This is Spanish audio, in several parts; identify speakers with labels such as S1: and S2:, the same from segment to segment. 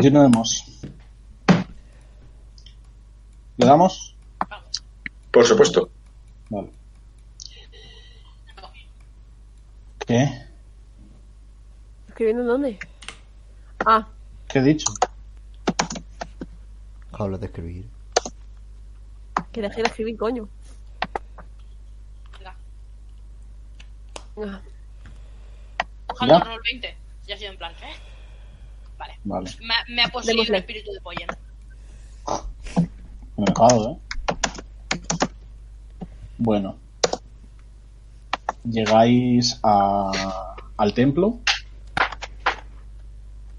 S1: Continuemos. ¿Le damos?
S2: Por supuesto.
S1: Vale. ¿Qué?
S3: ¿Escribiendo en dónde? Ah,
S1: ¿Qué he dicho?
S4: Habla de escribir.
S3: que dejé de escribir, coño. Ah,
S5: Ojalá
S1: Ya.
S5: roll 20. Ya ha sido en plan, ¿eh? Vale.
S1: Vale.
S5: Me, ha- me ha poseído el
S3: Démosle.
S5: espíritu de Poyen.
S1: Me enfado, ¿eh? Bueno. Llegáis a- al templo.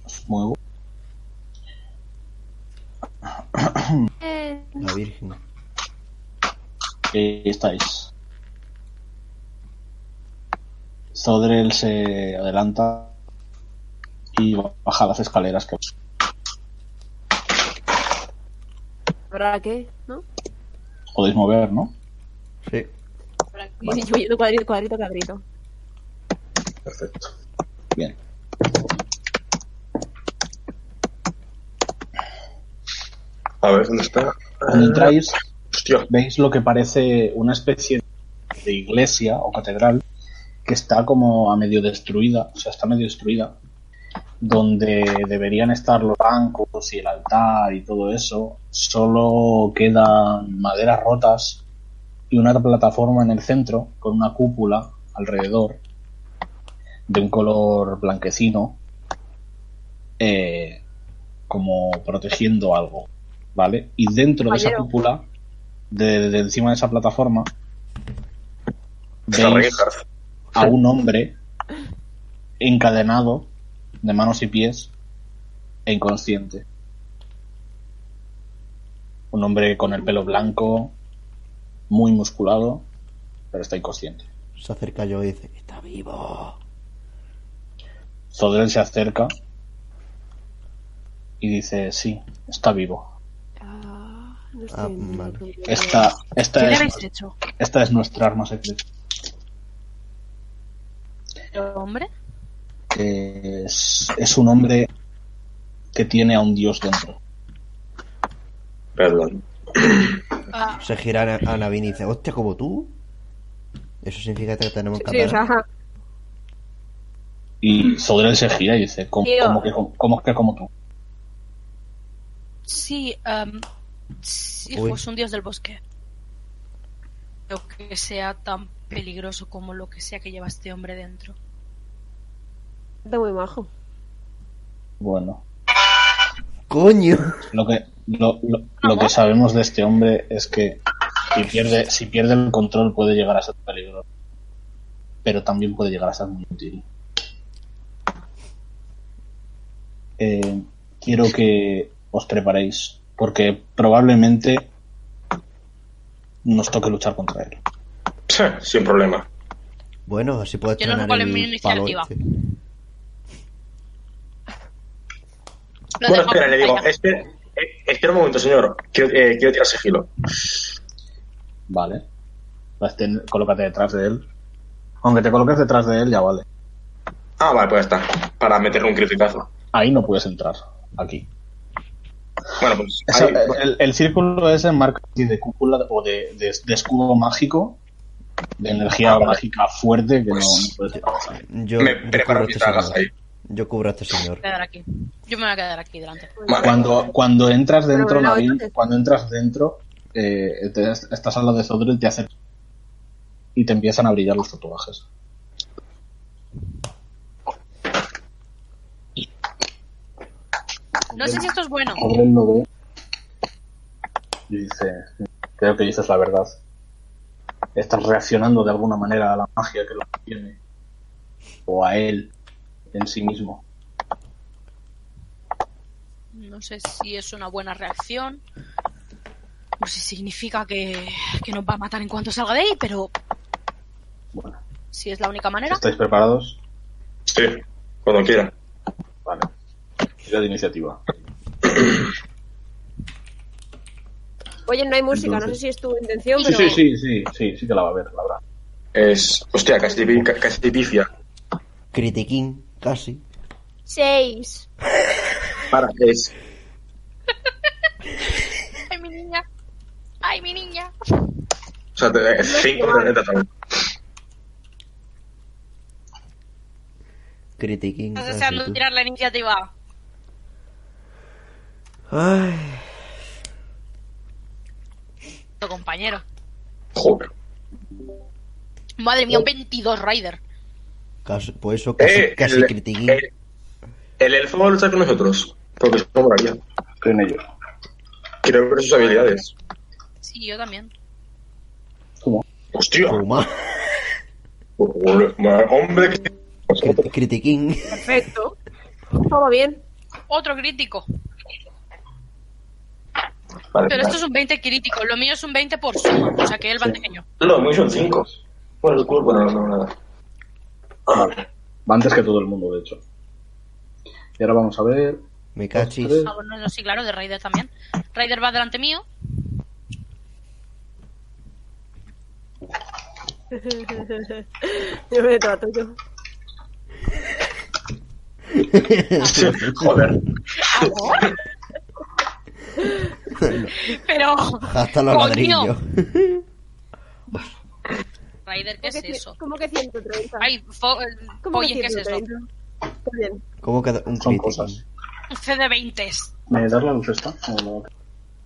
S1: Os muevo.
S3: eh,
S4: La Virgen.
S1: Eh, estáis. Zodrel se adelanta y baja las escaleras que
S3: ¿Habrá qué? ¿No?
S1: podéis mover, ¿no?
S4: Sí.
S5: Por aquí.
S3: Y Yo yendo cuadrito, cuadrito, cuadrito.
S2: Perfecto.
S1: Bien.
S2: A ver, ¿dónde está? Ah,
S1: Cuando entráis,
S2: Hostia.
S1: veis lo que parece una especie de iglesia o catedral que está como a medio destruida, o sea, está medio destruida, donde deberían estar los bancos y el altar y todo eso. Solo quedan maderas rotas y una plataforma en el centro con una cúpula alrededor de un color blanquecino eh, como protegiendo algo, ¿vale? Y dentro de esa
S3: Caballero.
S1: cúpula, de, de encima de esa plataforma,
S2: Está
S1: veis
S2: Reinhardt.
S1: a un hombre encadenado de manos y pies e inconsciente. Un hombre con el pelo blanco, muy musculado, pero está inconsciente.
S4: Se acerca yo y dice, está vivo.
S1: Zodrel se acerca y dice, sí, está vivo.
S3: Ah, no sé.
S4: Ah,
S3: no
S4: vale.
S3: sé.
S1: Esta,
S3: ¿Qué
S1: esta,
S6: le
S1: es,
S6: habéis hecho?
S1: esta es nuestra arma secreta.
S6: ¿Pero hombre?
S1: Es, es un hombre que tiene a un dios dentro.
S2: Perdón.
S5: Ah,
S4: Se gira a, a Navin y dice, hostia, como tú. Eso significa que tenemos que
S3: Sí, o sea,
S4: andar.
S3: ajá.
S1: Y Zodrel se gira y dice, ¿cómo,
S3: Tío.
S1: cómo que, cómo, cómo que como tú?
S6: Sí, em, sí,
S4: Uy.
S6: hijo, es un dios del bosque. Creo que sea tan peligroso como lo que sea que lleva este hombre dentro.
S3: Está muy majo.
S1: Bueno,
S4: ¡Coño!
S1: lo que, lo, lo- lo que sabemos de este hombre es que si pierde, si pierde el control puede llegar a ser peligroso. Pero también puede llegar a ser muy útil. Eh, quiero que os preparéis, porque probablemente nos toque luchar contra él.
S2: Sin problema.
S4: Bueno, así puedes
S6: Yo no sé
S4: estrenar
S6: cuál es
S4: el
S6: mi
S4: palo
S6: iniciativa.
S4: este.
S5: lo
S2: bueno,
S5: dejo
S2: espera, le digo.
S5: ahí.
S2: Espera, eh, espera un momento, señor. Quiero, eh, quiero tirar sigilo.
S1: Vale. Vas ten- Colócate detrás de él. Aunque te coloques detrás de él, ya vale.
S2: Ah, vale, pues ya está. Para meterle un criticazo.
S1: Ahí no puedes entrar. Aquí.
S2: Bueno, pues.
S1: Eso,
S4: eh,
S2: ahí-
S1: el, el círculo es en marca así de cúpula o de, de- de escudo mágico, de energía
S2: Ah, vale. Pues,
S1: mágica fuerte que no, no puedes
S4: Yo,
S2: me
S4: yo cubro
S2: preparo
S4: a
S2: mis
S4: este
S2: dagas
S4: señor.
S2: ahí.
S4: Yo cubro a este señor.
S6: Voy a quedar aquí. Yo me voy a quedar aquí delante.
S2: Vale.
S1: Cuando, cuando entras
S3: Pero
S1: dentro,
S3: bueno,
S1: Nabil,
S3: entonces-
S1: cuando entras dentro, eh, te- estás al lado de Zodro y te hacen y te empiezan a brillar los tatuajes.
S6: No sé si esto es bueno.
S1: Zodrell lo ve y dice, creo que dices la verdad. Estás reaccionando de alguna manera a la magia que lo tiene. O a él en sí mismo.
S6: No sé si es una buena reacción. No sé si significa que, que nos va a matar en cuanto salga de ahí, pero
S1: Bueno,
S6: si es la única manera.
S1: ¿estáis preparados?
S2: Sí, cuando quiera.
S1: Vale. Tira de iniciativa.
S3: Oye, no hay música, no sé
S1: Entonces-
S3: si es tu intención,
S1: Sí, sí,
S3: pero.
S1: sí, sí, sí, sí que la va a ver, la verdad.
S2: Es. Hostia, casi, pi- ca- casi pifia.
S4: Critiquín, casi.
S3: Seis.
S2: Para, es.
S7: Ay, mi niña. Ay, mi niña.
S2: O sea, te- cinco planetas también.
S4: Critiquing.
S6: Estás deseando
S4: actitud.
S6: tirar la iniciativa.
S4: Ay.
S6: Tu compañero.
S2: Joder.
S6: Madre mía, un 22 Rider.
S4: Casi- por eso casi,
S2: Eh,
S4: casi
S2: el,
S4: critiquing.
S2: el- el elfo va a luchar con nosotros. Porque eso moraría.
S1: Creo en ello.
S2: Quiero ver sus habilidades.
S6: Sí, yo también.
S1: ¿Cómo?
S2: Hostia.
S4: Puma.
S2: Hombre, que-
S4: Crit- Critiquing.
S3: Perfecto. Todo bien.
S6: Otro crítico.
S2: Vale,
S6: Pero esto
S2: vale.
S6: es un 20 crítico. Lo mío es un 20 por suma. O sea que él va pequeño.
S2: No, muy son cinco. Bueno, el culo, bueno, no, nada. Ah,
S1: Vale. Va antes que todo el mundo, de hecho. Y ahora vamos a ver.
S4: Me cachis.
S1: Dos,
S6: Ah, bueno, no, sí, claro, de Raider también. Raider va delante mío.
S3: Yo me trato yo.
S2: Joder.
S6: Pero,
S4: Hasta los
S6: Coño.
S4: ladrillos.
S6: Raider, ¿qué es eso?
S3: ¿Cómo que 130?
S6: Ay, fo- eh,
S3: ¿Cómo
S6: Poyen, ¿qué es eso?
S3: Está bien.
S4: ¿Cómo queda un
S1: Son
S4: critiquing?
S1: cosas.
S6: Un CD 20 s
S1: ¿Me das la luz esta? O no?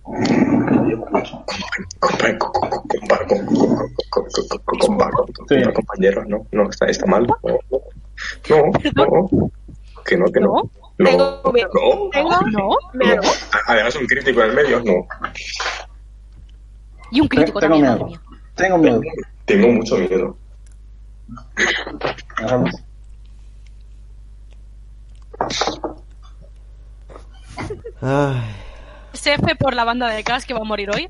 S2: Compa- co- co- compa- co- co- co- co- co- co- compa- co- co-
S1: Sí.
S2: compañero, no, no, está, está mal. No, no, no. que no, que no.
S6: No.
S2: No,
S3: Tengo miedo.
S2: no,
S3: Tengo.
S6: No.
S3: Me hago.
S2: Además, un crítico en el medio, no.
S6: Y un crítico
S1: Tengo
S6: también,
S1: miedo.
S6: madre mía.
S1: Tengo miedo.
S2: Tengo mucho miedo.
S1: Ahora vamos.
S4: Ay.
S6: SF por la banda de Cash que va a morir hoy.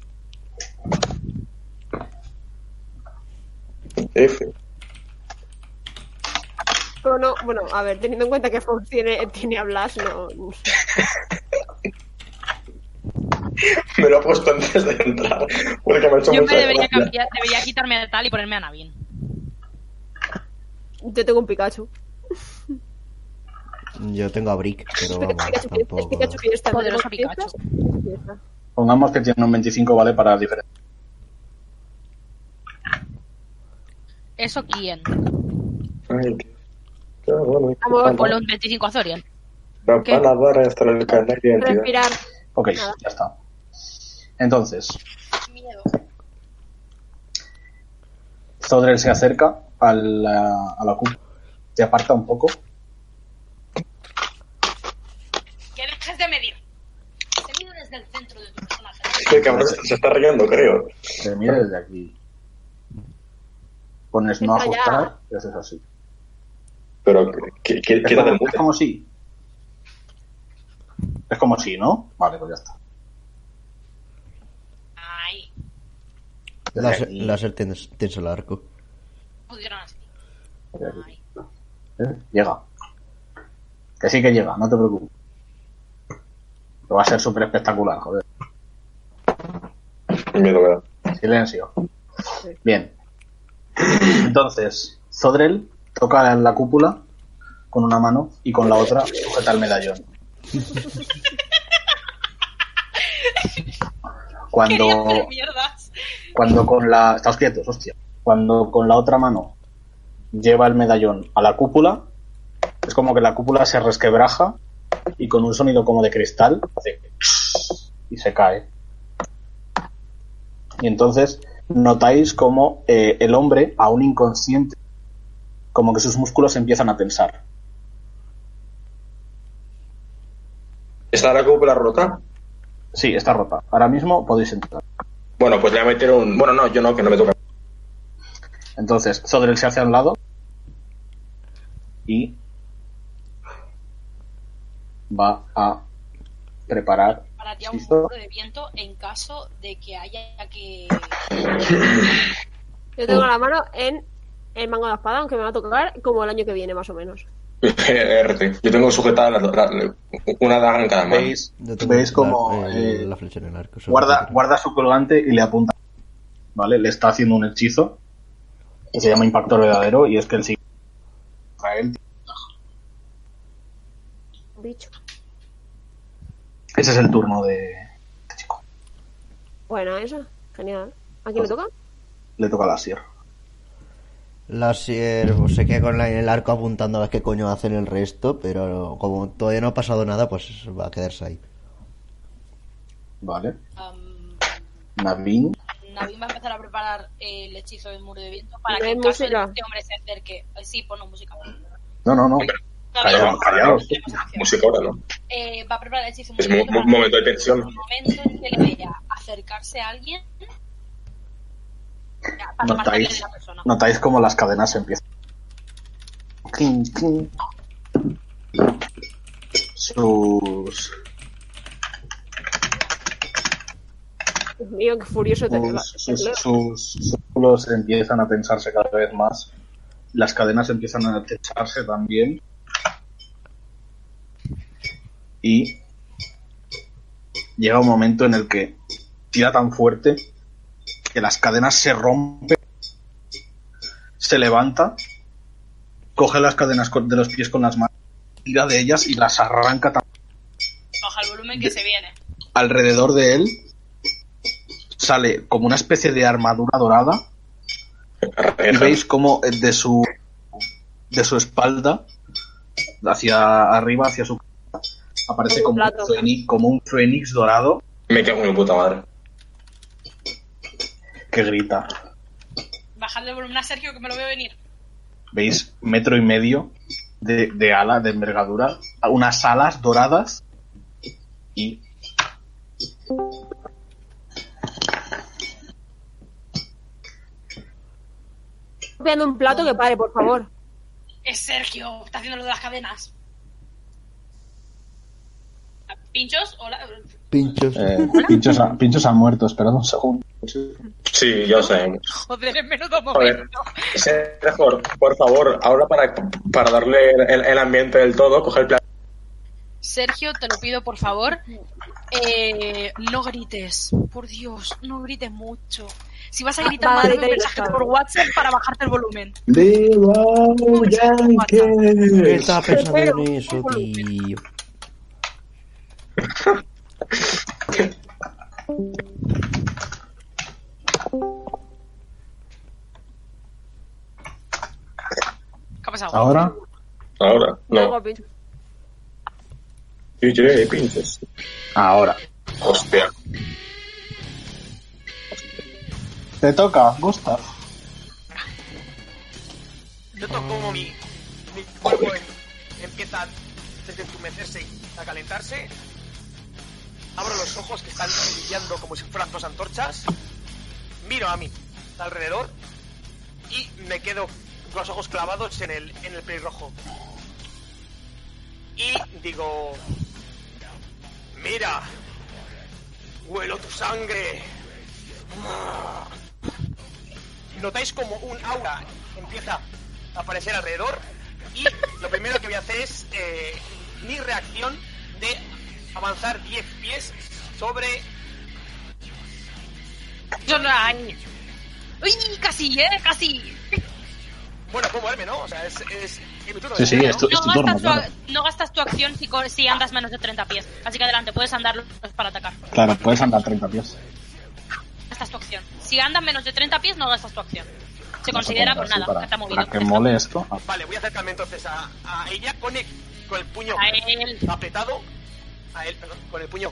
S2: F.
S3: Pero no, bueno, a ver, teniendo en cuenta que Fox tiene, tiene a Blas, no.
S2: Me lo he puesto antes de entrar. Porque me ha hecho
S6: Yo me
S2: mucha
S6: debería
S2: gracia.
S6: cambiar, debería quitarme de tal y ponerme a Navin.
S3: Yo tengo un Pikachu.
S4: Yo tengo a Brick, pero vamos,
S3: Pikachu fiesta,
S4: tampoco.
S3: Pikachu fiesta.
S6: Poderoso
S3: tenemos fiestas,
S6: Pikachu.
S3: tenemos fiestas.
S1: Pongamos que tiene un 25, ¿vale? Para diferentes.
S6: ¿Eso quién?
S2: Ay, qué- qué bueno.
S3: Amor,
S6: Ponle un 25 a Zorian.
S2: La
S6: ¿Qué?
S2: palabra hasta el canal de identidad.
S3: Respirar.
S1: Ok,
S3: Nada.
S1: ya está. Entonces,
S7: Miedo.
S1: Zodrell se acerca a la, a la cúpula, se aparta un poco.
S6: Que dejes de medir. Se mide desde el centro de tu personaje.
S2: Qué cabrón, se se está riendo, creo.
S1: Se mira desde aquí. Pones no
S3: Está ya.
S1: ajustar y haces así.
S2: Pero, ¿qué, qué,
S1: Es
S2: qué tal
S1: como,
S2: el
S1: es
S2: mute?
S1: como si. Es como si, ¿no? Vale, pues ya está.
S6: Ay,
S1: Desde
S4: Láser,
S1: aquí,
S4: láser tens- tenso el arco.
S6: pudieron así.
S1: desde aquí.
S6: Ay.
S1: ¿Eh? Llega. Que sí que llega, no te preocupes. Que va a ser súper espectacular, joder.
S2: Miedo me da.
S1: Silencio. Bien. Entonces, Zodrel toca en la cúpula con una mano y con la otra sujeta el medallón.
S6: Quería hacer
S1: Cuando,
S6: mierdas.
S1: cuando con la. Estás quietos, hostia. Cuando con la otra mano lleva el medallón a la cúpula, es como que la cúpula se resquebraja y con un sonido como de cristal hace y se cae. Y entonces notáis como eh, el hombre, aún inconsciente, como que sus músculos empiezan a tensar.
S2: ¿Está la cúpula rota?
S1: Sí, está rota. Ahora mismo podéis entrar.
S2: Bueno, pues le voy a meter un. Bueno, no, yo no, que no me toca.
S1: Entonces, Zodrel se hace a un lado y va a preparar.
S6: Para ti,
S1: Sí,
S6: un
S1: solo-
S6: muro de viento en caso de que haya que.
S3: Yo tengo la mano en el mango de la espada, aunque me va a tocar como el año que viene, más o menos.
S2: RT. Yo tengo sujetada la- la- la- una daga en cada mano.
S1: ¿Veis,
S4: Yo tengo
S1: ¿veis
S4: la-
S1: como
S4: eh,
S1: eh,
S4: la flecha en el arco. sobre
S1: guarda,
S4: todo.
S1: guarda su colgante y le apunta? ¿Vale? Le está haciendo un hechizo que se llama impacto verdadero y es que el siguiente contra él
S3: Bicho.
S1: Ese es el turno de, de chico.
S8: Buena esa. Genial. ¿A quién le toca?
S1: Le toca la sierra.
S4: La siervo se queda con la- el arco apuntando a ver qué coño hacen el resto, pero como todavía no ha pasado nada, pues va a quedarse ahí.
S1: Vale.
S6: Am,
S1: Navin.
S6: um, Navin va a empezar a preparar el hechizo del muro de viento para
S8: No
S6: que
S8: hay
S6: en caso de que
S8: música.
S6: este hombre se acerque. eh, Sí, ponlo música.
S1: No, no, no. Callaos,
S6: Navin,
S1: callaos.
S2: Música ahora, ¿no?
S6: eh, va a preparar el hechizo
S2: Es
S6: del
S2: mo-
S6: muro
S2: mo- momento de tensión.
S6: momento en que le vea acercarse a alguien ya, para marcarle
S1: Notáis,
S6: de la persona.
S1: notáis como las cadenas se empiezan. Clink, clink. Sus,
S8: Dios mío, qué furioso te
S1: sus, sus, sus- sus músculos empiezan a tensarse cada vez más. Las cadenas empiezan a tensarse también. Y llega un momento en el que tira tan fuerte que las cadenas se rompen. Se levanta, coge las cadenas con- de los pies con las manos, tira de ellas y las arranca tan
S6: Baja el volumen que
S1: de-
S6: se viene.
S1: alrededor de él sale como una especie de armadura dorada y veis como de su de su espalda hacia arriba hacia su cabeza, aparece
S8: Como un
S1: como un,
S8: plato.
S1: fénix, como un fénix dorado
S2: Me cago en mi puta madre.
S1: que grita
S6: Bajadle el volumen a Sergio que me lo veo venir.
S1: veis metro y medio de, de ala de envergadura unas alas doradas y
S8: Veando un plato que pare, por favor.
S6: Es Sergio, está haciendo lo de las cadenas. Pinchos, hola.
S4: Pinchos.
S1: eh, pinchos, ha, muerto esperad un segundo
S2: Sí, ya lo sabemos.
S9: Joder, en menudo
S2: Joder.
S9: momento.
S2: Mejor, por favor, ahora para, para darle el, el- el ambiente del todo, coge el plato.
S9: Sergio, te lo pido por favor. eh, no grites. Por Dios, no grites mucho. Si vas a gritar,
S8: Va a
S9: mándame un
S8: gritar y
S9: mensaje
S8: ya está.
S9: por WhatsApp para bajarte el volumen.
S4: Estaba pensando
S8: Pero,
S4: en eso, tío.
S9: ¿Qué ha pasado?
S1: ahora
S2: Ahora,
S8: Luego,
S2: no.
S8: pincho.
S2: Yo llegué, pinches.
S1: ahora
S2: Hostia.
S1: Te toca, Gustav.
S10: Yo toco como mi, mi cuerpo em- empieza a desentumecerse y a calentarse. Abro los ojos que están brillando como si fueran dos antorchas. Miro a mí alrededor y me quedo con los ojos clavados en el, en el pelirrojo. Y digo... Mira, huelo tu sangre. notáis como un aura empieza a aparecer alrededor y lo primero que voy a hacer es eh, mi reacción de avanzar 10 pies sobre...
S6: Yo no ay. Uy, casi, eh, casi.
S10: Bueno, puedo moverme, ¿no? O sea, es... es es mi turno
S1: Sí,
S10: de
S1: sí,
S10: moverme,
S1: es tu, Pues es
S6: No
S1: tu turno,
S6: gastas, tu,
S1: claro.
S6: no gastas tu acción si, co- si andas menos de 30 pies. Así que adelante, puedes andar para atacar.
S1: Claro, puedes andar 30 pies.
S6: Gastas tu acción. Si andas menos de 30 pies, no gastas tu acción. Se considera por
S1: Así
S6: nada,
S1: Para,
S6: que te ha movido.
S1: para que mole esto. Ah,
S10: ¿no? Vale, voy a acercarme entonces a, a ella con el, con el puño
S6: A él.
S10: apretado. A él, perdón, con el puño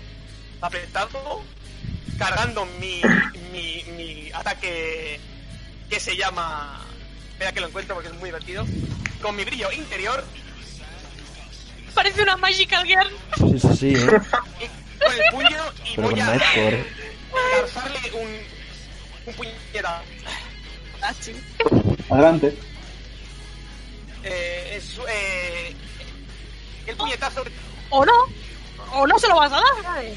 S10: apretado, cargando mi, mi, mi ataque que se llama... Espera que lo encuentro porque es muy divertido. Con mi brillo interior
S6: Parece una Magical Girl.
S4: Sí, sí, sí, ¿eh?
S10: con el puño y
S4: Pero con
S10: voy a
S4: Nightcore.
S10: lanzarle un, un puñetazo.
S9: Ah,
S1: Adelante.
S10: Eh, es, eh, el puñetazo
S6: ¿O no? ¿O no se lo vas a dar?
S8: Ay,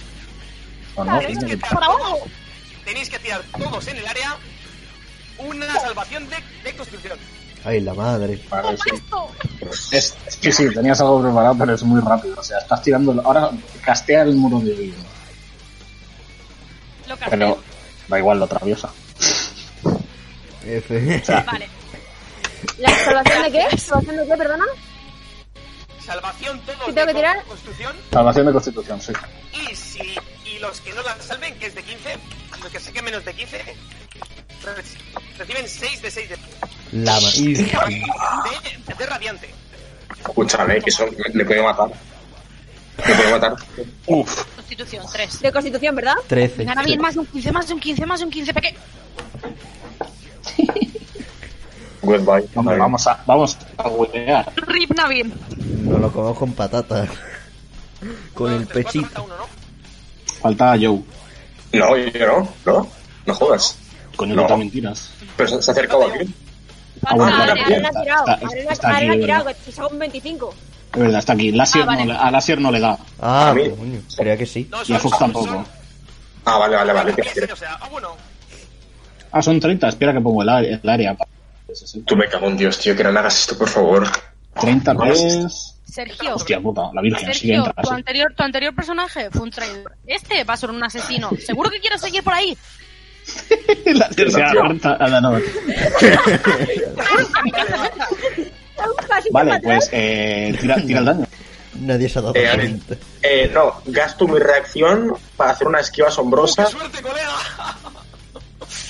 S1: ¿O Ah, no?
S10: tenéis que tirar
S6: por abajo.
S10: todos, tenéis que tirar todos en el área una salvación de, de construcción.
S4: Ay, la madre.
S1: Vale, sí.
S6: ¡Esto!
S1: Es, sí, sí, tenías algo preparado, pero es muy rápido. O sea, estás tirando. Ahora castea el muro de vidrio.
S6: Lo que
S1: Pero da igual, lo atraviesa.
S4: F.
S6: Vale.
S8: ¿La salvación de qué? ¿Salvación de qué, perdona?
S10: Salvación todos.
S8: ¿Qué tengo
S10: de
S8: que tirar?
S10: Constitución.
S1: Salvación de constitución, sí.
S10: Y si y los que no la salven, que es de 15, los que saquen menos de 15, re- reciben 6 de 6 de,
S4: Lama.
S10: de, de radiante.
S2: Escúchame, que eso me- le puede matar. Le puede matar.
S1: Uf,
S6: Constitución 3.
S8: De constitución, ¿verdad?
S4: 13.
S9: Venga, David, más de un 15, más de un 15, más de un 15, peque.
S2: Goodbye.
S1: hombre, vamos a, vamos a huevear.
S9: Rip Navin.
S4: No lo como con patatas. Con el pechito.
S10: Uno, ¿no?
S1: Falta Joe.
S2: No, yo no, no. No jodas.
S1: Coño,
S2: No.
S1: tú también tiras.
S2: Pero se, se ha acercado aquí.
S1: Ah, bueno,
S6: Ah,
S1: claro,
S6: vale,
S1: bien,
S8: Arena ha
S1: está-
S8: tirado.
S1: está-
S8: Arena
S1: está aquí,
S8: Arena ha
S1: de
S8: tirado,
S1: verdad.
S8: que te saca un 25.
S1: De verdad, está aquí. Lasier
S6: Ah, vale.
S1: no le- a Lasier no le da.
S4: Ah,
S2: A mí-
S4: coño. Creía que sí.
S10: No,
S1: Y a
S10: son-
S1: Fox
S10: son-
S1: tampoco.
S10: son-
S2: Ah, vale, vale, vale.
S10: son 15, o sea, ah, bueno,
S1: Ah, son 30. Espera que pongo el, a- el área.
S2: Tú me cago en Dios, tío, que no me hagas esto, por favor.
S1: 30 es...
S6: Sergio.
S1: Hostia puta, la virgen. Sí que
S6: Sergio,
S1: entra.
S6: tu
S1: sí.
S6: anterior, tu anterior personaje fue un traidor. Este va a ser un asesino. Seguro que quieres seguir por ahí.
S1: Lasier se aparta. Ah, no, no.
S8: Casi te
S1: Vale,
S8: mata.
S1: pues eh, tira, tira el daño.
S4: Nadie se ha dado
S2: Eh, a ver.
S4: cuenta.
S2: Eh, no, gasto mi reacción para hacer una esquiva
S10: ¡Qué
S2: asombrosa.
S10: suerte, colega!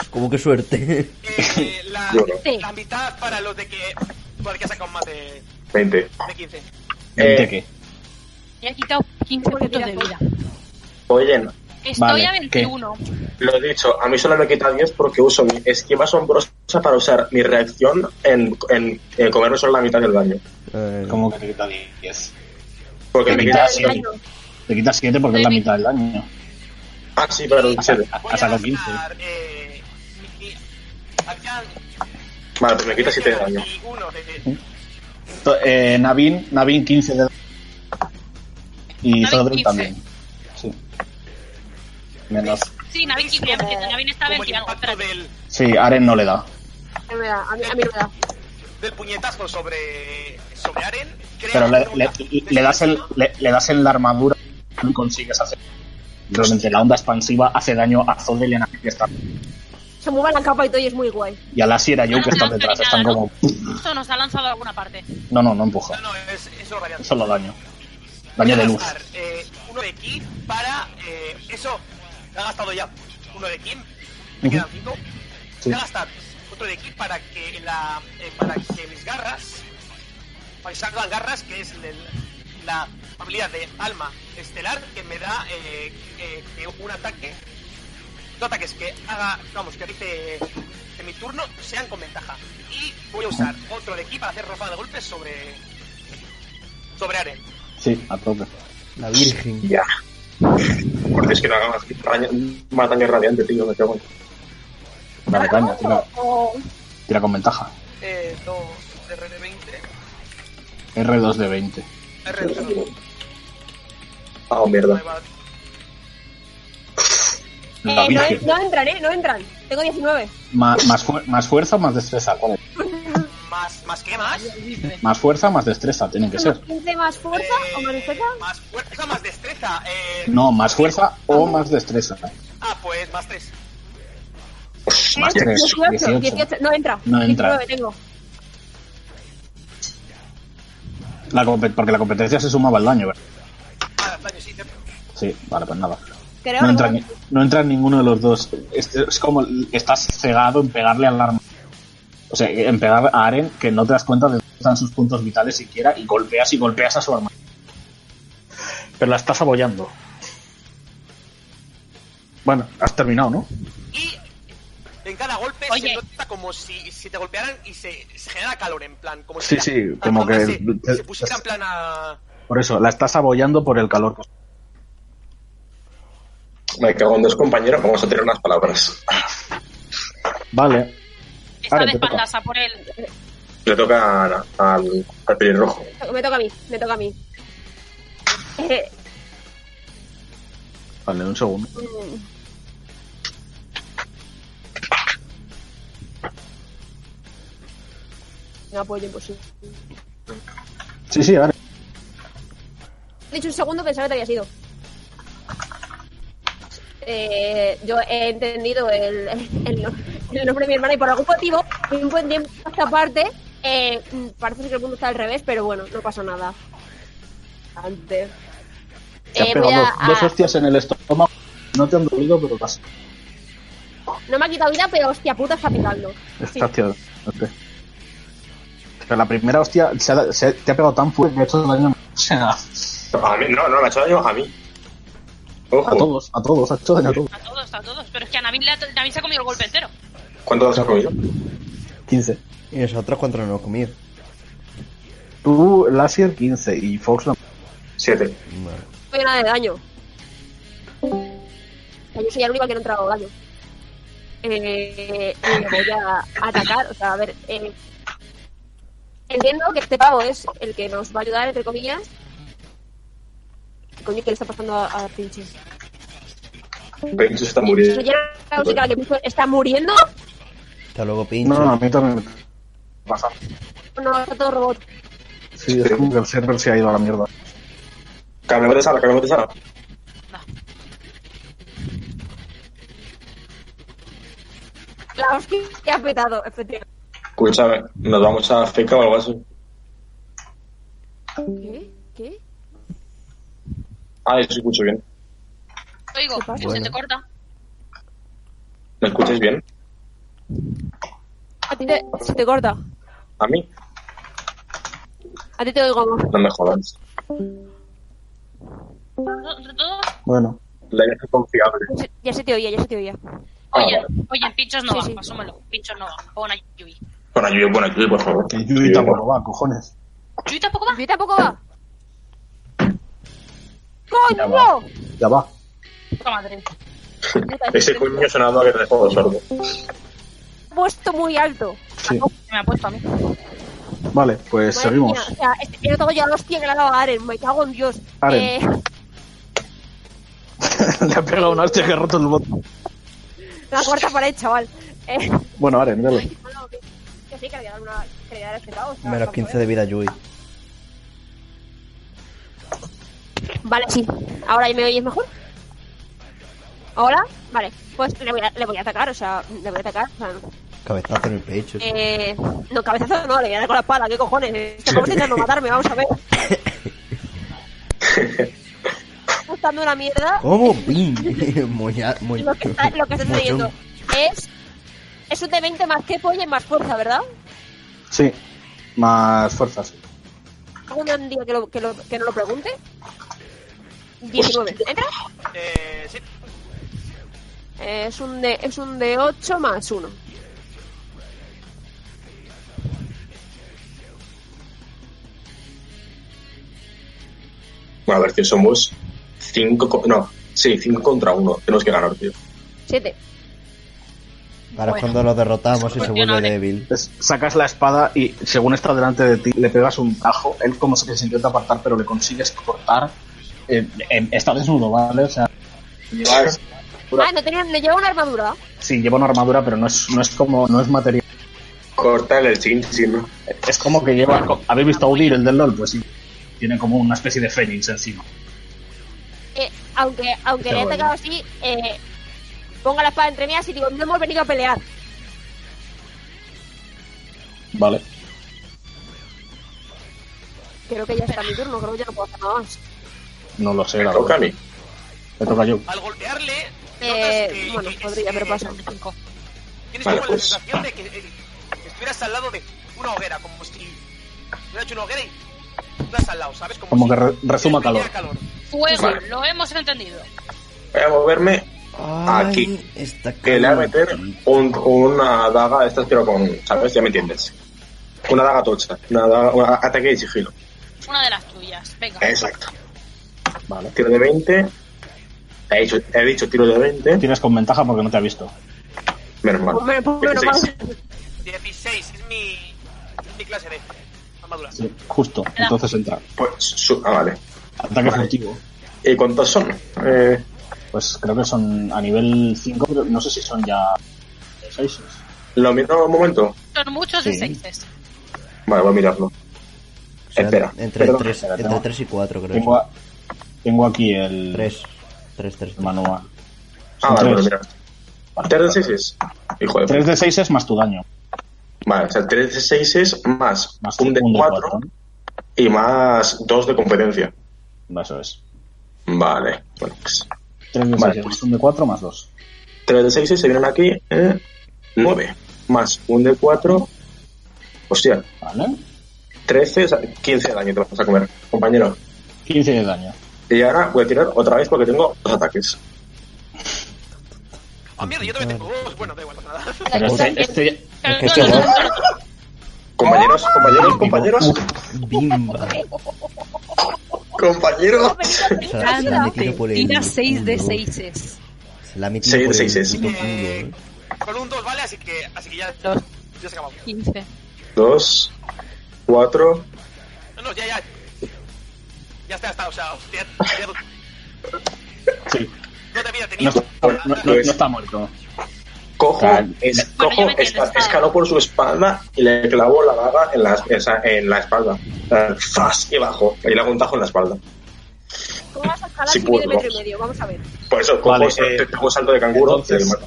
S4: Como que suerte.
S10: Eh, la,
S2: Yo no.
S10: la mitad para los de que. Para el que ha sacado más de,
S2: 20.
S10: de 15.
S1: ¿De
S2: Eh,
S1: qué?
S6: Me ha quitado 15 puntos de vida.
S2: Oyen,
S6: Estoy
S1: Vale,
S6: a
S1: ¿qué?
S6: 21.
S2: lo dicho, a mí solo me quita 10 porque uso mi esquiva asombrosa para usar mi reacción en, en, eh, comerme solo la mitad del daño.
S4: Eh,
S1: ¿Cómo que te quita 10?
S2: Porque
S1: Te
S2: me
S1: quita
S2: quita.
S1: 7. Te quita 7 porque es la mitad del daño.
S2: Ah, sí, pero
S1: Ha,
S2: siete.
S1: ha-
S10: Voy
S1: ha
S10: a
S1: sacado 15.
S10: gastar, eh, mi- mi- acá-
S2: Vale, pues me quita 7 de daño.
S10: Y uno de,
S1: To- Eh, Navin, Navin 15 de Y
S6: Navin
S1: Zodrin
S6: 15.
S1: también. Sí. Menos.
S6: Sí, Navin quitó 17. Navin está a
S10: como el
S6: 20 algo.
S10: impacto
S6: Espérate.
S10: del,
S1: Sí, Aren no le da.
S8: No me da, a mí, a mí no me da.
S10: del puñetazo sobre, sobre Aren. crea
S1: Pero le,
S10: una
S1: le-
S10: onda
S1: le das en, le, le das en la armadura y consigues hacer. Realmente la onda expansiva hace daño a Zodrin y a Navin que están.
S8: Se mueve la capa y todo y es muy guay.
S1: Y a la Sierra Joe que
S6: No
S1: están
S6: lanza ni
S1: detrás.
S6: nada,
S1: Están
S6: ¿no?
S1: como.
S6: Esto nos ha lanzado a alguna parte.
S1: No, no, no empuja.
S10: No, no, es, es lo radiante.
S1: Solo daño. Daño
S10: Voy
S1: de
S10: a
S1: luz.
S10: gastar, eh, uno de ki para. eh, eso, ha gastado ya uno de ki. Me quedan cinco.
S1: Sí.
S10: Voy a gastar otro de ki para que, la, eh, para que mis garras. Para que salgan garras, que es el- la habilidad de alma estelar que me da eh, eh, que un ataque. Dos ataques que haga, vamos, que realice en mi turno sean con ventaja. Y voy a usar otro de ki para hacer ropa de golpes sobre. sobre Aren.
S1: Sí, a tope.
S4: La Virgen.
S2: Ya. Porque es que no haga más, daño- más daño radiante, tío, me cago en.
S1: Dale caña, tira,
S8: Oh,
S1: tira con ventaja.
S10: Eh, 2 RD20.
S1: R2 de 20.
S10: RD20.
S2: Ah, mierda.
S8: Eh,
S1: La
S8: no,
S1: Virgen.
S8: no entran, eh, no entran. Tengo 19.
S1: Ma- más, fuer- más fuerza o más destreza? ¿Cuál es?
S10: Más, más que más.
S1: Más fuerza, más destreza, tiene que ser.
S8: ¿Más 15 más fuerza o más destreza?
S10: Más fuerza, más destreza. Eh,
S1: No, más fuerza o más destreza.
S10: Ah, pues más 3.
S1: Más
S8: Eh,
S1: tres,
S8: 18,
S1: 18.
S8: 18, no entra.
S1: No entra.
S8: 19 tengo.
S1: La compe- porque la competencia se sumaba al daño, ¿verdad?
S10: Ah, daño, sí, cierto.
S1: Sí, vale, pues nada.
S8: Creo
S1: No
S8: que
S1: entra,
S8: bueno,
S1: ni- no entra ninguno de los dos. Es, es como el- estás cegado en pegarle al arma. O sea, en pegar a Aren que no te das cuenta de dónde están sus puntos vitales siquiera y golpeas y golpeas a su arma. Pero la estás apoyando. Bueno, has terminado, ¿no?
S10: Y en cada golpe
S6: Oye.
S10: se nota como si, si te golpearan y se, se genera calor, en plan. Como
S1: Sí,
S10: si la-
S1: sí,
S10: la
S1: como que-
S10: palma Se, se pusiera en plan a.
S1: Por eso, la estás abollando por el calor.
S2: Me cago en dos compañeros, vamos a tirar unas palabras.
S1: Vale.
S6: Está
S1: Vale,
S6: de
S1: te toca.
S6: espaldas a por él.
S2: Le toca a- al, al pelirrojo.
S8: me toca a mí, me toca a mí. Eh,
S1: Vale, un segundo.
S8: mm. no pues apoyo imposible.
S1: Sí, sí,
S3: Eh,
S1: Aren.
S8: He dicho un segundo, pensaba que te había sido. Eh, yo he entendido el, el, no- el nombre de mi hermana y por algún motivo, de un buen tiempo a esta parte, eh, mm, parece que el mundo está al revés, pero bueno, no pasa nada.
S3: antes.
S1: Te has
S3: Eh,
S1: pegado
S3: voy a-
S1: dos, dos
S3: a-
S1: hostias en el estómago. No te han dolido, pero las
S3: No me ha quitado vida, pero hostia puta está picando. Sí.
S1: Esta hostia. ok. Pero la primera hostia se ha- se ha- te ha pegado tan fuerte que ha hecho daño. O sea,
S2: A mí, no, no, me ha hecho daño a mí.
S3: Oh.
S1: a
S2: Ojo,
S1: todos, a todos, ha hecho daño a todos.
S6: A todos, a todos. Pero es que a Nabil, le ha- Nabil se ha comido el golpe entero.
S2: ¿cuánto has comido?
S1: 15.
S4: Y nosotros cuánto nos hemos comido.
S1: Tú, Lassier, 15. Y Fox, no.
S2: Siete.
S4: Vale.
S3: No hay nada de daño. O sea, yo soy el único que no he entrado daño. Eh, y lo voy a atacar. O sea, a ver. eh, entiendo que este pavo es el que nos va a ayudar, entre comillas. Coño, ¿qué le está pasando a, a Pinches?
S2: Pincho se está
S3: Pinches,
S2: muriendo.
S3: oye, la música que puso, ¿Está muriendo?
S4: Hasta luego, pincho.
S1: No, no, a mí también me pasa.
S3: No, está todo robot.
S1: Sí, es como que el server se ha ido a la mierda.
S2: Cambiamos de sala, cambiamos de sala.
S3: La hostia que ha petado, efectivamente.
S2: Escúchame, nos vamos a feca o algo así.
S3: ¿Qué? ¿Qué?
S2: Ah, yo se escucho bien.
S6: Oigo,
S3: ¿Qué pasa?
S6: se
S4: Bueno.
S6: te corta.
S2: ¿Me escucháis bien?
S3: A ti te, se te corta.
S2: ¿A mí?
S3: A ti te oigo más.
S2: No me jodas.
S6: ¿Todo- todo?
S1: Bueno,
S2: La idea es confiable.
S3: Ya se- Ya se te oía, ya se te oía.
S2: Ah,
S6: Oye,
S2: vale.
S6: oye, pinchos no
S3: Sí,
S6: va,
S3: sí.
S6: asúmelo. Pinchos no va. Pon a Yui.
S2: Bueno, Yui, bueno, Yui, por favor.
S1: que Yui
S2: Sí,
S1: tampoco
S2: bueno.
S1: va, cojones.
S6: ¿Yui tampoco va?
S3: Yo tampoco va.
S1: Ya va.
S3: ¡Coño!
S1: Ya va.
S6: Puta madre.
S2: Ese coño sonaba que te dejó sordo.
S3: He Puesto muy alto.
S1: Sí.
S6: Me ha puesto a mí.
S1: Vale, pues
S3: Madre
S1: seguimos.
S3: mía, o sea, este, yo tengo ya la hostia que le ha dado a Aren. Me cago en Dios.
S1: Aren.
S3: Eh,
S1: Le ha pegado una hostia que ha roto el botón.
S3: la cuarta pared, chaval. Eh,
S1: Bueno, Aren, dale.
S3: no, no, que, que sí, que le voy a dar una. Que le voy a dar este caos. o sea,
S4: Menos
S3: vamos a
S4: 15
S3: ver.
S4: de vida, Yui.
S3: Vale, sí. ¿Ahora me oyes mejor? ¿Ahora? Vale. Pues le voy a, le voy a atacar, o sea, le voy a atacar. O sea, no.
S4: Cabezazo en el pecho.
S3: Eh, no, cabezazo no, le voy a dar con la espada, ¿qué cojones? Este pobre intentando matarme, vamos a ver. Me está dando una mierda.
S4: ¿Cómo? ¡Pin! Moña- moñ-
S3: Lo que está, lo que está
S4: mochón.
S3: sucediendo es. Es un de 20 más que y más fuerza, ¿verdad?
S1: Sí. Más fuerzas.
S3: ¿Algún día que, lo- que, lo- que no lo pregunte? 19. ¿Entra?
S10: Eh, sí,
S3: Eh, es, un de, es un de 8 más 1.
S2: Bueno, a ver, tío, somos cinco... co- No, sí, cinco contra uno. Tenemos que ganar, tío.
S3: 7.
S4: Ahora es
S11: Bueno.
S4: cuando lo derrotamos y se vuelve
S6: Cuestionable.
S4: débil.
S1: Es- sacas la espada y según está delante de ti le pegas un tajo. Él como que se intenta apartar pero le consigues cortar. Eh, eh, está desnudo, ¿vale? O sea, llevas-
S3: Ah, no tenía, no lleva una armadura.
S1: sí, lleva una armadura pero no es, no es como, no es material.
S2: Córtale el chin, chin, ¿no?
S1: Es como que lleva... co- ¿Habéis visto a Udir, el del LOL? Pues sí. Tiene como una especie de fénix encima.
S3: Eh, aunque aunque
S4: Está
S3: le he
S4: bueno.
S3: atacado así, eh, ponga la espada entre mías y digo, no hemos venido a pelear.
S1: Vale.
S3: Creo que ya está mi turno, creo que ya no puedo hacer nada más.
S1: No lo sé,
S2: Me
S1: la
S2: toca a
S1: verdad.
S2: mí.
S1: Me toca yo.
S10: al golpearle. notas
S3: Eh,
S10: que-
S3: bueno,
S10: que-
S3: podría, pero pasa.
S10: Tienes
S2: Vale,
S10: como
S2: pues.
S10: la sensación de que eh, estuvieras al lado de una hoguera, como si hubieras hecho una hoguera y estuvieras al lado, ¿sabes? Como,
S1: Como
S10: si
S1: que re- resuma
S10: te
S1: calor.
S10: viniera calor.
S6: Fuego,
S2: Vale.
S6: lo hemos entendido.
S2: Voy a moverme
S4: Ay,
S2: Aquí.
S4: Está
S2: que le voy a meter un- una daga de estas, pero con, ¿sabes? Ya me entiendes. Una daga tocha, una daga, un ataque de sigilo.
S6: Una de las tuyas. Venga.
S1: Eh,
S2: Exacto.
S1: Vale.
S2: Tiro de 20. He dicho, he dicho tiro de 20.
S1: Tienes con ventaja porque no te ha visto.
S2: Menos mal.
S3: Hombre, pues, menos
S2: 26.
S3: mal.
S10: 16 es mi, es mi clase de armadura. Ah,
S1: Sí, Justo. Entonces entra.
S2: Pues, su- ah, vale.
S1: Ataque
S2: Vale.
S1: furtivo.
S2: ¿Y cuántos son? Eh,
S1: Pues creo que son a nivel 5, pero no sé si son ya 6.
S2: ¿Lo miro un momento?
S6: Son muchos de
S1: Sí.
S6: seises.
S2: Vale, voy a mirarlo.
S4: O sea,
S2: Espera,
S4: Entre
S2: perdón,
S4: 3
S1: espera, tengo-
S4: y 4, creo.
S1: Tengo, a- tengo aquí el
S4: 3. 3, 3.
S1: manual.
S2: Ah,
S1: Son
S2: vale, voy a
S1: tres.
S2: mirar. ¿Tres de seises? Hijo de
S1: 3 de 6 es más tu daño.
S2: Vale, o sea, tres de seises más,
S1: Más
S2: un de
S1: un de
S2: cuatro
S1: cuatro, ¿no?
S2: y más dos de competencia.
S1: Eso es.
S2: Vale, bueno, pues.
S1: 3 de
S2: Vale,
S1: 6
S2: pues.
S1: es un de 4 más 2.
S2: 3 de 6 se vienen aquí, eh, 9. Más un de 4. Hostia,
S1: ¿Vale?
S2: 13, o sea, 15 de daño te vas a comer, compañero.
S1: 15 de daño.
S2: Y ahora voy a tirar otra vez porque tengo dos ataques.
S10: Ah, mierda, yo también tengo dos. Bueno, da igual, pasa nada.
S1: Pero este, este ya-
S6: Pero
S4: que
S6: no,
S4: este
S6: no,
S4: es
S6: no, no,
S2: Compañeros, compañeros, compañeros,
S4: Bimba.
S2: compañeros.
S4: O sea, la han metido por el
S9: Tira 6 de
S4: culo.
S9: 6.
S4: Se la ha metido
S2: Seis de
S4: por el
S2: seises.
S4: puto culo,
S10: Eh,
S4: ¿eh?
S10: con un 2 vale, así que, así que ya,
S9: Dos.
S10: ya se acabó.
S9: 15.
S2: 2, 4,
S10: No, no, ya, ya. Ya está, ya está, o sea, hostia. ya-
S1: sí,
S10: No te mira,
S1: no,
S10: tenía.
S1: está- no, no- no está muerto.
S2: cojo,
S1: Vale.
S2: es,
S6: Bueno, ya
S2: cojo
S6: me entiendes,
S2: esca-
S6: vale.
S2: escalo por su espalda y le clavo la daga en la, esa- en la espalda. Eh, ¡Zas! Y bajo. Ahí le hago un tajo en la espalda.
S8: ¿Cómo vas a escalar
S2: Sí
S8: si mide
S2: puedo.
S8: metro y medio? Vamos a ver.
S2: Por eso, cojo,
S1: Vale,
S2: un sal-
S1: eh,
S2: te pego un salto de canguro
S1: entonces-
S2: y le mato.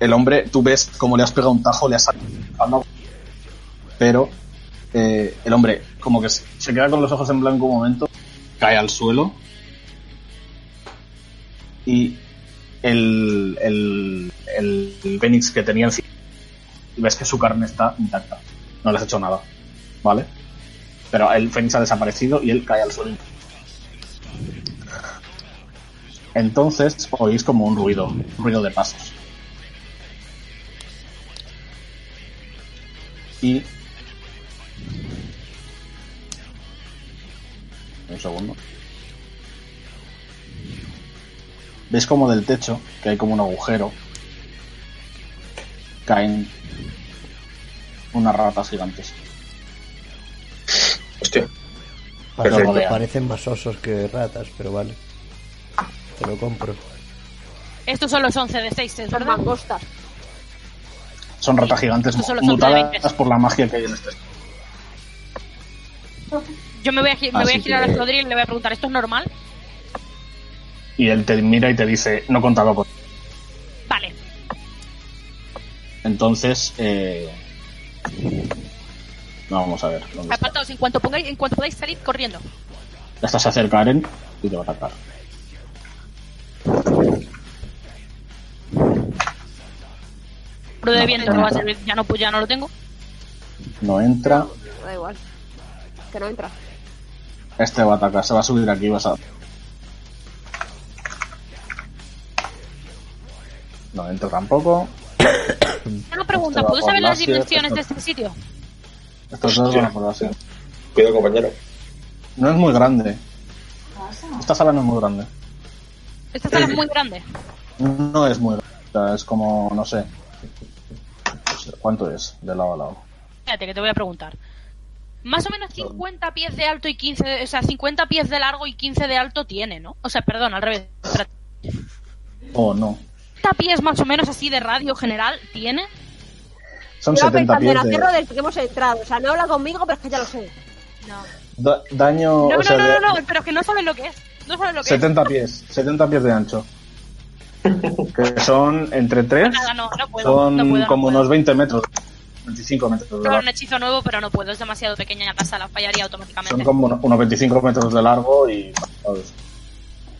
S1: El hombre, tú ves como le has pegado un tajo, le has sacado. Pero eh, el hombre, como que se se queda con los ojos en blanco un momento, cae al suelo. Y el. el. el, el Fénix que tenía encima. Y ves que su carne está intacta. No le has hecho nada. ¿Vale? Pero el Fénix ha desaparecido y él cae al suelo. Entonces oís como un ruido, un ruido de pasos. Y. Un segundo. ¿Ves como del techo, que hay como un agujero, caen unas ratas gigantes?
S2: Hostia.
S4: Parece-
S1: Perfecto.
S4: parecen más osos que ratas, pero vale. Te lo compro.
S6: Estos son los 11 de 6, es
S8: Son
S6: verdad.
S8: mangostas.
S1: Son ratas gigantes
S6: Estos son los
S1: mutadas
S6: supervivientes.
S1: por la magia que hay en este.
S6: Yo me voy a, gi- me voy
S1: Así
S6: a girar
S1: que-
S6: al Rodri y le voy a preguntar, ¿esto es normal?
S1: Y él te mira y te dice, no contaba con.
S6: Vale.
S1: Entonces, eh... Vamos a ver. ¿dónde está?
S6: Apartaos, en cuanto pongáis, en cuanto podáis salir corriendo.
S1: Estas se acercaren y te va a atacar.
S6: Rodri
S1: No,
S6: viene,
S1: no,
S6: no va a
S1: no.
S6: servir, ya no, pues ya no lo tengo.
S1: No entra.
S8: Da igual. Que no entra.
S1: Este va a atacar, se va a subir aquí, vas a. No entro tampoco.
S6: Una pregunta,
S1: Esto va
S6: ¿puedo
S1: por
S6: saber las
S1: láser,
S6: dimensiones de
S1: esto-
S6: este sitio?
S1: Estos dos van a por así.
S2: Cuidado, compañero.
S1: No es muy grande. Esta sala no es muy grande.
S6: Esta sala es muy grande.
S1: No es muy grande. O sea, Es como, no sé. Pues, ¿Cuánto es? De lado a lado.
S6: Espérate, que te voy a preguntar. Más o menos 50 pies de alto y 15, de- o sea, 50 pies de largo y 15 de alto tiene, ¿no? O sea, perdón, al revés. Espérate.
S1: Oh, no.
S6: 70 pies más o menos así de radio general tiene.
S1: Son
S8: Lleva
S1: 70
S8: pensando en
S1: pies de.
S8: hacerlo desde que hemos entrado. O sea, no habla conmigo, pero es que ya lo sé.
S6: No.
S1: da- daño.
S6: No,
S1: o sea,
S6: no,
S1: de-
S6: no, no, pero es que no sabes lo que es. No sabes lo que
S1: 70 pies. 70 pies de ancho. que son entre 3.
S6: es. Nada, no, no puedo.
S1: Son
S6: no puedo, no
S1: Mm, como
S6: puedo.
S1: unos 20 metros. 25 metros de
S6: Probar un
S1: largo.
S6: hechizo nuevo, pero no puedo. Es demasiado pequeña la sala, fallaría automáticamente.
S1: Son como uno- unos 25 metros de largo y. ¿sabes?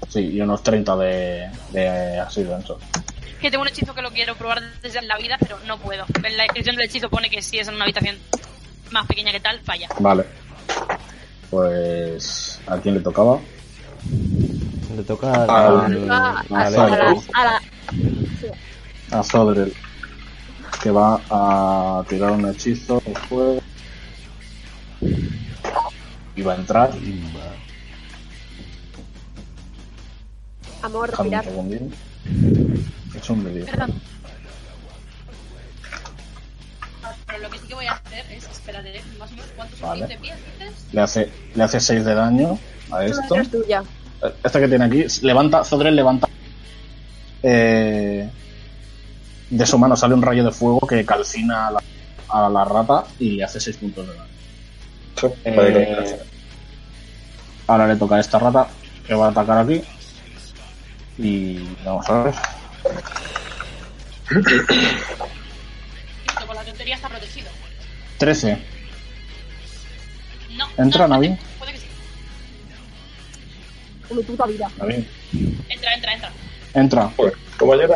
S1: Sí, y unos 30 de, de así de ancho.
S6: Que tengo un hechizo que lo quiero probar desde la vida, pero no puedo. En la descripción del hechizo pone que si es en una habitación más pequeña que tal, falla.
S1: Vale. Pues. ¿A quién le tocaba?
S4: Le toca
S2: Ah,
S4: al-
S8: Va a-
S1: vale,
S8: a la-
S1: vale.
S8: a la-
S1: A Zodrel. Que va a tirar un hechizo de fuego. Y va a entrar.
S4: Bimba.
S8: Amor,
S1: Déjame un
S8: respirar.
S1: segundín. Es un vídeo.
S6: Perdón.
S9: Pero lo que sí que voy a hacer es esperar
S6: ¿eh?
S9: más o menos cuántos
S1: son Vale. 15
S9: pies, dices.
S1: Le hace, le hace 6 de daño a esto.
S8: Esto es tuya.
S1: Esta que tiene aquí, levanta, Zodrel levanta. Eh, de su mano sale un rayo de fuego que calcina a la, a la rata y le hace 6 puntos de daño.
S2: Vale,
S1: Eh,
S2: gracias.
S1: ahora le toca a esta rata que va a atacar aquí. Y vamos a ver.
S9: Listo,
S6: pues
S9: con la tontería está protegido.
S1: 13.
S6: No.
S1: ¿Entra,
S6: no,
S1: Navi?
S6: Puede que sí.
S8: en mi puta vida.
S1: A ver,
S6: Entra, entra, entra.
S1: entra.
S2: Joder, ¿cómo llega?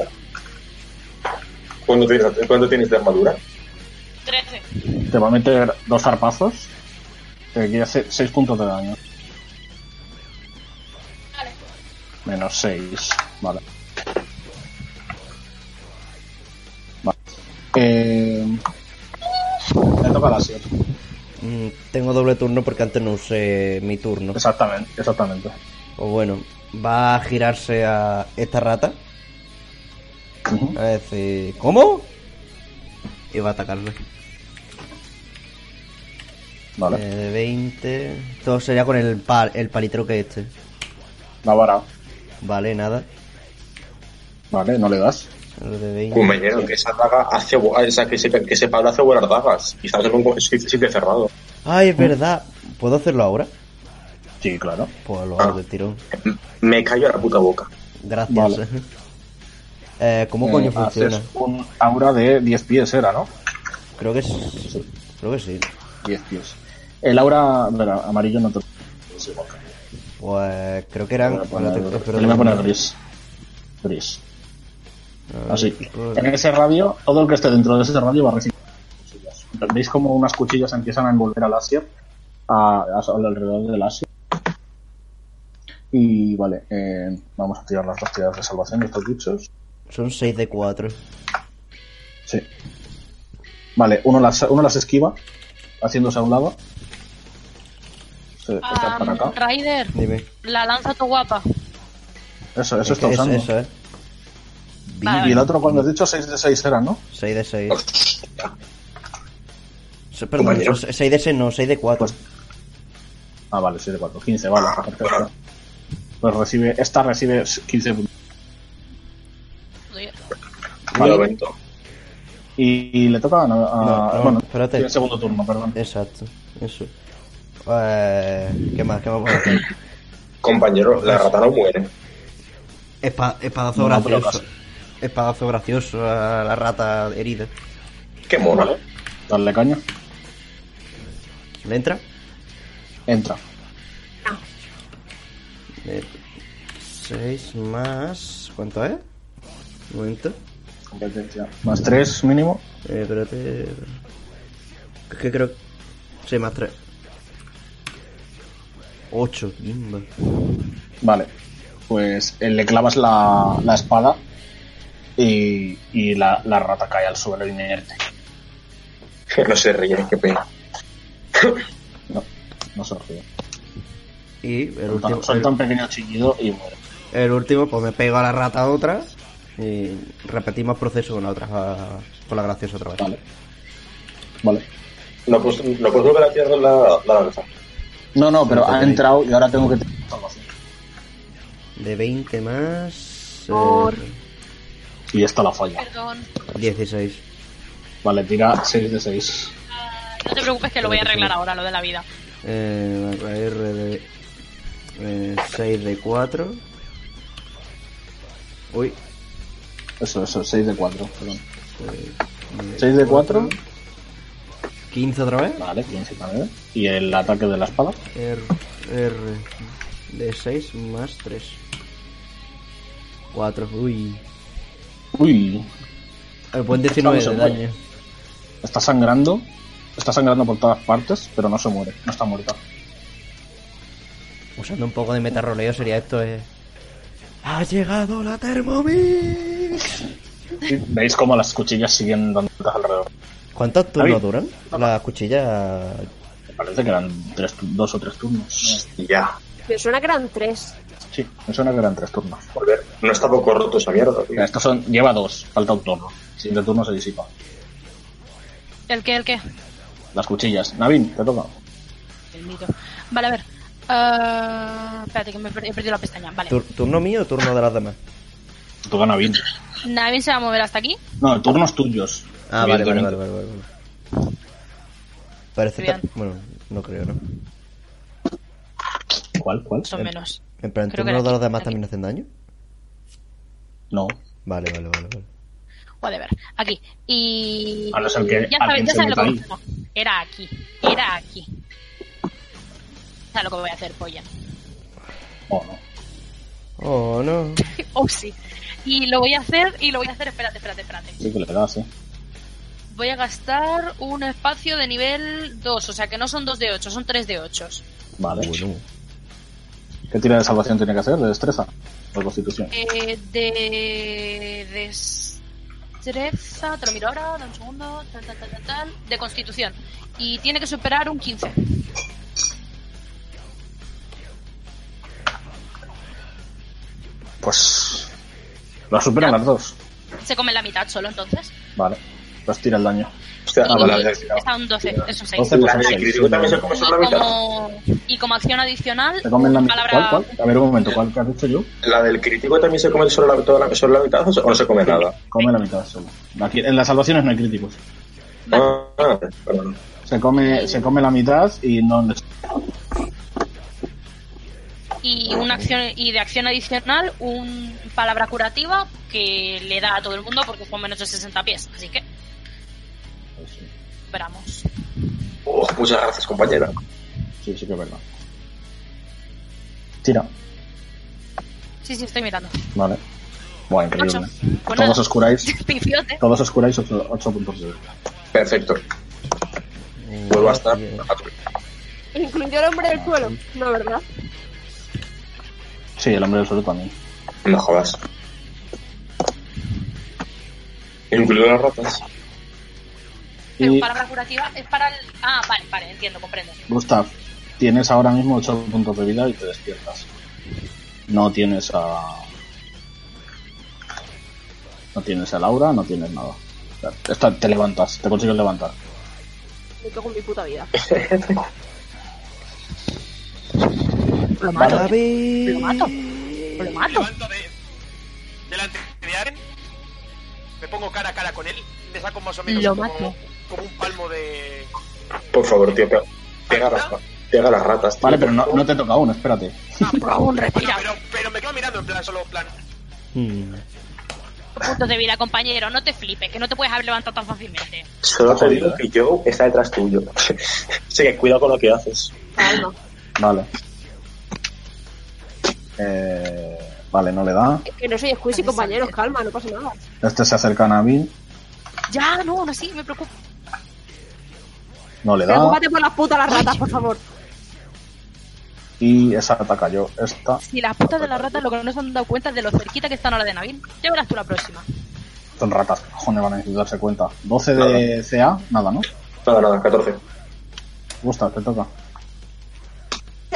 S2: ¿Cuánto tienes, ¿Cuánto tienes de armadura?
S6: 13.
S1: Te va a meter dos zarpazos. Te quiere hacer 6 puntos de daño.
S6: Vale.
S1: Menos 6. Vale. Vale. Eh... Te toca la 7.
S4: Mm, tengo doble turno porque antes no usé mi turno.
S1: Exactamente, exactamente.
S4: O bueno, va a girarse a esta rata.
S1: Ujú.
S4: A decir, ¿cómo? Y va a atacarle.
S1: Vale.
S4: Eh, de 20. Todo sería con el, pal, el palitro que este.
S1: La vara.
S4: Vale, nada.
S1: Vale, no le das.
S4: Lo de 20.
S2: Compañero, que esa daga hace. vo- ah, Esa, que, ese, que ese Pablo hace volar dagas. Y estás en un sitio cerrado.
S4: Ay, es verdad. ¿Puedo hacerlo ahora?
S1: Sí, claro.
S4: Pues lo
S1: Ah.
S4: hago del tirón.
S2: Me callo la puta boca.
S4: Gracias.
S1: Vale.
S4: Eh, ¿Cómo coño
S1: Eh,
S4: funciona?
S1: Haces un aura de 10 pies, era, ¿no?
S4: Creo que sí. Creo que sí.
S1: 10 pies. El aura. Verá, amarillo no te. Es igual.
S4: Pues creo que
S1: Le
S4: eran.
S1: voy a
S4: Espérate,
S1: poner-
S4: espérate.
S1: le voy a poner gris. Gris.
S4: Ah,
S1: Así.
S4: pues-
S1: En ese radio, todo el que esté dentro de ese radio va a recibir cuchillas. ¿Veis como unas cuchillas empiezan a envolver al Asia? A, a- alrededor del Asia. Y vale, eh, vamos a tirar las dos tiradas de salvación de estos bichos.
S4: Son 6 de 4.
S1: Sí. Vale, uno las, uno las esquiva, haciéndose a un lado. Se echa para acá.
S6: Um, Raider,
S4: Dime.
S6: la lanza tu guapa.
S1: Eso, eso
S4: Es que
S1: está usando.
S4: Eso, ¿eh? eso,
S1: Y el otro, cuando has dicho 6 de 6 era, ¿no?
S4: 6 de 6. Perdón,
S2: Compañero.
S4: 6 de 6 no, 6 de 4.
S1: Pues- Ah, vale, 7 de 4, 15,
S4: Ah,
S1: vale. perfecto. Pues recibe, esta recibe 15 puntos.
S6: Joder.
S2: Vale, momento.
S1: Y, y le toca a. a-
S4: No, no,
S1: ah, bueno,
S4: espérate.
S1: tiene segundo turno, perdón.
S4: Exacto, eso. Eh, ¿Qué más? ¿Qué más puedo hacer?
S2: Compañero, la rata no muere.
S4: Espa- espadazo
S1: No, pero
S4: gracioso. Espadazo gracioso a la rata herida.
S2: Qué mono.
S1: Darle caña.
S4: ¿Le entra?
S1: Entra.
S4: 6 Eh, más. ¿Cuánto es? Un momento.
S1: Competencia. Más 3 mínimo.
S4: Eh, espérate. Es que creo. 6 más 3. 8, gimba.
S1: Vale. Pues eh, le clavas la, la espada y, y la, la rata cae al suelo inerte.
S2: No se ríe, qué pena.
S1: No, no se ríe.
S4: Y el
S1: Suelta-
S4: último,
S1: Suelta
S4: el,
S1: un pequeño chillido y muere.
S4: el último, pues me pego a la rata otra. Y repetimos proceso con la otra. ah, Con la graciosa otra vez.
S1: Vale. Vale.
S2: No puedes, no puedes volver a tirar la, la lanza.
S1: No, no, pero
S4: Suelta
S1: ha
S4: ahí.
S1: entrado y ahora tengo que tirar salvación.
S4: De 20 más. eh,
S8: Por-
S1: Y esta la falla.
S6: Perdón.
S4: 16.
S1: Vale, tira 6 de 6.
S6: Ah, no te preocupes que lo voy a arreglar ahora, lo de la vida.
S4: Eh, barra R de. 6 de 4. Uy.
S1: Eso, eso, 6 de 4, perdón.
S4: seis
S1: 6 de 4,
S4: 15 otra vez.
S1: vale, 15 también. Y el ataque de la espada,
S4: R, R de 6 más 3. 4. Uy. Eh,
S1: uy,
S4: El buen 19 de
S1: Estamos en
S4: daño.
S1: está sangrando, está sangrando por todas partes, pero no se muere, no está muerta.
S4: Usando un poco de metarroleo sería esto. Eh. ¡Ha llegado la Thermomix!
S1: Y Veis como las cuchillas siguen dando vueltas alrededor.
S4: ¿Cuántos turnos
S1: David.
S4: duran? Las cuchillas.
S1: Me parece que eran tres, tu- dos o tres turnos.
S2: Ya.
S8: Me suena que eran tres.
S1: Sí, me suena que eran tres turnos.
S2: Volver. No está poco roto esa mierda, tío.
S1: Mira, estos son, lleva dos, falta un turno. Siguiente turno se disipa.
S6: ¿El qué, el qué?
S1: Las cuchillas. Navin, te toca.
S6: Bendito. Vale, a ver. Ah, espérate, que me he per- he perdido la pestaña. Vale.
S4: Tur- ¿Turno mío o turno de las demás?
S1: Te toca Navin.
S6: Nadie se va a mover hasta aquí.
S1: No, turnos tuyos.
S4: Ah, vale, vale,
S1: evidentemente.
S4: vale, vale, vale. Parece
S6: Bien.
S4: que... Bueno, no creo, ¿no?
S1: ¿Cuál, cuál?
S6: Son menos.
S4: En plan,
S6: Creo que
S4: ¿turnos
S6: era
S4: de los
S6: aquí,
S4: demás
S6: aquí.
S4: también hacen daño?
S1: No.
S4: Vale, vale, vale, vale.
S6: Whatever. Aquí. Y.
S1: A no ser que
S6: Ya
S1: alguien
S6: sabes, ya
S1: se
S6: sabes lo que
S1: meta
S6: voy a hacer. Era aquí. Era aquí. ¿Sabes lo que voy a hacer, polla?
S1: Oh, no.
S4: Oh, no.
S6: Oh, sí. Y lo voy a hacer, y lo voy a hacer. Espérate, espérate, espérate.
S1: Sí que le das, ¿eh?
S6: Voy a gastar un espacio de nivel 2, o sea que no son 2 de 8, son 3 de 8.
S1: Vale.
S4: Bueno.
S1: ¿Qué tira de salvación tiene que hacer? ¿De destreza? ¿De constitución?
S6: Eh, de destreza, te lo miro ahora, dame un segundo, tal, tal, tal, tal, tal, de constitución. Y tiene que superar un 15.
S1: Pues. Las superan las dos.
S6: Se come la mitad solo entonces.
S1: Vale. Las tira el daño.
S2: Hostia,
S6: Y
S2: ah, vale, vale, sí,
S6: está un 12, eso 6.
S1: 12, pues
S2: La
S1: son
S2: de
S1: seis,
S2: crítico
S1: sí,
S2: también se
S1: no.
S2: come
S6: Y
S2: solo la mitad.
S6: como, y como acción adicional,
S1: ¿Te comen la mitad?
S6: palabra-
S1: ¿Cuál, cuál? A ver, un momento, ¿cuál que has dicho yo?
S2: ¿La del crítico también se come solo la, toda la, solo la mitad o se- o no se come nada?
S1: Come la mitad solo. Aquí- en las salvaciones no hay críticos.
S2: Ah, ah, perdón.
S1: Se come, se come la mitad y no.
S6: y una acción y de acción adicional un palabra curativa que le da a todo el mundo porque son menos de 60 pies así que esperamos
S2: Oh, muchas gracias, compañera.
S1: Sí, sí que es verdad. Tira.
S6: sí sí estoy mirando
S1: Vale. Buah, increíble.
S6: Ocho. Pues nada.
S1: todos os curáis,
S6: Pifiote.
S1: todos os curáis 8 puntos de vida.
S2: Perfecto. Vuelvo a estar. a-
S8: Incluyó el hombre del suelo. No, ¿verdad?
S1: Sí, el hombre del suelo también.
S2: No jodas. Incluido las ratas.
S6: pero
S1: Y
S6: palabra curativa es para el ah vale vale entiendo comprendo
S1: Gustav, tienes ahora mismo 8 puntos de vida y te despiertas. No tienes a. No tienes a Laura, no tienes nada. O sea, esta- te levantas, te consigues levantar.
S8: Me cago en mi puta vida.
S6: lo mato
S4: David.
S6: lo mato lo
S10: Me
S6: mato
S10: levanto de, delante de Aren, me pongo cara a cara con él, le saco más o menos
S6: Lo
S10: como,
S6: mato.
S10: como un palmo de...
S2: Por favor, tío, pega, pega a las, ra- pega a las ratas. tío.
S1: Vale, pero no, no te toca aún, espérate.
S10: Ah, pero-
S6: aún
S10: bueno,
S6: respira.
S10: pero, pero me quedo mirando en plan, solo en plan...
S4: Hmm.
S6: puntos de vida compañero no te flipes que no te puedes haber levantado tan fácilmente
S2: Solo te digo
S1: Jodido,
S2: que yo está detrás tuyo. Así que cuidado con lo que haces.
S8: Calma.
S1: Vale. Eh, vale, no le da.
S8: Es que no soy squishy, compañeros. Calma, no pasa nada.
S1: Este se acerca a Nabil.
S6: ya no no sí me preocupa
S1: No le da.
S8: Preocúpate por las putas las ratas, por favor.
S1: Y esa ataca yo. Esta,
S6: si las putas de las ratas lo que no se han dado cuenta es de lo cerquita que están ahora de Navin ya verás tú la próxima
S1: son ratas. Cojones, van a necesitar darse cuenta. 12 de CA, nada, ¿no?
S2: Nada, nada, 14.
S1: Gusta, te toca.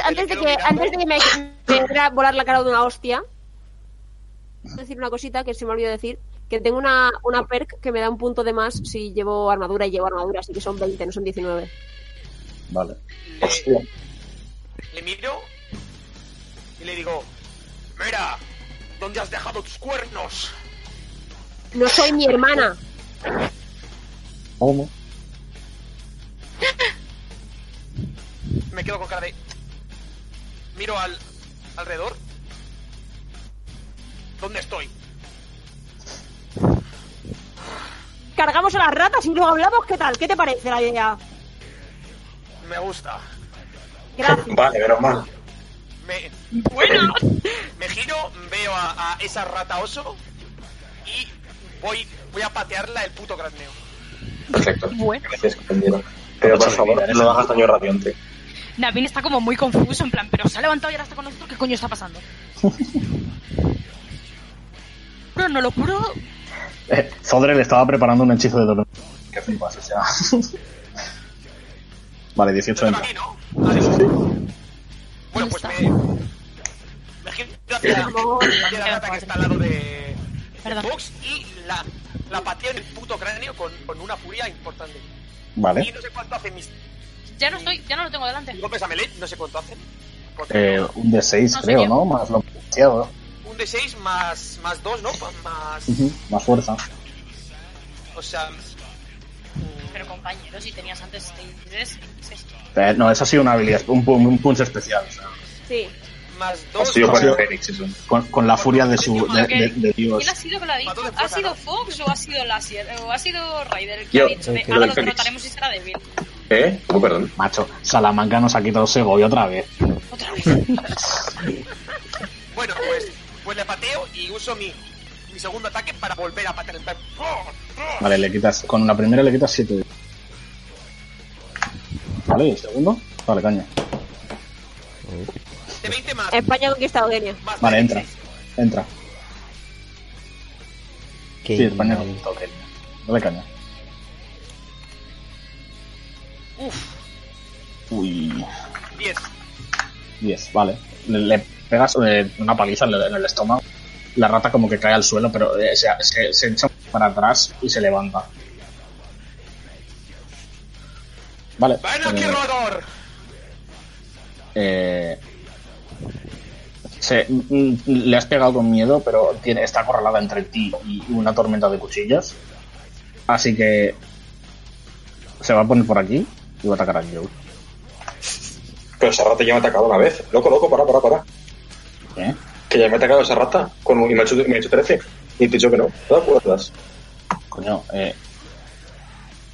S8: Antes de que, antes de que me, me entra a volar la cara de una hostia, quiero decir una cosita que se me olvidó decir. Que tengo una, una perk que me da un punto de más si llevo armadura y llevo armadura, así que son 20, no son 19.
S1: Vale.
S10: Le, le miro y le digo, mira, ¿dónde has dejado tus cuernos?
S8: No soy mi hermana.
S1: ¿Cómo?
S10: Me quedo con cara de... Miro al alrededor. ¿Dónde estoy?
S8: Cargamos a las ratas y luego hablamos, ¿qué tal? ¿Qué te parece la idea?
S10: Me gusta.
S8: Gracias.
S2: Vale, menos mal.
S10: Me, me giro, veo a, a esa rata oso y voy, voy a patearla el puto cráneo.
S2: Perfecto.
S6: Bueno.
S2: Gracias, compañero. Pero por favor, no hagas daño radiante.
S6: Navin está como muy confuso en plan pero se ha levantado y ahora está con nosotros qué coño está pasando pero no lo juro
S1: Eh, Zodre le estaba preparando un hechizo de dolor. Qué flipas, o sea. vale, 18
S10: Pero
S1: entra.
S10: aquí, ¿no? Vale. Bueno, pues me, me giro hacia, hacia la rata que está al lado de, de
S6: Perdón.
S10: Fox y la, la pateo en el puto cráneo con, con una furia importante. Y
S1: Vale.
S10: no sé cuánto hacen mis
S6: Ya no estoy, ya no lo tengo delante.
S10: golpes a melee, no sé cuánto hacen. Porque
S1: Eh, un D6,
S6: No sé
S1: creo,
S6: yo.
S1: ¿no? Más lo potenciado.
S10: un D6 más, más 2, ¿no? Pa- Más.
S1: Ujú, Más fuerza.
S10: O sea.
S6: Pero compañero, si tenías antes seis, seis, seis.
S1: Eh, no, eso ha sido una habilidad, un, pu- un punch especial. o sea,
S8: Sí.
S10: Más 2.
S2: Ha sido
S1: por
S2: para
S1: sido-
S2: Fénix eso.
S1: con, con la furia de su de, de- de Dios.
S6: ¿Quién ha sido que lo ha dicho?
S10: Mató de
S6: ¿Ha
S10: fuerza,
S6: sido
S10: ¿no?
S6: Fox o ha sido Lassier? ¿O ha sido Raider el que
S2: Yo,
S6: ha dicho de,
S4: el que-
S6: ahora
S2: el
S6: lo
S2: que ha
S6: derrotaremos y será débil?
S2: ¿Eh? ¿Cómo, perdón?
S1: Macho, Salamanca nos ha quitado Segovia otra vez.
S6: Otra vez.
S10: Bueno, pues después le pateo y uso mi, mi segundo ataque para volver a patear. En plan, ¡oh!
S1: Vale, le quitas. Con la primera le quitas 7. Vale, ¿y el segundo? Vale, caña.
S10: De 20 más.
S8: España ha conquistado Kenia.
S10: más
S1: Eh, Vale,
S10: 16.
S1: entra. Entra.
S4: Que
S1: Sí, España con todo Kenia. Dale caña. Uf. Uy.
S10: 10.
S1: 10, vale. Le, le pegas eh, una paliza en el, en el estómago. La rata como que cae al suelo, pero eh, se, se- se echa para atrás y se levanta. Vale.
S10: ¡Ven aquí,
S1: eh,
S10: roedor!
S1: eh, se- mm, le has pegado con miedo, pero tiene, está acorralada entre ti y una tormenta de cuchillas. Así que se va a poner por aquí y va a atacar a Joe.
S2: Pero esa rata ya me ha atacado una vez. Loco, loco, para, para, para.
S1: ¿Eh?
S2: Que ya me ha atacado esa rata con un, y me ha hecho, me ha hecho 13. Y te he dicho que no. ¿Te acuerdas?
S1: Coño, eh,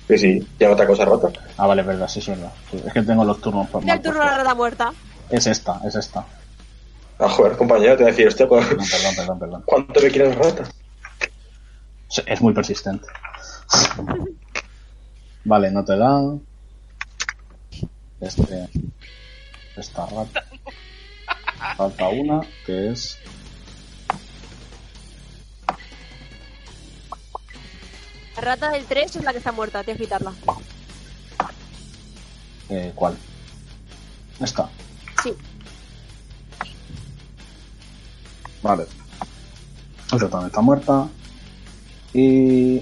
S2: Sí, sí, ya me atacó esa rata.
S1: ah, vale, es verdad, sí, es verdad. Sí, Es que tengo los turnos por
S8: Mira el turno de la rata muerta.
S1: Es esta, es esta.
S2: A Ah, joder, compañero, te voy a decir, hostia, ¿cu-
S1: No, perdón, perdón, perdón.
S2: ¿cuánto me quiere la rata?
S1: Sí, Es muy persistente. Vale, no te da. Este. Esta rata. Falta una, que es.
S8: La rata del 3 es la que está muerta, tienes que quitarla.
S1: eh, ¿Cuál? Esta.
S8: Sí.
S1: Vale. Esta también está muerta. Y.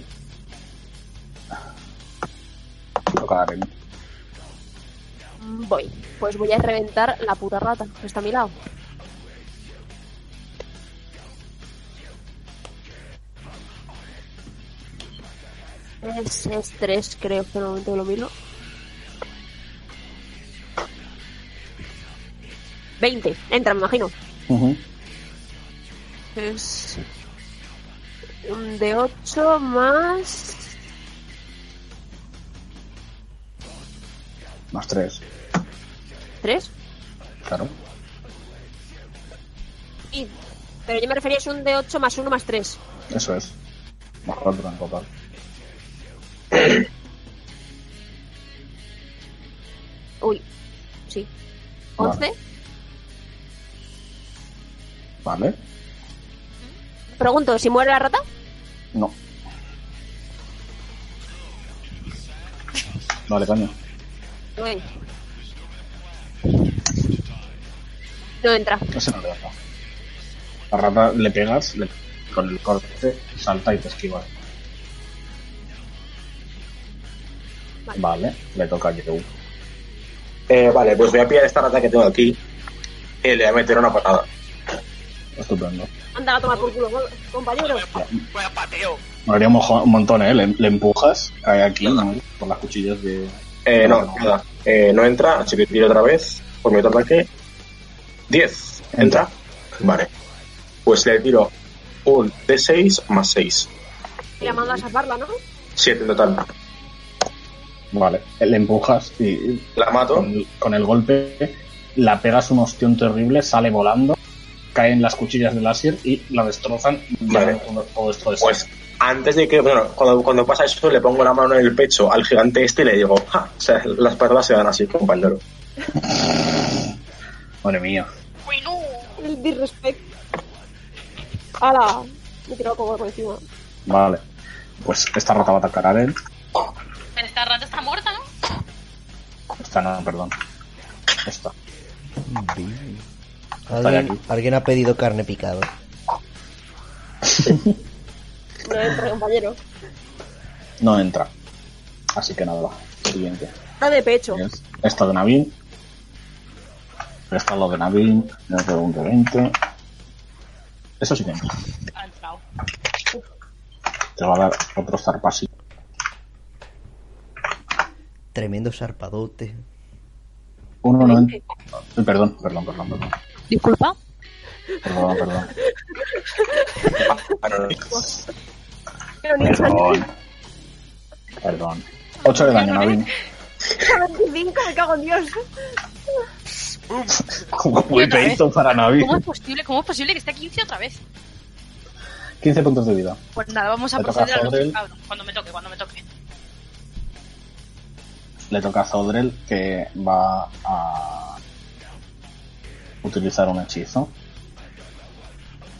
S1: Toca a Aren.
S8: Voy. Pues voy a reventar la puta rata que está a mi lado. Es estrés, creo, por el momento que lo miro. 20. Entra, me imagino.
S1: Ujú.
S8: Es un de 8 más
S1: Más tres,
S8: 3.
S1: claro.
S8: Y... Pero yo me refería es un de 8 más 1 más 3.
S1: Eso es. Más cuatro en total.
S8: Uy. Sí.
S1: Vale.
S8: 11.
S1: Vale.
S8: Pregunto, ¿si muere la rata?
S1: No. Vale, caño.
S8: Uy. No entra.
S1: Ese no le da. La rata le pegas le- con el corte, salta y te esquivas.
S8: Vale.
S1: Vale, le toca a Joe.
S2: Eh, vale, pues voy a pillar esta rata que tengo aquí y le voy a meter una patada.
S1: Estupendo.
S8: Anda a tomar por culo, compañero.
S10: Voy a pues pateo.
S1: Molaría un, mojo- un montón, ¿eh? Le, le empujas, cae aquí ¿no? por las cuchillas de...
S2: Eh, no, nada. Eh, no entra, así que tiro otra vez por mi otro ataque. 10. ¿Entra? Vale. Pues le tiro un D6 más 6.
S8: Y la mando a zafarla, ¿no?
S2: 7 en total.
S1: Vale, le empujas y
S2: La mato.
S1: con, con el golpe la pegas un ostión terrible, sale volando, caen las cuchillas de láser y la destrozan y
S2: Vale.
S1: ya todo, todo esto de
S2: Pues antes de que, bueno, cuando, cuando pasa eso, le pongo la mano en el pecho al gigante este y le digo, ja, o sea, las perlas se dan así, compañero.
S1: Madre mía.
S5: Uy, no.
S8: El disrespect. ¡Hala! Me he tirado como por encima.
S1: Vale. Pues esta rata va a atacar a Aren.
S6: Pero esta rata está muerta, ¿no?
S1: Esta no, perdón. Esta.
S4: ¿Alguien, alguien ha pedido carne picada.
S8: No entra, compañero.
S1: No entra. Así que nada. Siguiente.
S8: Está de pecho.
S1: Es esta de Navin. Esta lo de Navin. No tengo un de 20. Eso sí que entra.
S6: Ha entrado.
S1: Te va a dar otro zarpasito.
S4: Tremendo zarpadote.
S1: Uno no entra. Eh, Perdón, perdón, perdón, perdón.
S9: Disculpa.
S1: Perdón, perdón.
S2: Ah, no, no.
S8: Pero ni
S1: Perdón. Perdón. 8 de daño, Navin.
S8: 25, me cago en Dios.
S10: ¡Bum!
S1: Como huepeito para Navi.
S6: ¿Cómo es posible, cómo es posible que esté a 15 otra vez?
S1: 15 puntos de vida.
S6: Pues nada, vamos a
S1: Le toca
S6: proceder
S1: a
S6: a lo que
S1: Fodel.
S6: cabrón. Cuando me toque, cuando me toque.
S1: Le toca a Zodrel que va a utilizar un hechizo.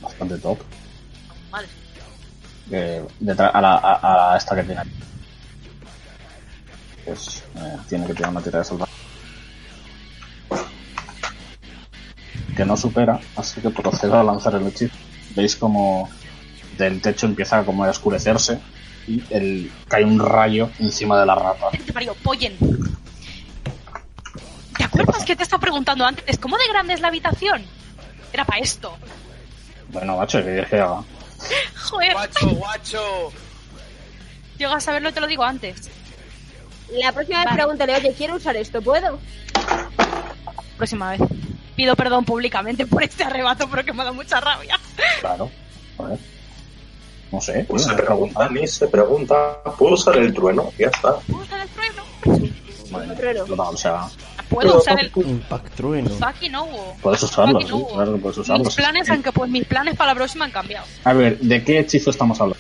S1: Bastante top.
S6: Madre.
S1: eh, detrás a, la, a, a esta que tiene aquí. Pues eh, tiene que tirar una tira de salvaje. Que no supera, así que procedo a lanzar el hechizo. Veis como del techo empieza como a oscurecerse y el, cae un rayo encima de la rata.
S6: Te parió, pollen. ¿Te acuerdas que te estaba preguntando antes cómo de grande es la habitación? Era para esto.
S1: Bueno, macho, que que ah, haga.
S6: Joder,
S10: ¡Guacho, guacho!
S6: llegas a saberlo, te lo digo antes.
S8: La próxima vez
S6: Vale.
S8: pregúntale, oye, quiero usar esto, ¿puedo?
S6: Próxima vez. Pido perdón públicamente por este arrebato, pero que me ha dado mucha rabia.
S1: Claro. A ver. No sé,
S2: Pues
S1: tío,
S2: se
S1: no he
S2: pregunta,
S1: preguntado.
S2: ni se pregunta. ¿Puedo usar el trueno? Ya está.
S6: ¿Puedo usar el trueno?
S1: Bueno,
S8: Pero-
S1: total, o sea,
S6: ¿Puedo usar el
S4: Impact trueno.
S6: fucking hubo?
S1: puedes usarlo,
S6: Fucking
S1: sí,
S6: hubo.
S1: claro que puedes usarlo.
S6: Mis
S1: sí.
S6: planes, aunque pues mis planes para la próxima han cambiado.
S1: A ver, ¿de qué hechizo estamos hablando?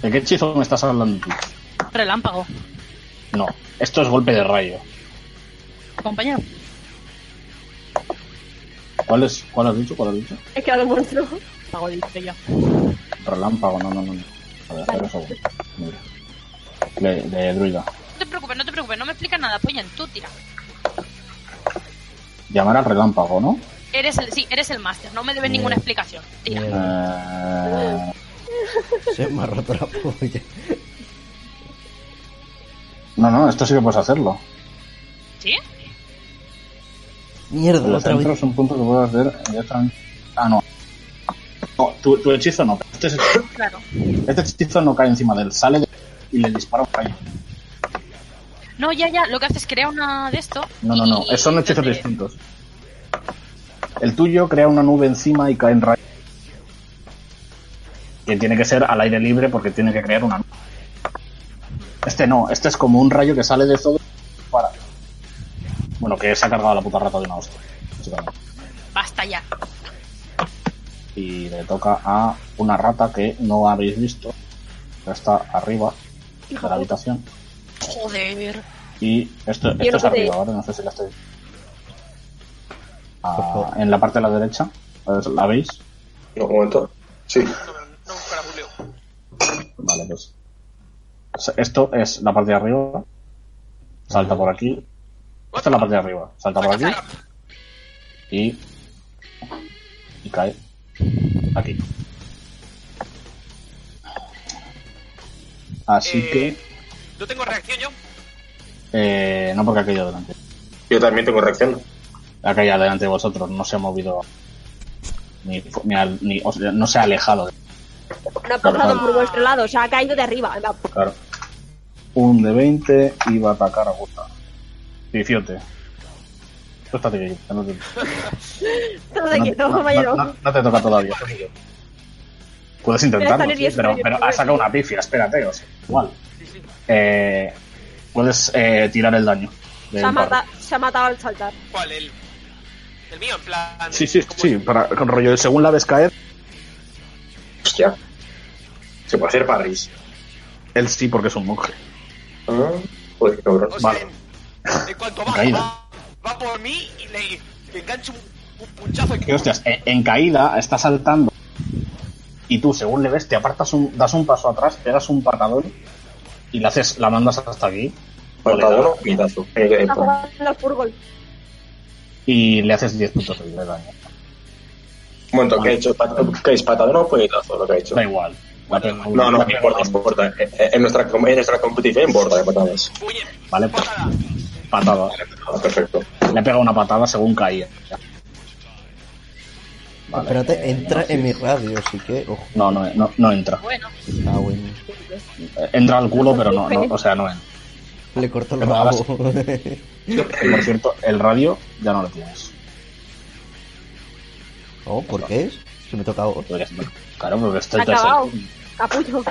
S1: ¿De qué hechizo me estás hablando tú?
S6: Relámpago.
S1: No, esto es golpe de rayo.
S6: Compañero.
S1: ¿Cuál es? ¿Cuál has dicho? ¿Cuál has dicho?
S8: Es que ahora el monstruo.
S6: Pago de estrella.
S1: Relámpago, no, no, no. no. A ver, espera un segundo. Mira. De, de druida.
S6: No te preocupes, no te preocupes, no me explicas nada, pollen, tú tira.
S1: Llamar al relámpago, ¿no?
S6: Eres el, sí, eres el máster, no me debes
S4: Bien.
S6: ninguna explicación. Tira.
S4: Mierda,
S1: Eh,
S4: se me ha roto la polla.
S1: no, no, esto sí que puedes hacerlo.
S6: ¿Sí?
S4: Mierda,
S1: Los
S4: otra
S1: centros
S4: vez.
S1: es un punto que puedo hacer directamente. Ah, no. No, tu, tu hechizo no. Este, es-
S6: Claro.
S1: este hechizo no cae encima de él. Sale de- y le dispara un rayo.
S6: No, ya, ya, lo que haces es crear una de esto.
S1: No, no, no,
S6: y-
S1: son hechizos
S6: donde-
S1: distintos. El tuyo crea una nube encima y cae en rayos. Que tiene que ser al aire libre porque tiene que crear una nube. Este no, este es como un rayo que sale de todo para. Bueno, que se ha cargado la puta rata de una hostia. básicamente.
S6: Basta ya.
S1: Y le toca a una rata que no habéis visto. que Está arriba de la habitación.
S6: Joder.
S1: Y esto,
S8: Yo
S1: esto
S8: no
S1: es
S8: sé.
S1: arriba, ¿vale? No sé si la estoy. Ah, en la parte de la derecha, pues, ¿la veis?
S2: No, un momento. Sí.
S10: No, no, no para buleo.
S1: Vale, pues. o sea, Esto es la parte de arriba. Salta por aquí. Esta es la parte de arriba. Salta por aquí. Y. Y cae. Aquí. Así
S10: Eh,
S1: que.
S10: ¿No tengo reacción yo?
S1: eh, no porque ha caído delante.
S2: Yo también tengo reacción.
S1: ha caído delante de vosotros, no se ha movido ni, ni al- ni- o sea, no se ha alejado,
S8: No ha pasado
S1: Vale.
S8: por vuestro lado, o sea, ha caído de arriba. Va,
S1: claro. Un de 20 y va a atacar a Gusta. 18. Tú estate quieto, que no te,
S8: Todo de
S1: no-
S8: quieto,
S1: no-
S8: caballero.
S1: no- no te toca todavía. eso sí que- Puedes intentarlo,
S8: salir
S1: sí,
S8: diez,
S1: pero,
S8: salir
S1: pero
S8: diez.
S1: ha sacado una pifia, espérate, o sea, igual. Eh, puedes eh, tirar el daño. del
S8: Se ha,
S1: barro.
S8: mata- se ha matado al saltar.
S10: ¿Cuál? El, el mío, en plan.
S1: Sí, sí,
S10: ¿cómo
S1: sí,
S10: es?
S1: para, con rollo de según la ves caer,
S2: Hostia. Se puede hacer parris.
S1: él sí porque es un monje.
S2: Ah, joder, qué cabrón.
S10: O sea,
S1: Vale.
S10: en- en cuanto baja,
S1: Caída.
S10: va, va por mí y le, le engancho un, un punchazo.
S1: que, hostias, en, en caída está saltando y tú, según le ves, te apartas un, das un paso atrás, pegas un patadón y la haces, la mandas hasta aquí
S2: Matador o pitazo. Eh, eh,
S8: Está
S2: pues,
S8: jugando al furgol.
S1: y le haces 10 puntos de vida ¿eh? de daño.
S2: Un momento, ¿qué ha hecho? ¿Qué es patadón o puñetazo lo que ha hecho?
S1: Da igual. La pega-
S2: No, no,
S1: la
S2: no
S1: pega-
S2: importa, no importa. Eh, eh, En nuestra, com- en nuestra competición importa de patadas.
S10: Puñe,
S1: Vale, Pues,
S10: patada.
S1: patada.
S2: Ah, perfecto.
S1: Le pega una patada según caía. Vale,
S4: Espérate,
S1: eh,
S4: entra
S1: no,
S4: en mi radio, así que. Ojo,
S1: No, no, no, no entra.
S6: Bueno,
S4: ah, bueno.
S1: Eh, Entra al culo, pero no, no, o sea, no entra.
S4: Le corto el
S1: Pero ahora sí.
S4: rabo.
S1: Por cierto, el radio ya no lo tienes.
S4: oh, ¿por qué es? Se me toca vos.
S1: Podrías- Claro, porque esto
S8: Se ha
S1: ya es-
S8: acabado. Capullo.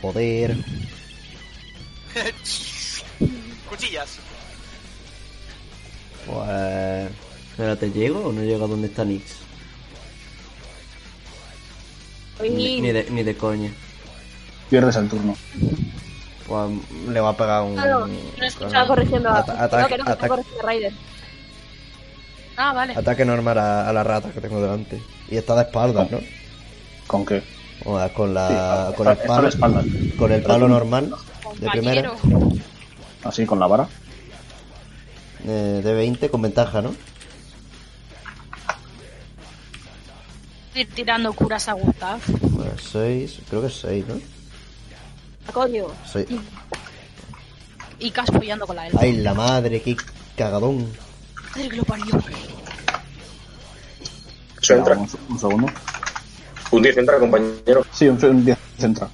S4: Joder.
S10: Cuchillas.
S4: Pues... Espérate, ¿llego o no llego a donde está Nix? Ni, ni
S8: Oye,
S4: de, ni de coña.
S1: Pierdes el turno.
S4: Pues le va a pegar un...
S8: Claro,
S9: no he escuchado.
S8: estaba corrigiendo a...
S4: Ata- ataque-
S8: no, que no, que estaba
S4: ataque-
S8: corrigiendo a Raider.
S6: Ah, vale.
S4: Ataque normal a, a la rata que tengo delante. Y está de espaldas, ¿no?
S1: ¿Con qué?
S4: O sea, con
S1: Sí,
S4: la
S1: está-
S4: con el
S1: está
S4: palo,
S1: de espaldas.
S4: con el palo normal de primera
S6: Compañero.
S1: Así, con la vara.
S4: eh, de 20 con ventaja, ¿no?
S6: Ir tirando curas a Gustav.
S4: 6, creo que es 6, ¿no?
S8: A Coño.
S4: Seis.
S6: Y Cas follando con la elfa.
S4: Ay, la madre, qué cagadón.
S6: Madre que lo parió.
S2: Eso entra.
S1: Un, un segundo.
S2: Un 10 entra, compañero.
S1: Sí, un, un 10 entra.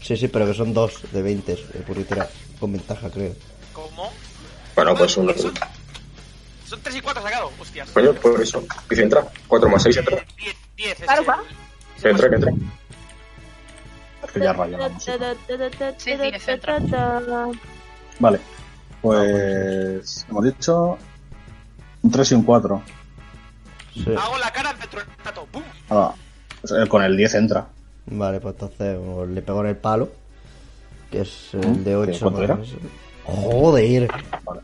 S4: Sí, sí, pero que son dos de 20, eh, por literal, con ventaja, creo.
S10: ¿Cómo?
S2: Bueno, pues un.
S10: Son, son 3 y 4 sacado, hostias.
S2: Coño, por eso. 10 entra. 4 más 6 entra.
S10: 10, 10.
S8: Claro, va.
S2: Que entra, que entra.
S1: Que ya raya la música.
S6: Sí, sí, es centro.
S1: Vale. Pues. Hemos dicho. Un 3 y un 4.
S4: Sí.
S10: Hago la cara de tronato. ¡Bum!
S1: Ah, pues, eh, con el 10 entra.
S4: Vale, pues entonces o le pego en el palo, que es
S1: ¿Mm?
S4: el de
S1: ¿Qué?
S4: 8.
S1: ¿Cuánto era?
S4: Joder.
S1: Vale.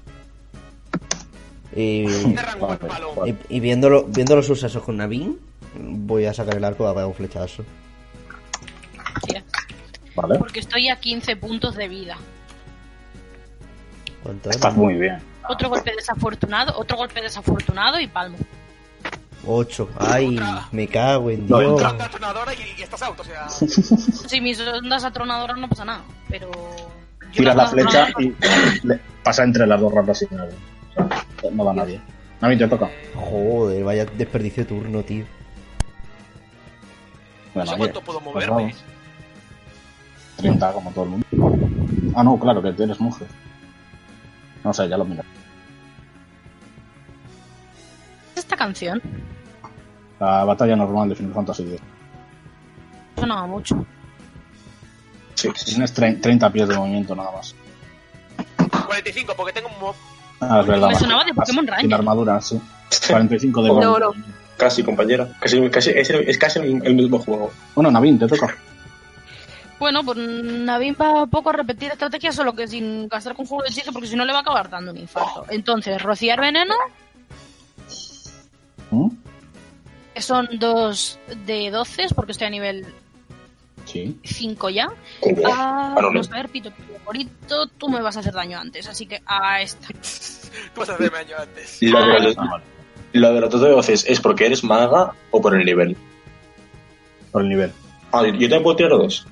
S4: Y,
S10: Te arranco el
S1: Vale,
S10: palo.
S1: vale.
S4: y, y viéndolo, viendo los sucesos con Navin, voy a sacar el arco a pegar un flechazo.
S6: Tira.
S1: Vale.
S6: Porque estoy a 15 puntos de vida.
S4: ¿Cuánto era?
S1: Estás muy bien.
S6: Otro golpe desafortunado, otro golpe desafortunado y palmo.
S4: 8. Ay, me cago en
S1: No,
S4: Dios.
S10: Tronda tronadora y, y estás out, o sea.
S6: Si mis ondas atronadoras no pasa nada, pero... yo
S1: Tiras la
S6: las ondas
S1: flecha
S6: atronadoras-
S1: y le- pasa entre las dos ratas y nada. O sea, no va nadie. A mí te toca.
S4: Joder, vaya desperdicio de turno, tío.
S10: No
S1: Bueno,
S10: sé
S1: oye,
S10: cuánto puedo
S1: pues
S10: moverme.
S1: vamos. 30 como todo el mundo. Ah, no, claro, que tienes mujer. No sé, ya lo miro.
S6: ¿Es esta canción?
S1: La batalla normal de Final Fantasy X.
S6: Sonaba mucho.
S2: Sí.
S1: Tienes tre- 30 pies de movimiento nada más.
S10: 45, porque tengo un move.
S1: Ah, es verdad.
S6: Me sonaba de Pokémon
S1: Sin
S6: Ranger.
S1: armadura, sí. 45 de
S2: No,
S1: golpe.
S8: no.
S2: Casi, compañero. Casi, casi, es, el, es casi el, el mismo juego.
S1: Bueno, Navin, te toca.
S6: Bueno, pues Navin va un poco a repetir estrategia, solo que sin gastar con juego de hechizo, porque si no le va a acabar dando un infarto. Entonces, rociar veneno,
S1: ¿Mm?
S6: que son dos de 12, porque estoy a nivel
S1: Sí.
S6: 5 ya.
S1: Eh,
S2: Coño.
S6: Ah,
S2: Ah, no, no.
S6: vamos a ver, Pito, Pito, Gorito, tú me vas a hacer daño antes, así que ah, a esta.
S10: Pues hacerme daño antes.
S2: Lo de, los-
S1: Ah, vale.
S2: lo de los dos de voces es porque eres maga o por el nivel.
S1: Por el nivel.
S2: Ah, yo también puedo tirar dos.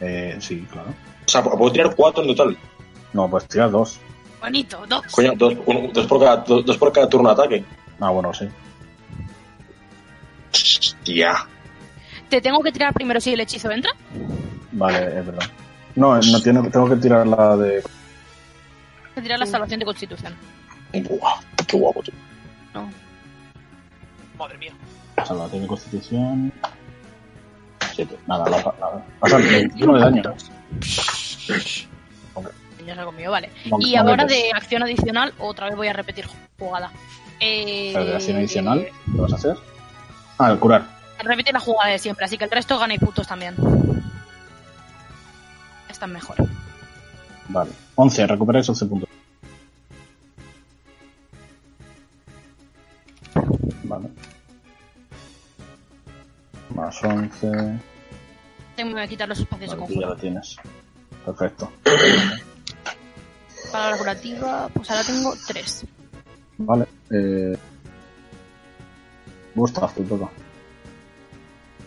S1: Eh, sí, claro.
S2: O sea, puedo tirar cuatro en total.
S1: No, pues tiras dos.
S6: Bonito, dos.
S2: Coño, dos, uno- dos, por, cada, dos, dos por cada turno de ataque.
S1: Ah, bueno, sí.
S2: Hostia.
S6: Te tengo que tirar primero si el hechizo entra.
S1: Vale, es verdad. No, eh, no tiene- tengo que tirar la de.
S6: Te tirar la salvación de constitución.
S2: Buah, qué guapo, tú.
S10: Madre mía.
S1: Salvación de Constitución. Siete. Nada, la, la, pasa 21 de daño.
S6: Ya se ha comido, vale.
S1: Mon-
S6: Y ahora
S1: monetes.
S6: de acción adicional, otra vez voy a repetir jugada. Eh,
S1: Pero de acción adicional, ¿qué vas a hacer? Ah, el curar.
S6: Repite la jugada de siempre, así que el resto ganáis puntos también. Están mejor.
S1: Vale. 11, recuperáis 11 puntos. Vale. Más 11.
S6: Tengo que quitar los espacios de
S1: Vale, tú ya
S6: conjuro.
S1: lo tienes. Perfecto.
S6: Para la curativa, pues ahora tengo tres.
S1: Vale. Eh... Gustav, te toca.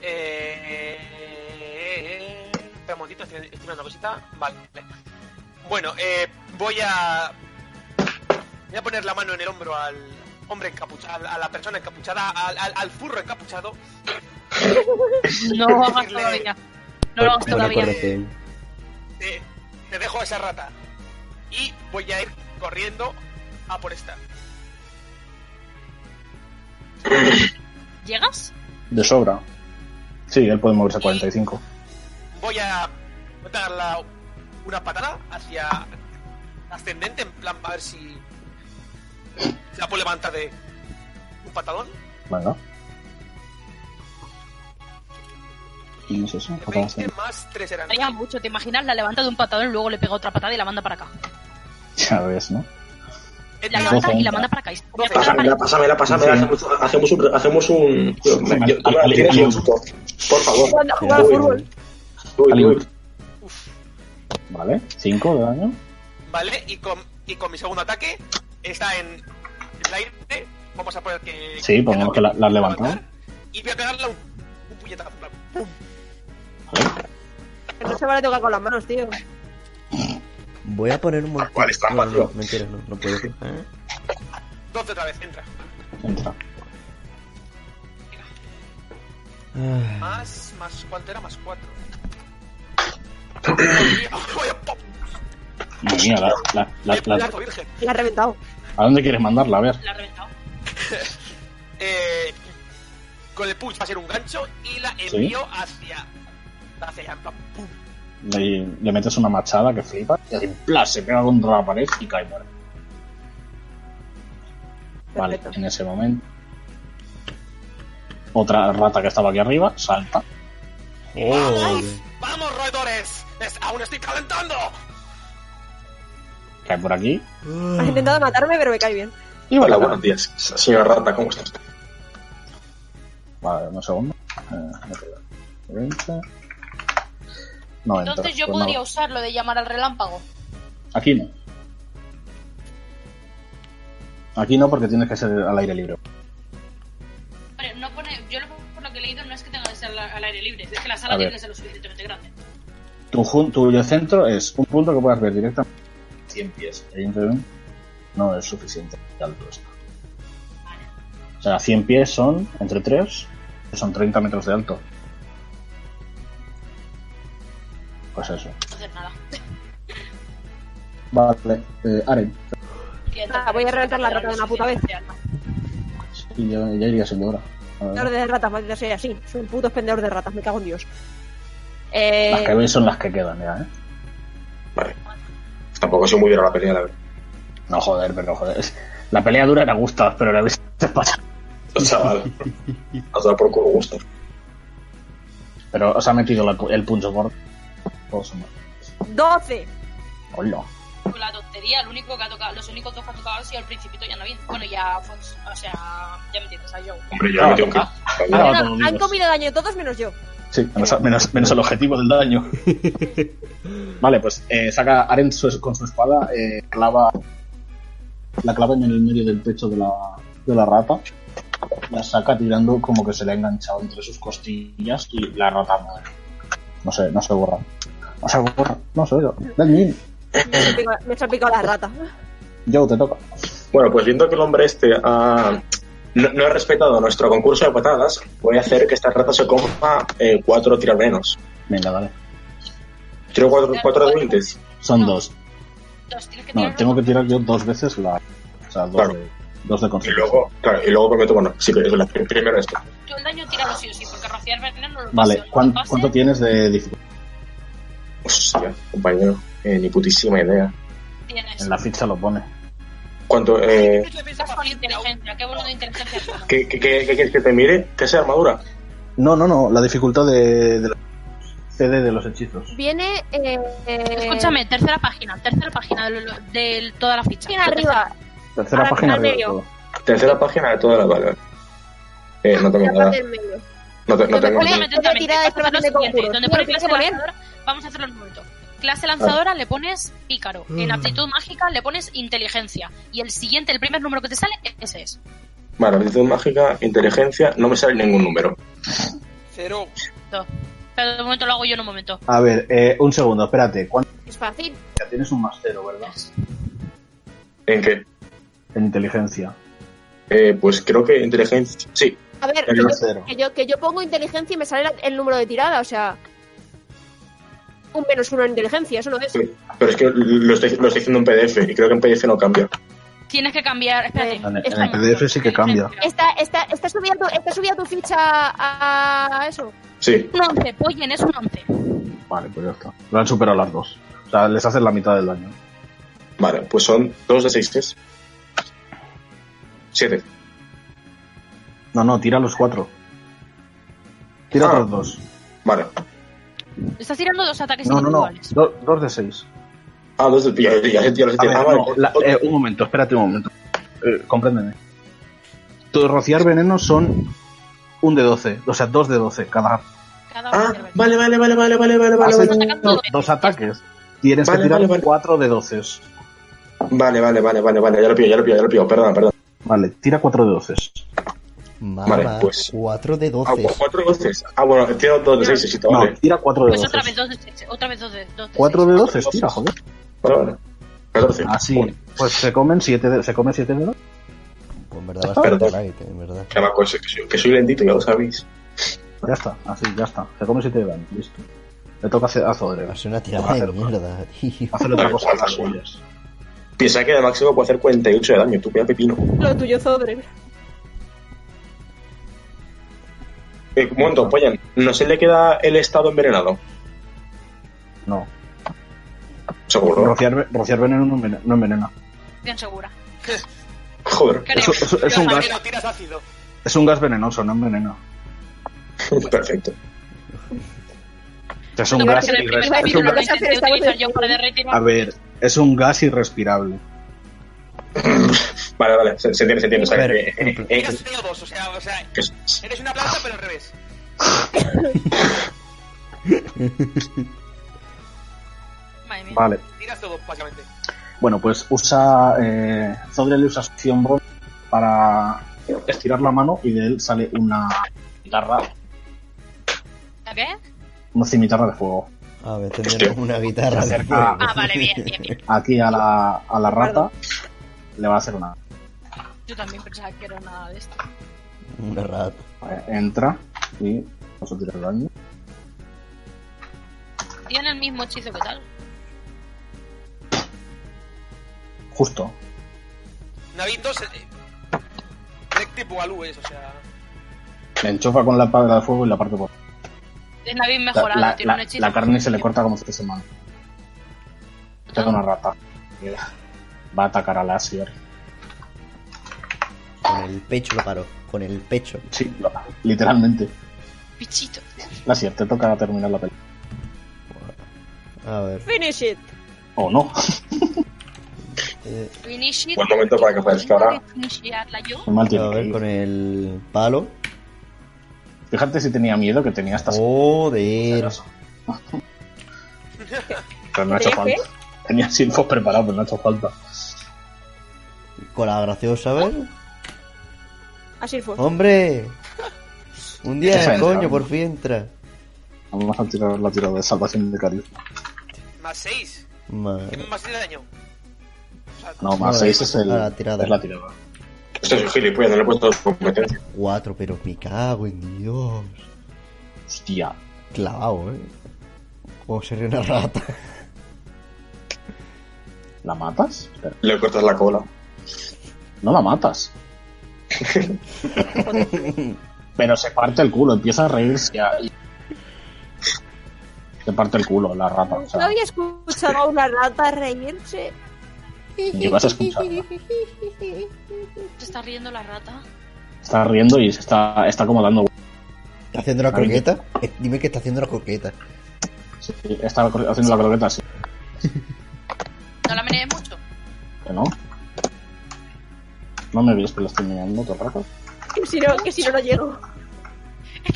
S10: Eh, espera un momentito, estoy, estoy mirando una cosita. Vale. Bueno, eh, voy a. Voy a poner la mano en el hombro al hombre encapuchado, a la persona encapuchada, al, al, al furro encapuchado.
S6: No lo hagas todavía. No lo hagas
S4: Buena
S6: todavía.
S4: corrección.
S10: Te, te dejo a esa rata. Y voy a ir corriendo a por esta.
S6: ¿Llegas?
S1: De sobra. Sí, él puede moverse a 45.
S10: Voy a voy a darle una patada hacia ascendente, en plan, a ver si La puedo levantar de un patadón.
S1: Venga. ¿Y es eso? Acaba de
S10: 20
S1: hacer.
S10: más 3 eran.
S6: Haría mucho, ¿te imaginas? La levanta de un patadón y luego le pega otra patada y la manda para acá.
S1: Ya ves, ¿no?
S6: La
S10: Entra-
S6: levanta y la
S1: Doce.
S6: manda para acá. Y se pone contra la pared.
S2: Pásamela, pásamela, pásamela.
S1: Sí.
S2: Hacemos, hacemos un. Hacemos un Dios, me- yo- yo-
S1: Al-
S2: tienes
S1: al-
S2: un susto. Por favor.
S8: Jugando- jugando
S2: Uy,
S8: al fútbol.
S2: uy, uy.
S1: Aliud. Vale, 5 de daño.
S10: Vale, y con, y con mi segundo ataque está en el aire. Vamos a poner que.
S1: Sí, pongamos que la- la has levantado.
S10: levantar, Y voy a pegarle un, un puñetazo. en plan, ¡pum!
S8: Que no se vale tocar con las manos, tío.
S4: Voy a
S1: Ah,
S4: poner un montón.
S2: ¿Cuál es trampa,
S4: no, no,
S2: tío?
S4: mentira, no, no puedo. ¿Eh?
S10: 12 otra vez, entra.
S1: Entra.
S4: Ah,
S10: Más, más, ¿cuánto era? Más 4. Voy a pop,
S1: Madre mía, la, la- la- la-
S10: plato, virgen.
S8: La ha reventado.
S1: ¿a dónde quieres mandarla? A ver.
S6: La ha reventado.
S10: Eh, con el push va a ser un gancho y la envío hacia. hacia allá, en plan, ¡pum!
S1: Le, le metes una machada que flipa y así ¡plas! se pega contra la pared y cae muere. Vale,
S8: Perfecto.
S1: en ese momento. Otra rata que estaba aquí arriba salta. Oh.
S4: joder.
S10: ¡Vamos, roedores! Es- ¡Aún estoy calentando!
S1: Cae por aquí. Ah.
S8: Has intentado matarme, pero me cae bien.
S1: Y
S2: Hola,
S1: vale,
S2: buenos días. Señora Rata, ¿cómo estás?
S1: Vale, un segundo. Eh, me queda 20. No entra.
S6: Entonces yo
S1: pues nada.
S6: podría usar lo de llamar al relámpago.
S1: Aquí no. Aquí no porque tienes que ser al aire libre.
S6: Hombre, no pone, yo lo- por lo que he leído no es que tenga que ser al, al aire libre, es que la sala
S1: A ver.
S6: tiene que ser lo suficientemente grande.
S1: Tu, jun- tu centro es un punto que puedas ver directamente. 100 pies. Evidentemente, No es suficiente alto esto. O sea, 100 pies son entre 3, son 30 metros de alto. Pues eso.
S6: No hacer nada.
S1: Vale, eh, Aren,
S6: Y entonces-
S8: voy a reventar la rata de una puta vez.
S1: sí, ya, ya iría siendo hora. A ver,
S8: Pendedor de ratas, maldita sea, sí. Soy un puto pendedor de ratas, me cago en Dios. Eh,
S1: Las que veis son las que quedan ya, ¿eh?
S2: Vale. Tampoco ha sido muy bien la pelea, la verdad.
S1: No, joder, pero joder. La pelea dura era Gustav, pero la habéis pasado.
S2: Chaval. A dar por culo gusto.
S1: Pero os ha metido la- el punto por... por sumar.
S8: 12.
S1: Hola.
S6: Con Pues la tontería, el único que ha tocado, los únicos dos que ha tocado han sido al principito y a Navin. Bueno, ya Fox, o sea, ya me entiendes, a Joe.
S2: Hombre, yo me metí un kit.
S1: Ah,
S8: Venga,
S1: todos vivos.
S8: han comido daño todos menos yo.
S1: Sí, menos, menos- menos el objetivo del daño. vale, pues eh, saca Aren su- con su espada, eh, clava la clava en el medio del pecho de la, de la rata, la saca tirando como que se le ha enganchado entre sus costillas y la rata muere. No sé, no se borra. No se borra, no se borra. Daniel,
S8: Me he salpicado- Me he salpicado la rata.
S1: Joe, te toca.
S2: Bueno, pues viendo que el hombre este ha- no, no ha respetado nuestro concurso de patadas, voy a hacer que esta rata se coma eh, cuatro tiravenos.
S1: Venga, dale.
S2: Tiro cuatro, cuatro de 20.
S1: Son dos.
S6: Entonces tienes que
S1: No,
S6: tirar
S1: tengo que tirar yo dos veces la. O sea, dos
S2: Claro.
S1: de, dos de
S2: Y
S1: consecución.
S2: luego, claro, y luego prometo, bueno, sí, pero es la- primero esta.
S6: tú el daño tíralo sí o sí, porque rociar veneno no lo
S1: Vale,
S6: pasa,
S1: ¿cuán-
S6: no pase.
S1: ¿cuánto tienes de dificultad?
S2: Hostia, compañero, eh, ni putísima idea.
S6: tienes?
S1: En la ficha lo pone.
S2: ¿Cuánto, eh,
S10: Es la defensa
S6: Estás con
S10: paciente, aún.
S6: inteligencia, qué bueno de inteligencia. es bueno.
S2: ¿qué, qué, qué- qué quieres que te mire? ¿Qué es armadura?
S1: No, no, no, la dificultad de, de la CD de los hechizos.
S8: Viene. Eh, eh,
S6: Escúchame, tercera página, tercera página de, lo- de toda la ficha.
S8: Bien arriba.
S1: Tercera
S8: Ahora,
S1: página
S8: al
S1: arriba de
S8: medio.
S1: todo.
S2: Tercera página de toda la vale, vale. Eh, no tengo
S8: La
S2: nada.
S8: parte del medio.
S2: No, te- no
S8: Lo
S2: tengo
S8: mejor
S2: nada.
S8: Voy a tirar de
S6: Vamos a hacer lo
S8: formación de
S6: siguiente,
S8: Ah. conjuros.
S6: donde pone
S8: Mira, lo que
S6: clase
S8: tiene que
S6: lanzadora, vamos a hacerlo en un momento. Clase lanzadora le pones pícaro,
S8: Mm.
S6: en aptitud mágica le pones inteligencia y el siguiente, el primer número que te sale, ese es.
S2: Vale, habilidad mágica, inteligencia, no me sale ningún número.
S10: Cero.
S6: Pero de momento lo hago yo en un momento.
S1: A ver, eh, un segundo, espérate. ¿Cuánto?
S8: Es fácil.
S1: ya Tienes un más cero, ¿verdad?
S2: ¿En qué?
S1: En inteligencia.
S2: Eh, pues creo que inteligencia. Sí,
S8: A ver, que
S2: El
S8: yo,
S1: Más cero.
S8: que, yo, que yo pongo inteligencia y me sale la- el número de tirada, o sea. Un menos uno en inteligencia, eso no es.
S2: Sí. pero es que lo estoy, lo estoy haciendo en PDF y creo que en PDF no cambia.
S6: Tienes que cambiar, espérate.
S8: Eh,
S1: En, en
S8: Esta
S1: el PDF sí que cambia.
S8: Está, está, está, subida tu, está subida tu ficha a, a eso.
S2: Sí,
S6: Un 11, Pollen es un 11.
S1: Vale, pues ya está. Lo han superado las dos. O sea, les hacen la mitad del daño.
S2: vale, pues son dos de seis tres. Siete.
S1: No, no, tira los cuatro. Tira
S2: Ah.
S1: otros dos.
S2: Vale.
S6: Estás tirando dos ataques
S1: No, no, no.
S6: individuales.
S1: Do- dos de seis.
S2: Ah, dos de... Ya, ya, ya, ya los
S1: A ver,
S2: he tirado. Ah,
S1: no,
S2: vale.
S1: la- eh, un momento, espérate un momento. Eh, compréndeme. Tu rociar veneno son un de 12, o sea, dos de 12 cada.
S6: Cada una
S2: Ah,
S6: intervención.
S2: vale, vale, vale, vale, vale, vale, vale,
S1: Has
S2: vale.
S1: hecho
S6: atacando.
S1: dos ataques. Tienes
S2: Vale,
S1: que tirar
S2: vale, vale.
S1: cuatro de 12.
S2: Vale, vale, vale, vale, vale, ya lo pillo, ya lo pillo, ya lo pillo, perdón, perdón.
S1: Vale, tira cuatro de 12.
S4: Mamá,
S2: Vale, pues.
S4: 4 de
S2: Ah,
S4: 12.
S2: cu- cuatro voces. Ah, bueno, tiro dos de seis, sí, sí,
S1: No,
S2: vale.
S1: tira cuatro de
S6: Pues
S1: 12.
S6: otra vez dos de seis, otra vez dos de dos de
S1: Cuatro
S6: seis.
S1: de 12, tira, joder.
S2: Vale, vale. Catorce.
S1: Así. Pues se comen siete de, se comen siete de 12.
S4: Pues en verdad bastante
S2: Perdón.
S4: light, en verdad.
S2: Que me acuerdo, que soy, que soy lentito, ya lo sabéis.
S1: Ya está, así, ya está. Se comen siete de daño, listo. Le toca hacer a Zodre.
S4: Va a ser una tirada de
S1: Hacer-
S4: mierda, tío.
S1: Hacer otra
S2: Vale,
S1: cosa a las
S2: vale.
S1: suyas.
S2: Piensa que de máximo puedo hacer 48 de daño, tú pilla pepino.
S8: Lo tuyo, Zodre.
S2: Eh, un momento, Pollan, ¿no se le queda el estado envenenado?
S1: No.
S2: Seguro.
S1: Rociar, ve- rociar veneno no envene- no envenena.
S6: Bien segura.
S2: Joder,
S6: Creo.
S1: Eso- eso- es
S10: Yo
S1: un
S10: también
S1: gas.
S10: no tiras ácido.
S1: Es un gas venenoso, no envenena.
S2: perfecto.
S1: O sea, Es un
S6: Yo creo
S1: gas
S6: que en el primer
S1: irres- es
S6: capítulo
S1: un
S8: lo
S6: que
S1: gas-
S8: vas a hacer
S6: intenté
S8: esta
S6: utilizar
S8: vez.
S6: yo para derretir
S1: A ver, es un gas irrespirable.
S2: Vale, vale, se, se entiende, se entiende. o sea,
S4: Pero-
S2: eh, eh, eh,
S10: Tiras CO2, o sea, o sea,
S2: que es-
S10: eres una planta pero al revés.
S6: Madre mía.
S1: Vale.
S10: Tiras todo, básicamente.
S1: Bueno, pues usa. Eh, Zodriel usa su acción bonus para estirar la mano y de él sale una guitarra,
S6: ¿A qué?
S1: una cimitarra de fuego.
S4: A ver, tendremos una guitarra.
S1: Se acerca.
S6: Ah, vale, bien, bien, bien.
S1: Aquí a la, a la rata le va a hacer una.
S6: Yo también pensaba que era nada de esto.
S4: Una rata.
S1: eh, Entra y vamos a tirar el daño.
S6: Tiene el mismo hechizo que tal.
S1: Justo.
S10: Navitos. Eh, tipo Alu es, o sea.
S1: Le enchufa con la paga de fuego y la parte por.
S6: Es Navid
S1: La,
S6: mejorado,
S1: la-
S6: tiene un
S1: la-
S6: hechizo.
S1: la carne se le corta como si se mano.
S6: Ah.
S1: Ataca una rata. Va a atacar a la Asier.
S4: Con el pecho lo paró. Con el pecho.
S1: Sí, lo- literalmente.
S6: Pichito.
S1: La Asier, te toca terminar la pelea.
S4: A ver.
S8: Finish it.
S1: O no.
S4: eh,
S6: Finish it.
S2: Buen momento para que aparezca ahora.
S6: Iniciarla yo.
S1: Qué mal tiene
S4: a
S1: que
S4: ver,
S1: ir.
S4: con el palo.
S1: Fíjate si tenía miedo que tenía
S4: Oh,
S1: estas.
S4: Joder.
S1: pero no ha hecho
S8: ¿Tenía
S1: falta. Tenía silfos preparados, pero no ha hecho falta.
S4: Con la graciosa, ¿ves?
S8: Así fue.
S1: Oh.
S4: ¡Hombre! Un
S1: Esa
S4: día,
S1: entra.
S4: coño, por fin entra.
S1: Vamos a tirar la tirada de salvación de carisma.
S10: Más 6.
S4: Madre.
S10: Más 6 de daño. O sea,
S1: No, más
S4: Vale.
S1: 6 es, el-
S4: Ah, la tirada.
S1: es la tirada.
S2: Esto es un gilipollas, no le he puesto competencia.
S4: Cuatro, pero me cago en Dios.
S1: Hostia.
S4: Clavado, ¿eh? Como sería una rata.
S1: ¿La matas? Espera,
S2: Le cortas la cola.
S1: No la matas. Pero se parte el culo, empieza a reírse. a- Se parte el culo la rata. o sea,
S8: Nunca había escuchado a una rata reírse.
S1: ni vas a escuchar.
S6: Se está riendo la rata.
S1: Está riendo y se está, está como dando.
S4: ¿Está haciendo la
S1: Claro que-
S4: croqueta? Eh, Dime que está haciendo la croqueta.
S1: sí, Está haciendo la croqueta así,
S6: No la meneé mucho.
S1: que ¿no? No me ves, pero la estoy mirando todo el rato.
S8: Que si no, que si no, no llego.
S6: Es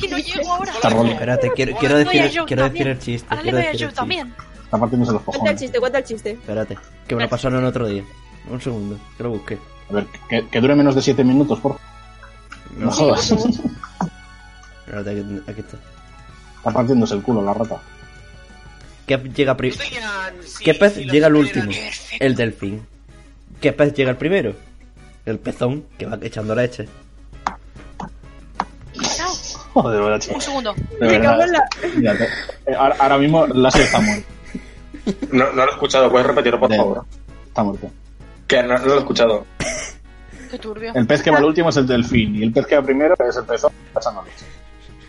S6: que no llego ahora.
S1: Está rollo.
S4: Espérate, quiero,
S10: quiero
S6: decir- Ahora le voy a yo quiero decir también.
S4: el chiste.
S6: Ahora le voy a yo también.
S1: Está partiéndose los
S8: Cuenta el
S1: cojones.
S8: chiste, cuenta el chiste.
S4: Espérate, que me lo pasaron otro día. Un segundo, que lo busqué.
S1: A ver, que, que dure menos de 7 minutos, por favor. No jodas. Está
S4: Espérate, aquí, aquí está.
S1: partiéndose el culo la rata.
S4: ¿Qué llega, pri-
S10: no tenían- sí,
S4: ¿Qué pez
S10: sí, los eh,
S4: llega el
S10: tenían-
S4: último? El delfín. ¿Qué pez llega el primero? El pezón, que va echando leche.
S1: Joder, verdad, chico.
S6: Un segundo.
S1: De
S8: Me
S1: verdad.
S8: cago en la-
S1: Mira, te- eh, ahora, ahora mismo la serie está muerta.
S2: No, no lo he escuchado, puedes repetirlo, por
S1: De-
S2: favor.
S1: Está muerta.
S2: Que no, no lo he escuchado.
S6: Qué turbio.
S1: El pez que va al último es el delfín y el pez que va primero es el pezón pasando leche.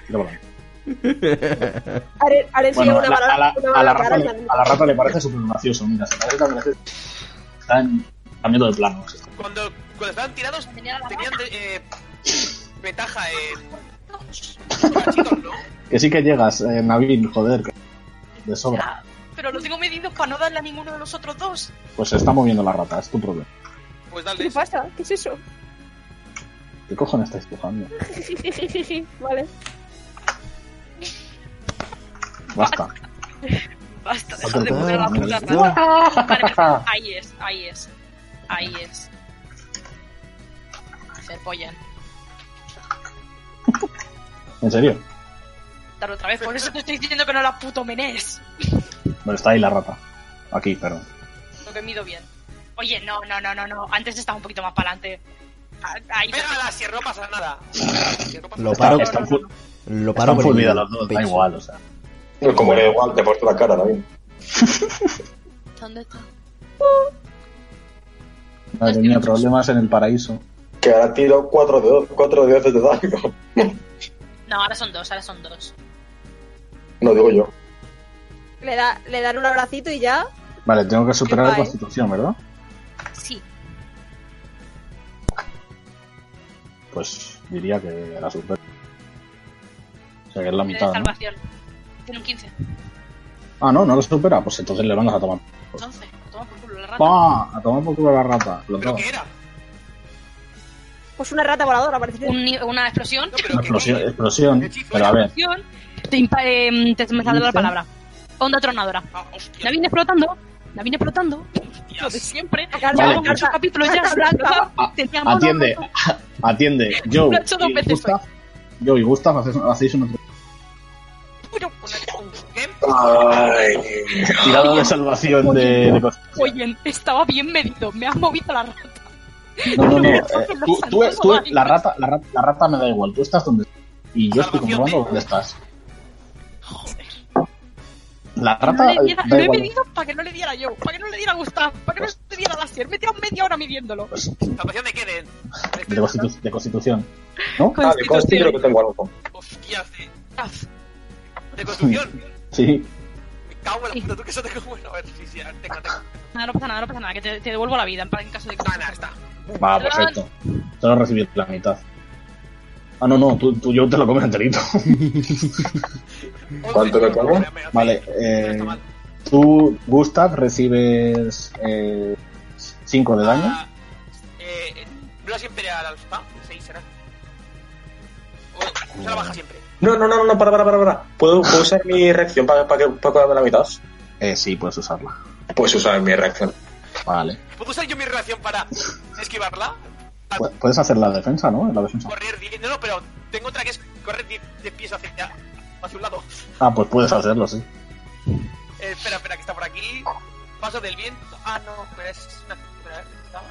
S1: De verdad.
S8: Haré, haré enseñar
S1: Bueno,
S8: una
S1: la- a, la,
S8: bala- una
S1: a la
S8: bala
S1: rata,
S8: cara
S1: le-
S8: en
S1: a la rata le parece súper gracioso. Mira, se parece tan gracioso. Está en- cambiando de plano.
S10: Cuando Cuando estaban tirados,
S6: Tenía la
S10: tenían de- eh, ventaja en. Cachitos, ¿no?
S1: Que sí que llegas, eh, Navin, joder, que- de sobra.
S6: Ya, Pero lo tengo medido para no darle a ninguno de los otros dos.
S1: Pues se está moviendo la rata, es tu problema.
S10: Pues
S8: ¿Qué
S10: dale.
S8: pasa? ¿Qué es eso?
S1: ¿Qué cojones estáis jugando?
S8: vale.
S1: Basta.
S6: Basta, deja de mover la puta rata.
S4: Basta.
S6: Vale, perfecto. Ahí es, ahí es. Ahí es. Serpollan.
S1: ¿En serio?
S6: Dar otra vez, por eso te estoy diciendo que no la puto menés.
S1: Bueno, está ahí la rata. Aquí, perdón.
S6: Lo que mido bien. Oye, no, no, no, no, no. Antes estaba un poquito más para adelante. Ah, Ahí
S10: Pégala, si no pasa nada. Si no pasa
S4: Lo
S10: nada.
S1: Está,
S4: paro,
S1: está,
S6: no,
S1: fu-
S6: no,
S4: lo
S1: están
S4: paro por
S1: fundidas las dos, da
S4: pixel.
S1: igual, o sea.
S2: No, Pues Como era igual, te he puesto la cara también.
S6: ¿Dónde está?
S1: No he tenido problemas en el paraíso.
S2: Que ahora tiro 4 de 12, 4 de 12 de daño.
S6: No, ahora son dos, ahora son dos.
S2: No digo yo.
S8: Le, da, le dan un abracito y ya.
S1: Vale, tengo que superar la
S8: guay.
S1: constitución, ¿verdad?
S6: Sí.
S1: Pues diría que la supero. O sea, que es la
S6: de
S1: mitad. ¿no?
S6: salvación. Tiene un 15.
S1: Ah, no, no lo supera. Pues entonces le mandas a tomar.
S6: 11. Toma por culo la rata.
S1: ¡Pah! A tomar por culo a la rata. Lo
S10: ¿Pero
S1: tengo.
S10: qué era?
S8: Pues una rata voladora, parece. que-
S6: Un ni- una explosión.
S10: No, pero
S1: Una
S10: que-
S1: explosión, explosión.
S10: Hechizo
S1: Pero a ver,
S6: Explosión. Te, impa- eh, te me sale la
S1: Dice-
S6: palabra. Onda tronadora.
S10: Ah, hostia.
S6: La viene explotando. La viene explotando. Lo de
S10: Hostias.
S6: siempre.
S8: Carta
S1: Vale. pues
S6: Llevamos muchos capítulos ya.
S8: Carta blanca.
S1: A-
S6: Tenía mono,
S1: atiende.
S6: mono.
S1: Atiende. Yo
S6: Lo he hecho dos
S1: y
S6: veces
S1: Gustav. Yo y Gustav hacéis- hacéis una
S6: Pero con el-
S10: ¿Qué?
S2: Ay.
S1: tirada de salvación de. de cos-
S6: Oye, estaba bien medido. Me has movido la rata.
S1: No, no, no. eh,
S6: Porque los
S1: tú, tú-
S6: santos
S1: tú-
S6: son
S1: la, rata, la, rata, la rata me da igual. Tú estás donde estás. Y yo estoy
S10: Salvación,
S1: comprobando
S10: tío.
S1: dónde estás.
S6: Joder.
S1: La
S6: No
S1: rata.
S6: le
S1: eh,
S6: diera-
S1: da
S6: lo he
S1: igual.
S6: medido para que no le diera yo, para que no le diera Gustav, para que no le diera Lasier. Me he tirado media hora midiéndolo.
S10: ¿Salvación de qué? De,
S1: De, constitu- de constitución. ¿No?
S2: Ah, de coste creo que tengo algo.
S10: Hostias, de, de construcción.
S1: Sí.
S10: Me cago en la puta, tú que eso te bueno. A ver, sí, sí, a ver, tengo, tengo.
S6: Nada, no pasa nada, no pasa nada, que te, te devuelvo la vida en pa- en caso de que...
S10: Gana, está.
S1: Va, perfecto. Solo recibí la mitad. Ah, no, no, tú, tú yo te lo comes enterito.
S2: ¿Cuánto me cago?
S1: Vale,
S10: No
S1: eh,
S10: está mal.
S1: tú, Gustav, recibes 5 de daño.
S10: Ah, eh, no la siempre al alfa, 6 será. O, o sea, la baja siempre.
S2: No, no, no, no, no, para, para, para, para. ¿Puedo, puedo usar mi reacción para, para, que- para cobrarme la mitad?
S1: Eh, sí, puedes usarla.
S2: Pues usar mi reacción.
S1: Vale.
S10: ¿Puedo usar yo mi reacción para esquivarla? Ah,
S1: Pu- Puedes hacer la defensa, ¿no? La defensa.
S10: Correr 10. No, no, pero tengo otra que es correr 10 de pies hacia, hacia un lado.
S1: Ah, pues puedes hacerlo, sí.
S10: Eh, espera, espera, que está por aquí. Paso del viento. Ah, no, pero es una. espera, eh, está-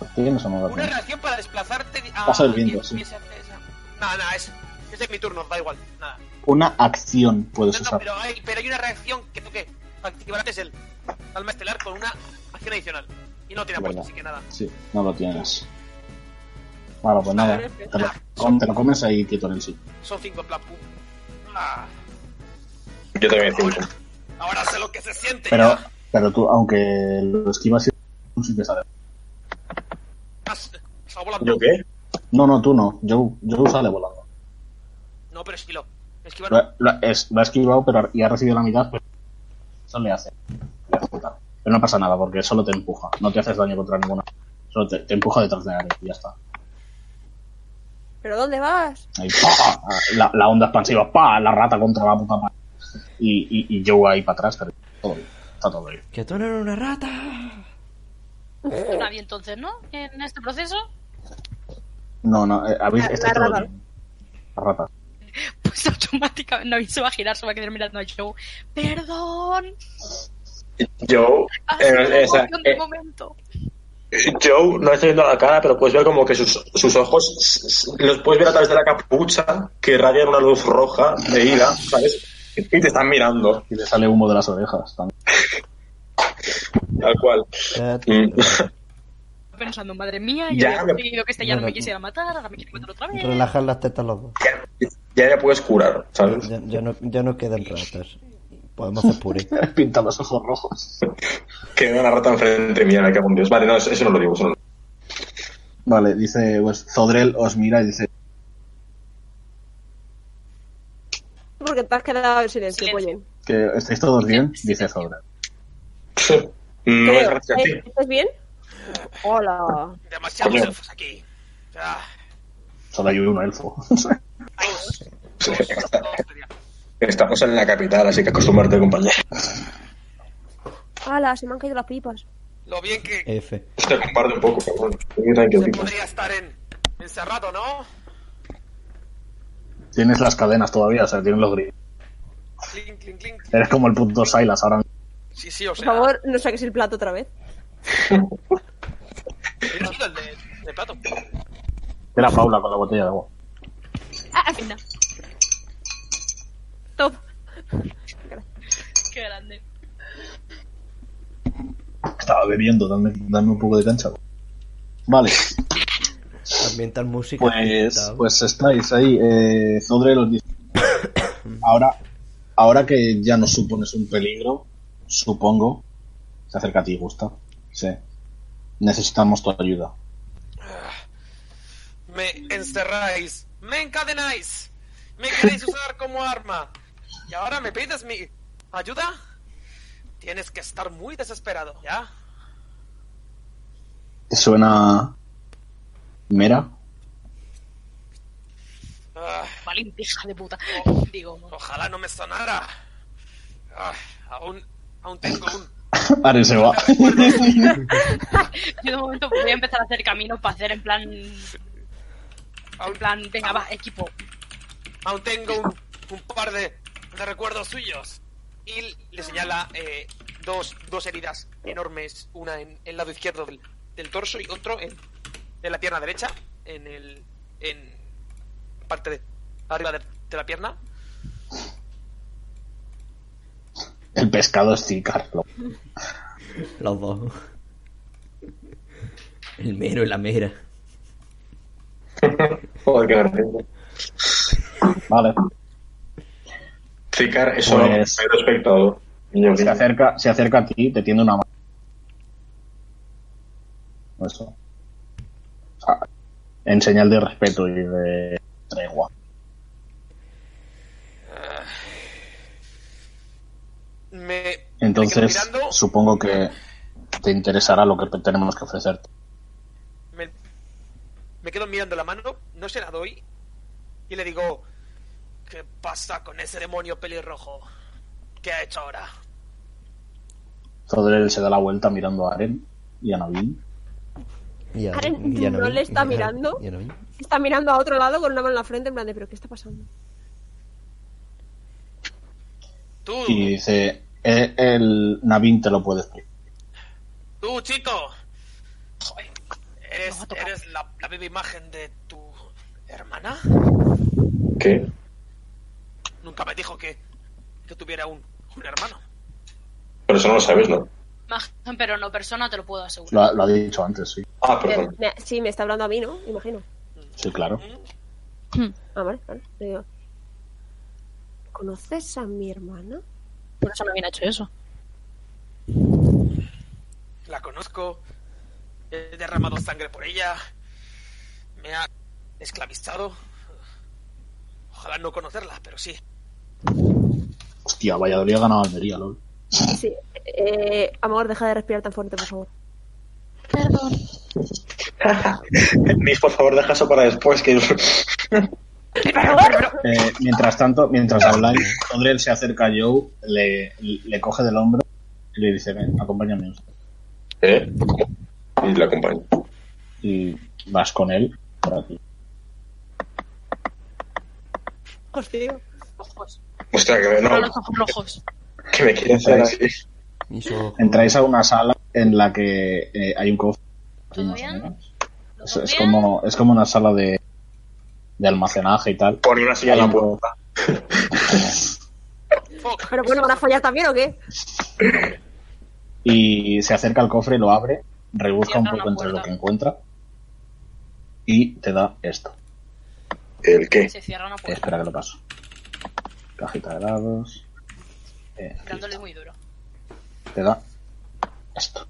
S1: Pues ¿Tienes o no la
S10: Una
S1: tienes?
S10: reacción para desplazarte. di- ah,
S1: Paso del viento,
S10: bien,
S1: sí.
S10: bien, se hace esa. No, no, es, es de mi turno, da igual. Nada.
S1: Una acción puedes
S10: No, no,
S1: usar.
S10: pero, hay, pero hay una reacción que tú que activar antes el alma estelar con una acción adicional. Y no tiene apuesto,
S1: Verdad.
S10: así que nada.
S1: Sí, no lo tienes. Bueno, pues nada. Te lo, com- te lo comes ahí quieto en el sitio.
S10: Son cinco en plan pum. Ah,
S2: Yo también cinco.
S10: ahora sé lo que se siente.
S1: Pero,
S10: ya.
S1: pero tú, aunque lo esquivas, sí que sale.
S10: Ah, está volando.
S2: ¿Yo qué?
S1: No, no, tú no. Yo, yo sale volando.
S10: No, pero esquilo. Esquiva
S1: Lo,
S10: no.
S1: ha- lo ha- es- lo ha esquivado, pero ya ha recibido la mitad, pues eso le hace. Le hace tal. Pero no pasa nada, porque solo te empuja. No te haces daño contra ninguna. Solo te, te empuja detrás de la y ya está.
S8: ¿Pero dónde vas?
S1: Ahí, ¡pa! La, la onda expansiva, pa, la rata contra la puta pared. Y, y, y Joe ahí para atrás, pero todo bien. Está todo bien.
S4: Que tú no eres una rata.
S6: Tú Nadie entonces, ¿no? En este proceso,
S1: No, no, eh, habéis,
S8: La-
S1: estáis
S8: la
S1: todo
S8: rata.
S1: bien. La rata.
S6: pues automáticamente Navi se va a girar, se va a quedar mirando a Joe. Perdón,
S2: Yo,
S6: ha
S2: eh,
S6: sido
S2: eh, esa-
S6: emoción de
S2: eh,
S6: momento.
S2: Joe no está viendo la cara, pero puedes ver como que sus, sus ojos s- s- los puedes ver a través de la capucha que rayan una luz roja de ira, ¿sabes? Y te están mirando,
S1: Y le sale humo de las orejas también.
S2: tal cual.
S4: Eh,
S2: Mm.
S6: Pensando, madre mía,
S2: Ya,
S6: yo había
S2: me-
S6: conseguido que este ya no me
S4: Bueno,
S6: quisiera matar, ahora me quiere matar otra vez.
S4: Relajar las tetas los dos.
S2: Ya, ya le puedes curar, ¿sabes?
S4: Ya, ya no, ya no quedan ratas. Podemos hacer puré.
S1: Pinta los ojos rojos.
S2: Que veo una rata enfrente mía, me cago en Dios. Vale, no, eso, eso no lo digo, eso no lo
S1: Vale, dice, pues Zodrel os mira y dice,
S8: Porque te has quedado en silencio,
S6: Silencio.
S8: pollen.
S1: que estáis todos bien, dice Zodrel.
S2: No es
S8: Creo.
S2: gracias a ti.
S8: Eh, ¿Estás bien? Hola.
S10: Demasiados
S2: Coño.
S10: elfos aquí. O sea,
S1: Solo hay un elfo.
S10: hay dos.
S2: Sí.
S10: Dos sería.
S2: Estamos en la capital, así que acostúmbrate, compañero.
S8: Hola, se me han caído las pipas.
S10: Lo bien que
S4: F.
S2: Te comparto un poco, cabrón. Muy
S10: se
S2: tranquilito.
S10: podría estar en encerrado, ¿no?
S1: tienes las cadenas todavía, o sea, tienes los grillos.
S10: Clink, clink, clink.
S1: Eres como el punto Silas ahora mismo.
S10: Sí, sí, o
S8: Por
S10: sea.
S8: favor, no saques el plato otra vez.
S10: ¿Tienes sido el de, de plato?
S1: Era Paula con la botella de agua.
S6: Ah, al final.
S8: Top.
S6: Qué grande.
S1: Estaba bebiendo, dame, dame un poco de cancha. Vale,
S4: Ambiental música.
S1: pues,
S4: ambiental.
S1: pues estáis ahí. Eh, Zodrel os dice, ahora, ahora que ya no supones un peligro, supongo, se acerca a ti, Gusta. Sí. Necesitamos tu ayuda.
S10: Me encerráis, me encadenáis, me queréis usar como arma. ¿Y ahora me pides mi ayuda? Tienes que estar muy desesperado, ¿ya?
S1: ¿Te suena Mera?
S10: Ah,
S6: Valiente hija de puta. Digo, no.
S10: ojalá no me sonara. Ah, aún, aún tengo un...
S1: Are se va.
S6: yo de momento voy a empezar a hacer camino para hacer en plan. En
S10: Aún,
S6: plan, venga, va, equipo.
S10: aún tengo un, un par de, de recuerdos suyos. Y le señala eh, dos, dos heridas enormes, una en el lado izquierdo del, del torso y otro en, en la pierna derecha, en el en parte de arriba de, de la pierna.
S1: El pescado es Cicarlo. pues.
S4: Los dos. El mero y la mera.
S2: Joder, qué gracioso.
S1: Vale.
S2: Cicar es solo
S1: Pues-
S2: mero espectador. Niño,
S1: Se
S2: niño.
S1: acerca, se acerca a ti, te tiende una mano. Eso. Ah, En señal de respeto y de tregua.
S10: Me, me
S1: Entonces,
S10: quedo mirando,
S1: supongo que te interesará lo que tenemos que ofrecerte.
S10: me, me quedo mirando la mano, no se la doy y le digo, ¿qué pasa con ese demonio pelirrojo? ¿Qué ha hecho ahora?
S1: Zodrell se da la vuelta mirando a Aren y a Navin.
S4: Y a-
S8: Karen,
S4: y a
S8: ¿no
S4: Noin,
S8: le está
S4: y a-
S8: mirando?
S4: y a Noin.
S8: Está mirando a otro lado con una mano en la frente, en plan de, ¿pero qué está pasando?
S10: Tú,
S6: Mm.
S1: Y dice, "Eh, el Navin te lo puede explicar.
S10: tú, chico. Joder,
S6: Nos
S10: ¿Eres,
S6: ha tocado.
S10: eres la, la viva imagen de tu hermana?
S2: ¿Qué?
S10: Nunca me dijo que, que tuviera un, un hermano.
S2: Pero eso no lo sabes, ¿no?
S6: Imagen, pero no persona, te lo puedo asegurar.
S1: Lo, ha- lo ha dicho antes, sí.
S2: Ah,
S8: Eh,
S2: perdón.
S8: me- sí, me está hablando a mí, ¿no? Imagino.
S1: Sí, claro.
S8: Ah, vale, vale. Le digo, ¿Conoces a mi hermana?
S6: Por eso no habían hecho eso.
S10: La conozco. He derramado sangre por ella. Me ha esclavizado. Ojalá no conocerla, pero sí.
S1: Hostia, Valladolid ha ganado a Almería, lol.
S8: Sí. Eh, amor, deja de respirar tan fuerte, por favor.
S2: Mis, por favor, deja eso para después. Que...
S1: Eh, mientras tanto, mientras habláis, Andrés se acerca a Joe, le, le coge del hombro y le dice, ven, acompáñame.
S2: ¿Eh? ¿Cómo? Y la acompaño.
S1: Y vas con él por aquí.
S8: Hostia.
S6: Ojos.
S2: Hostia, que me,
S6: Pero
S2: no,
S6: los ojos rojos.
S2: que me quieren hacer así.
S4: Mis ojos.
S1: Entráis a una sala en la que eh, hay un cofre. aquí,
S6: ¿Todo
S1: más o
S6: bien?
S1: menos.
S6: ¿Lo
S1: Es, es
S6: ves bien?
S1: como, es como una sala de, de almacenaje y tal.
S2: Pone una silla en la puerta.
S10: Fuck.
S8: Pero bueno, ¿van a follar también o qué?
S1: Y se acerca al cofre, lo abre, rebusca un
S6: Cierra
S1: poco
S6: una
S1: entre lo
S6: puerta.
S1: que encuentra y te da esto.
S2: ¿El qué?
S6: Se cierra una puerta,
S1: Espera que lo paso. Cajita de dados. Eh,
S6: dándole muy duro.
S1: te da esto.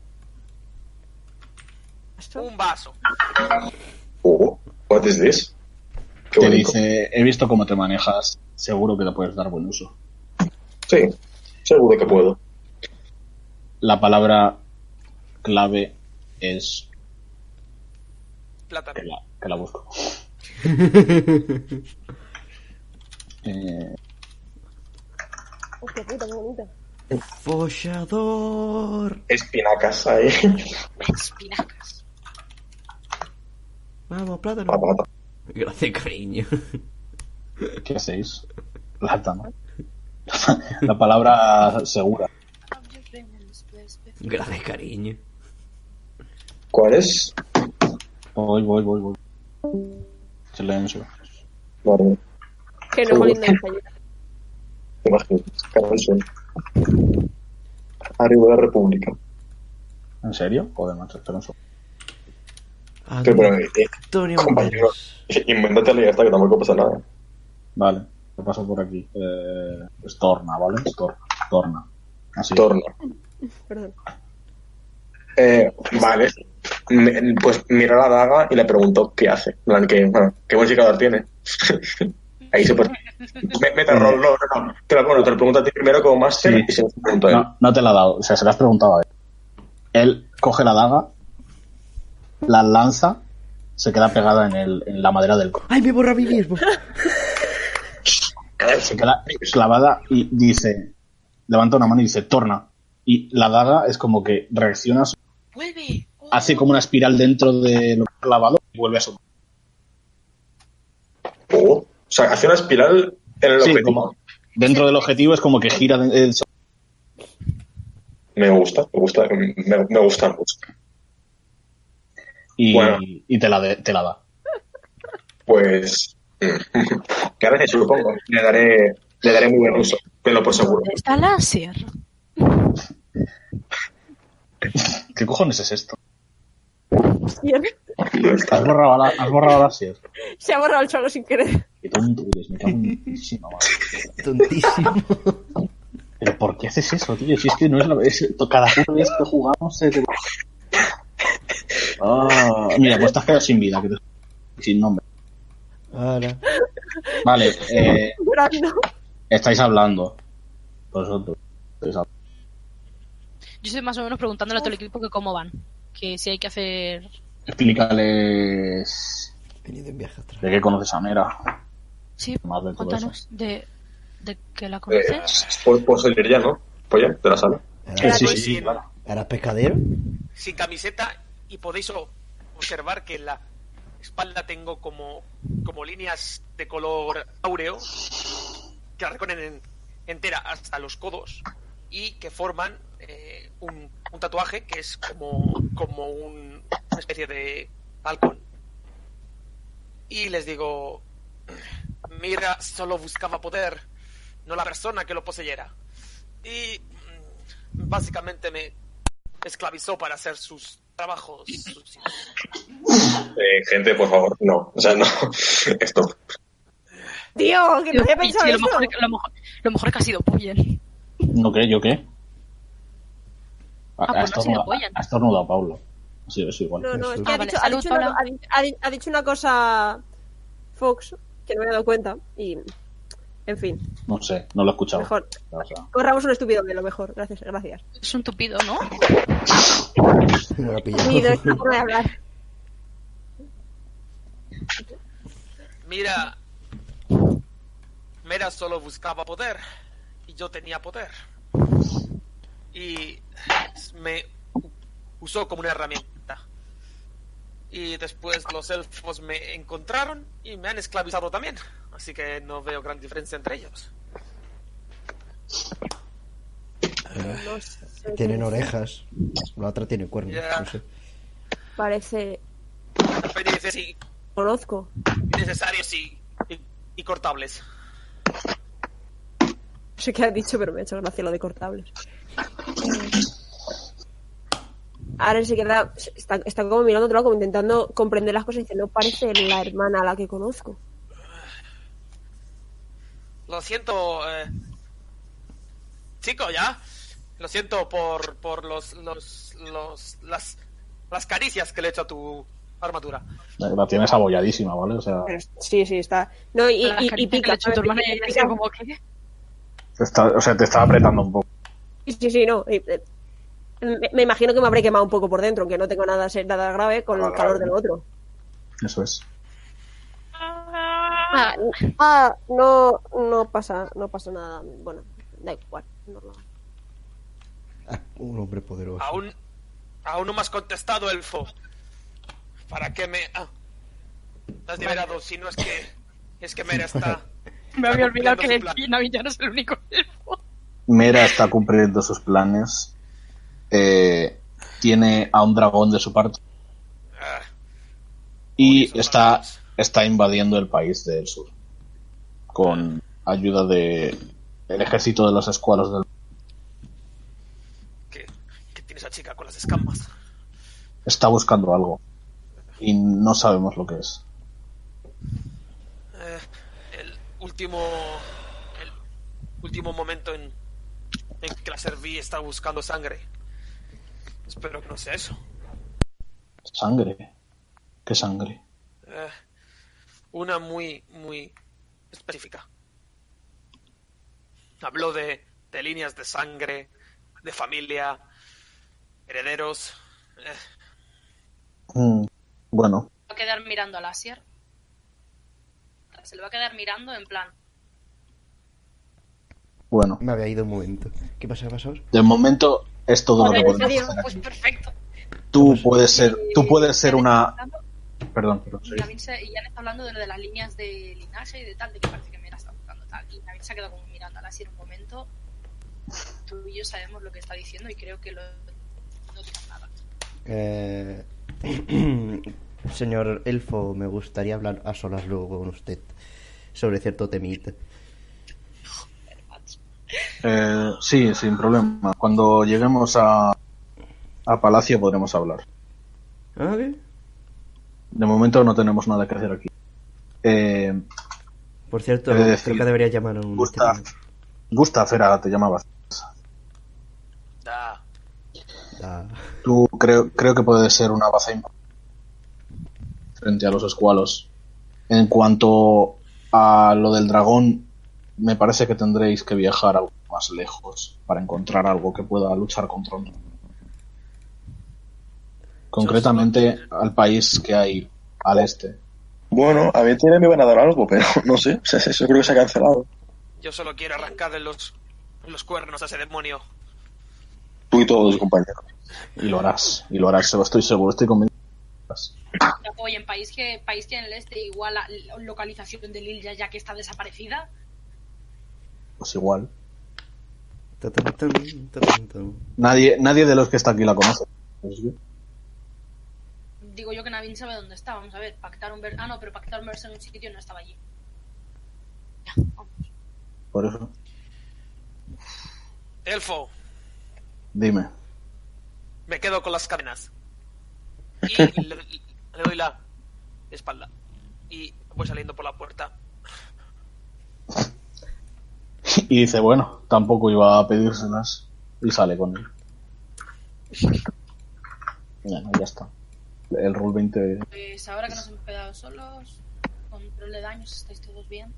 S8: Esto.
S10: Un vaso.
S2: Oh, what is this? Qué
S1: Te
S2: bonito.
S1: dice, he visto cómo te manejas, seguro que le puedes dar buen uso.
S2: Sí, seguro que puedo.
S1: La palabra clave es
S10: Plátano.
S1: que la, que la busco. Eh,
S8: Hostia puta, qué bonito.
S4: Follador.
S2: Espinacas ahí.
S9: Espinacas.
S4: Vamos, plátano.
S2: Patata.
S12: Gracias, cariño.
S1: ¿Qué hacéis? Plátano. La palabra segura.
S12: Gracias, cariño.
S2: ¿Cuál es?
S1: Voy, voy, voy, voy. Silencio.
S2: Vale,
S8: Que no molinda en español.
S2: me imagino. Canal Sur. Arriba de la República.
S1: ¿En serio? Joder, macho, espera un segundo.
S2: Sí, pero, eh, eh,
S4: Antonio
S2: compañero,
S4: Banderas.
S2: invéntate la esta que tampoco pasa nada.
S1: Vale, te paso por aquí. Eh, Storna, ¿vale? Storna. Torna. Así.
S2: Torno.
S8: Perdón.
S2: Eh, vale. Me- Pues mira la daga y le pregunto qué hace. En plan, que, bueno, qué bonificador tiene. Ahí se puede. Me- Meta rol, no, no, no. Te la, bueno, te lo pregunto a ti primero como máster
S1: Sí.
S2: y se lo pregunto a él.
S1: No, no te la ha dado, o sea, se la has preguntado a él. Él coge la daga, la lanza, se queda pegada en, el, en la madera del coche,
S4: ¡Ay, me borra a mí mismo!
S1: se queda clavada y dice, levanta una mano y dice, torna. Y la daga es como que reacciona,
S9: ¡Vuelve!
S1: hace como una espiral dentro de lo clavado y vuelve a su
S2: Oh, o sea, hace una espiral en el
S1: Sí,
S2: objetivo.
S1: como- Dentro del objetivo es como que gira de- eh, el-
S2: Me gusta, me gusta, me, me gusta mucho.
S1: y,
S2: Bueno.
S1: y te, la de- te la da.
S2: Pues. mm, Gracias, supongo. Le daré, le daré muy buen uso. Tenlo por seguro.
S9: Está láser.
S1: ¿Qué cojones es esto?
S8: Hostia,
S1: Has borrado la, has borrado la sierra.
S8: Se ha borrado el cholo sin querer.
S1: Qué tonto eres, me cago en muchísima madre.
S4: Tontísimo.
S1: Pero ¿por qué haces eso, tío? Si es que no es la es- cada vez que jugamos se te- Ah, mira, pues te has quedado sin vida, que te- sin nombre.
S4: Ahora.
S1: Vale, eh,
S8: Llorando.
S1: estáis hablando. Vosotros. estáis hablando.
S9: Yo estoy más o menos preguntándole a todo el equipo que cómo van. Que si hay que hacer.
S1: Explícales
S4: Venido en viaje atrás.
S1: de qué conoces a Mera.
S9: Sí,
S1: Más de todo
S9: cuéntanos de, de que la
S2: Eh,
S9: conoces.
S2: puedo, puedo salir ya, ¿no? Pues ya, de la sala.
S1: Sí,
S4: ¿Ahora,
S1: sí,
S10: Pues
S1: sí,
S10: sin,
S1: claro.
S4: ahora pescadero?
S10: sin camiseta y podéis o- observar que en la espalda tengo como, como líneas de color áureo que la recorren en- entera hasta los codos y que forman eh, un, un tatuaje que es como, como un- una especie de halcón. Y les digo, mira, solo buscaba poder, no la persona que lo poseyera. Y mm, básicamente me esclavizó para hacer sus trabajos. sucios.
S2: Eh, gente, por favor, no. O sea, no. Esto.
S8: Tío, que no Eh, había pensado
S9: Sí, lo,
S8: eso.
S9: mejor, lo, mejor, lo mejor que ha sido pues Poyen.
S1: ¿No qué? ¿Yo qué? Ha,
S9: Ah, pues no ha sido
S1: estornudado,
S9: Boyan.
S1: ha estornudado Pablo. Sí, es igual.
S8: No, no, es que
S9: Ah,
S8: ha
S9: vale,
S8: dicho, ha,
S9: salud,
S8: dicho una,
S9: Paula.
S8: ha di- ha di- ha dicho una cosa Fox que no me he dado cuenta y. En fin,
S1: No sé, no lo he escuchado.
S8: mejor.
S1: O sea,
S8: Corramos un estúpido de lo mejor. Gracias, gracias.
S9: Es un tupido, ¿no?
S4: No lo he
S8: Sí, no es una
S4: pillado.
S8: forma de hablar.
S10: Mira, Mera solo buscaba poder y yo tenía poder. Y me u- usó como una herramienta. Y después los elfos me encontraron y me han esclavizado también. Así que no veo gran diferencia entre ellos.
S8: No sé,
S4: Tienen
S8: qué
S4: orejas. La otra tiene cuernos.
S10: Ya.
S4: No sé.
S8: Parece.
S10: Pero dice, sí,
S8: Conozco.
S10: necesarios y, y- y cortables.
S8: No sé qué has dicho, pero me ha hecho gracia lo de cortables. Ahora se queda. Está, está como mirando a otro lado, como intentando comprender las cosas y dice: No parece la hermana a la que conozco.
S10: Lo siento, eh, chico, ya. Lo siento por, por los, los, los, las, las caricias que le he hecho a tu armadura.
S1: La, la tienes abolladísima, ¿vale? O sea,
S8: Pero sí, sí, está. No, y,
S6: Con las
S8: y- y
S6: caritas que le
S8: pica.
S6: he hecho a tu hermana y ella está como que...
S1: te está- o sea, te está apretando un poco.
S8: Sí, sí, sí, no. Eh, eh, Me, me imagino que me habré quemado un poco por dentro, aunque no tengo nada, se- nada grave con el
S1: Nada
S8: calor
S1: grave.
S8: del otro.
S1: Eso es.
S8: Ah, n- ah, no, no pasa, no pasa nada. Bueno, da igual. no lo-
S4: Ah, Un hombre poderoso.
S10: Aún, aún no me has contestado, elfo. ¿Para qué me...? Ah, te has liberado, si no es que... Es que Mera está...
S6: Me había olvidado que
S10: Cumpliendo su plan.
S6: Navi ya no es el único elfo.
S1: Mera está cumpliendo sus planes. Eh, tiene a un dragón de su parte.
S10: Ah,
S1: Y
S10: Esos
S1: está,
S10: dragones.
S1: está invadiendo el país del sur. Con ayuda de el ejército de los escuadros del
S10: que, que tiene esa chica con las escamas.
S1: está buscando algo. Y no sabemos lo que es.
S10: Eh, el último... El último momento en, en que la serví está buscando sangre. Espero que no sea eso.
S1: Sangre. ¿Qué sangre?
S10: Eh, una muy, muy específica. Habló de, de líneas de sangre, de familia, herederos. eh,
S1: Mm, bueno,
S6: Va a quedar mirando a Lasier. Se le va a quedar mirando en plan...
S1: bueno.
S4: Me había ido un momento. ¿Qué pasa, qué pasó?
S1: De momento es todo lo que
S6: Joder,
S1: podemos
S6: Dios,
S1: hacer.
S6: Pues
S1: aquí.
S6: perfecto.
S1: Tú puedes ser, tú puedes ser
S6: Yannick
S1: una.
S6: está hablando-
S1: Perdón, perdón.
S6: Y Navin se- y Jan está hablando de lo de las líneas de linaje y de tal, de que parece que Mera está buscando tal. Y Navin se ha quedado como mirando a Lassie en un momento. Tú y yo sabemos lo que está diciendo y creo que lo, no digas nada.
S4: Eh, Señor Elfo, me gustaría hablar a solas luego con usted sobre cierto temita.
S1: Eh, sí, sin problema. Cuando lleguemos a, a Palacio podremos hablar.
S4: ¿Ah, qué?
S1: De momento no tenemos nada que hacer aquí. Eh,
S4: Por cierto,
S1: He de decir-
S4: creo que debería llamar a un
S1: Gustav.
S4: veterinario.
S1: Gustav era, te llamabas.
S10: da-
S4: Ah,
S1: Tú creo, creo que puedes ser una baza importante frente a los escualos. En cuanto a lo del dragón, me parece que tendréis que viajar algo más lejos para encontrar algo que pueda luchar contra un Concretamente al país que hay al este.
S2: Bueno, a BTR me van a dar algo, pero no sé. O sea, eso creo que se ha cancelado.
S10: yo solo quiero arrancarle los, los cuernos a ese demonio.
S2: Tú y todos, compañeros.
S1: Y lo harás, y lo harás, se lo estoy seguro, estoy convencido. que lo harás.
S6: Te apoyo en país que, país que en el este igual a localización de Lil ya, ya que está desaparecida.
S1: Pues igual.
S4: ta, ta, ta, ta, ta, ta.
S1: Nadie, nadie de los que está aquí la conoce. Pues yo.
S6: Digo yo que Navin sabe dónde está, vamos a ver, pactaron ver... Ah, no, pero pactaron verse en un sitio y no estaba allí. Ya, vamos.
S1: Por eso,
S10: Elfo,
S1: dime.
S10: me quedo con las cadenas. Y le, le doy la espalda. Y voy saliendo por la puerta.
S1: Y dice, bueno, tampoco iba a pedírselas. Y sale con él. Bueno, ya está. El rule 20.
S6: Pues ahora que nos hemos quedado solos, control de daños, estáis todos bien.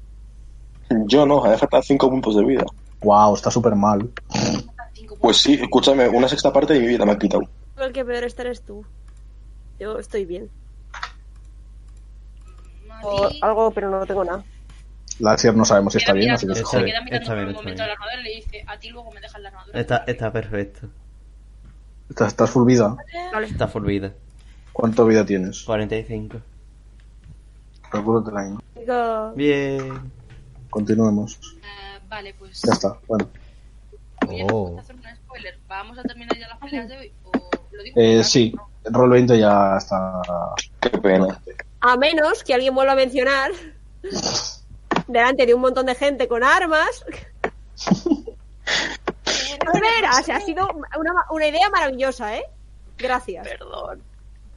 S2: Yo no, me faltan cinco puntos de vida.
S1: ¡Wow! Está súper mal.
S6: Faltan cinco
S2: Pues sí,
S6: puntos.
S2: escúchame, una sexta parte de mi vida me ha quitado.
S8: El que peor estar es tú. Yo estoy bien. O
S6: Mati
S8: algo, pero no tengo nada.
S1: Lazier no sabemos si
S6: queda
S1: está bien,
S6: mirando-
S1: así que se
S4: Está
S6: se
S1: jode.
S4: bien,
S6: queda mirando
S4: está
S6: por
S4: bien,
S6: un
S4: está
S6: momento
S4: bien.
S6: la armadura y le dice, a ti luego me dejas la armadura.
S4: Está, está perfecto.
S1: Estás, estás full vida.
S4: Está full vida.
S1: ¿Cuánto vida tienes?
S4: 45.
S1: Procúratela ahí.
S8: Digo,
S4: Bien.
S1: Continuemos.
S6: Eh, vale, pues
S1: Ya está. Bueno.
S6: voy a
S4: Oh.
S6: hacer un spoiler. ¿Vamos a terminar ya las peleas de hoy? ¿O lo digo?
S1: Eh,
S6: Claro,
S1: sí,
S6: no.
S1: el rol 20 ya está.
S2: Qué pena.
S8: a menos que alguien vuelva a mencionar delante de un montón de gente con armas. Mira, o sea, ha sido una, una idea maravillosa, ¿eh? Gracias.
S5: Perdón.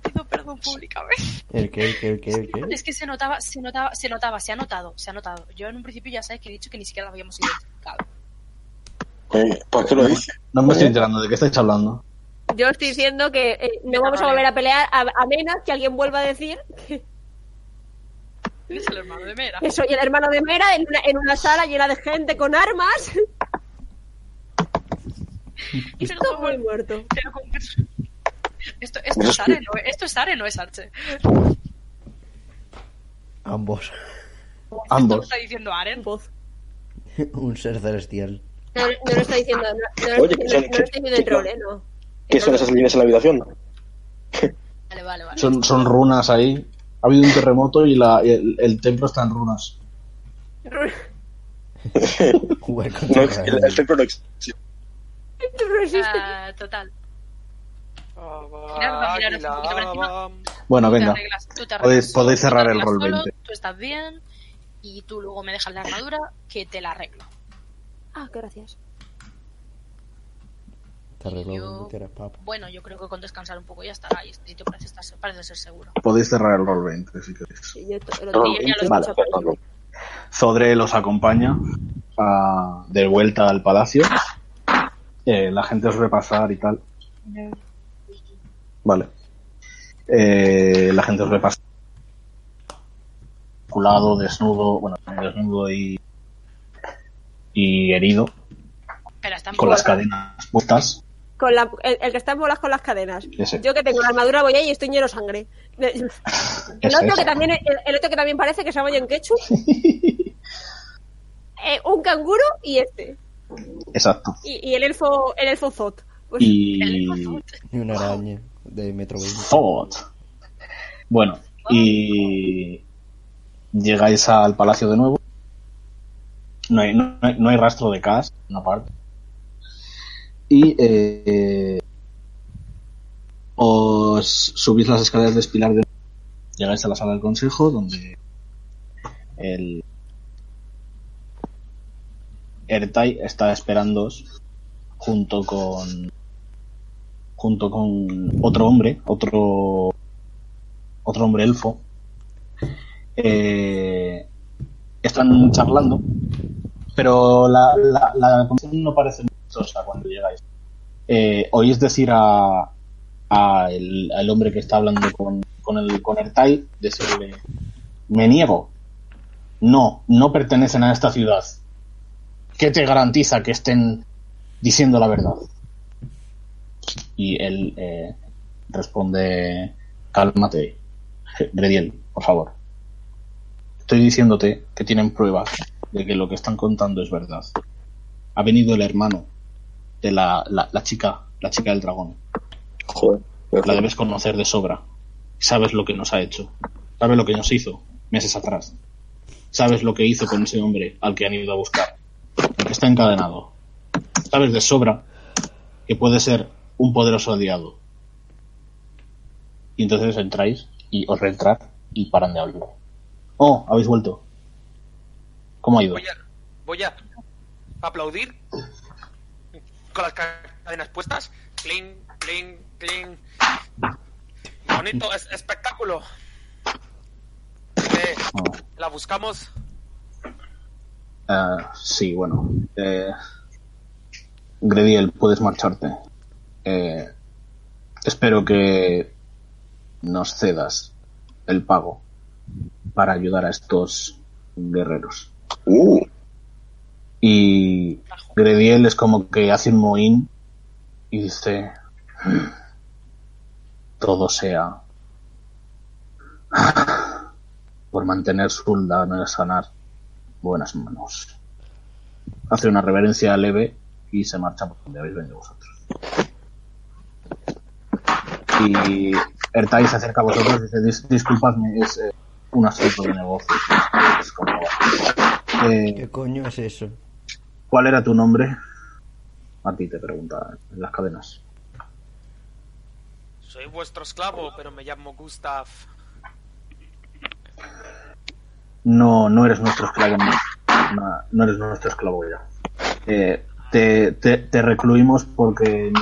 S5: Pido perdón públicamente.
S4: ¿El qué? ¿El qué? ¿El qué? ¿El qué?
S6: Es que se notaba, se notaba, se notaba, se ha notado, se ha notado. Yo en un principio ya sabes que he dicho que ni siquiera lo habíamos identificado.
S2: Eh, ¿Por qué lo dices?
S1: No me estoy enterando de qué estáis hablando.
S8: Yo estoy diciendo que eh, no vamos a volver a pelear a, a menos que alguien vuelva a decir que,
S6: Es el hermano de Mera.
S8: que soy el hermano de Mera en una, en una sala llena de gente con armas.
S6: Y se lo
S8: Todo
S6: tomo-
S8: muy muerto.
S6: te lo confieso. Esto, esto
S2: Bueno,
S6: es
S2: es
S6: Are,
S2: que-
S6: no, esto es Are, no es Arche.
S4: Ambos.
S6: Esto lo
S1: Ambos.
S6: está diciendo Aren.
S8: Voz.
S4: Un ser celestial.
S8: No, no lo está diciendo, no, no lo
S2: Oye,
S8: está
S2: que
S8: diciendo,
S2: son-
S8: no lo está diciendo el
S2: que-
S8: troll, eh, no.
S2: ¿Qué son esas líneas en la habitación?
S6: Vale, vale, vale.
S1: Son, son runas ahí. Ha habido un terremoto y la- el, el templo está en runas.
S4: Jugar con
S2: No, el, el templo no existe.
S8: Tú no existes.
S6: Ah, total.
S10: Águila,
S6: mira, mira, mira, mira, mira.
S10: va.
S1: Bueno,
S6: Tú te
S1: venga.
S6: arreglas- tú
S1: Podéis,
S6: te arreglas
S1: podéis
S6: solo,
S1: cerrar
S6: te
S1: el
S6: arreglas
S1: rol
S6: solo,
S1: 20.
S6: Tú estás bien y tú luego me dejas la armadura que te la arreglo.
S8: Ah, gracias.
S4: Te arreglo
S6: Y yo-
S4: donde quieras, papá.
S6: Bueno, yo creo que con descansar un poco ya estará. Y este sitio parece, estar, parece ser seguro.
S1: Podéis cerrar el rol 20 si queréis.
S8: Sí, yo to- lo
S2: Rol
S8: tenía ya
S2: 20,
S8: lo
S2: vale,
S8: escucho,
S2: pues no,
S8: pero-
S2: no.
S1: Zodre los acompaña a- de vuelta al palacio. Eh, la gente os ve pasar y tal. Vale. Eh, la gente os ve pasar. Culado, desnudo, bueno, desnudo y, y herido,
S6: Espera, están
S1: con las cadenas puestas.
S8: Con la- el, el que está en bolas con las cadenas.
S1: Ese.
S8: Yo que tengo la armadura voy ahí y estoy lleno de sangre. El
S1: Ese,
S8: otro,
S1: ese.
S8: que también, el, el otro que también parece que se ha bañado en ketchup. Eh, un canguro y este.
S1: Exacto.
S8: Y, y el elfo el elfo Zot. Pues,
S1: Y.
S4: Y una araña de metro 20.
S1: Zod. Bueno, y. Llegáis al palacio de nuevo. No hay, no hay- no hay rastro de Cass, en una parte. Y. eh, os subís las escaleras de Espilar de. Llegáis a la sala del consejo, donde. El. Ertai está esperándoos junto con junto con otro hombre, otro otro hombre elfo, eh, están charlando, pero la, la, la conversación no parece muy gustosa cuando llegáis. Eh, oís decir a, a el- al hombre que está hablando con, con el con Ertai, decirle, me niego, no, no pertenecen a esta ciudad. ¿Qué te garantiza que estén diciendo la verdad? y él eh, responde cálmate Rediel, por favor estoy diciéndote que tienen pruebas de que lo que están contando es verdad ha venido el hermano de la, la- la chica la chica del dragón
S2: Joder.
S1: la debes conocer de sobra sabes lo que nos ha hecho sabes lo que nos hizo meses atrás sabes lo que hizo con ese hombre al que han ido a buscar el que está encadenado sabes de sobra que puede ser un poderoso aliado. Y entonces entráis y os reentrad y paran de hablar. Oh, habéis vuelto. ¿Cómo ha ido?
S10: Voy a, voy a aplaudir con las ca- cadenas puestas. Cling, cling, cling. Bonito es- espectáculo. Eh,
S1: No.
S10: la buscamos.
S1: Ah, sí, bueno. Eh, Grediel, puedes marcharte. Eh, espero que nos cedas el pago para ayudar a estos guerreros.
S2: Uh,
S1: Y Grediel es como que hace un mohín y dice: Todo sea por mantener su lana sanar. Buenas manos. Hace una reverencia leve y se marcha por donde habéis venido vosotros. Y Ertai se acerca a vosotros y dice: "Dis- Disculpadme, es eh, un asunto de negocio. Es como, eh,
S4: ¿Qué coño es eso?
S1: ¿Cuál era tu nombre? A ti te pregunta en las cadenas.
S10: Soy vuestro esclavo, pero me llamo Gustav.
S1: No, no eres nuestro esclavo. No, no, no eres nuestro esclavo ya. Eh, te, te- te recluimos porque no,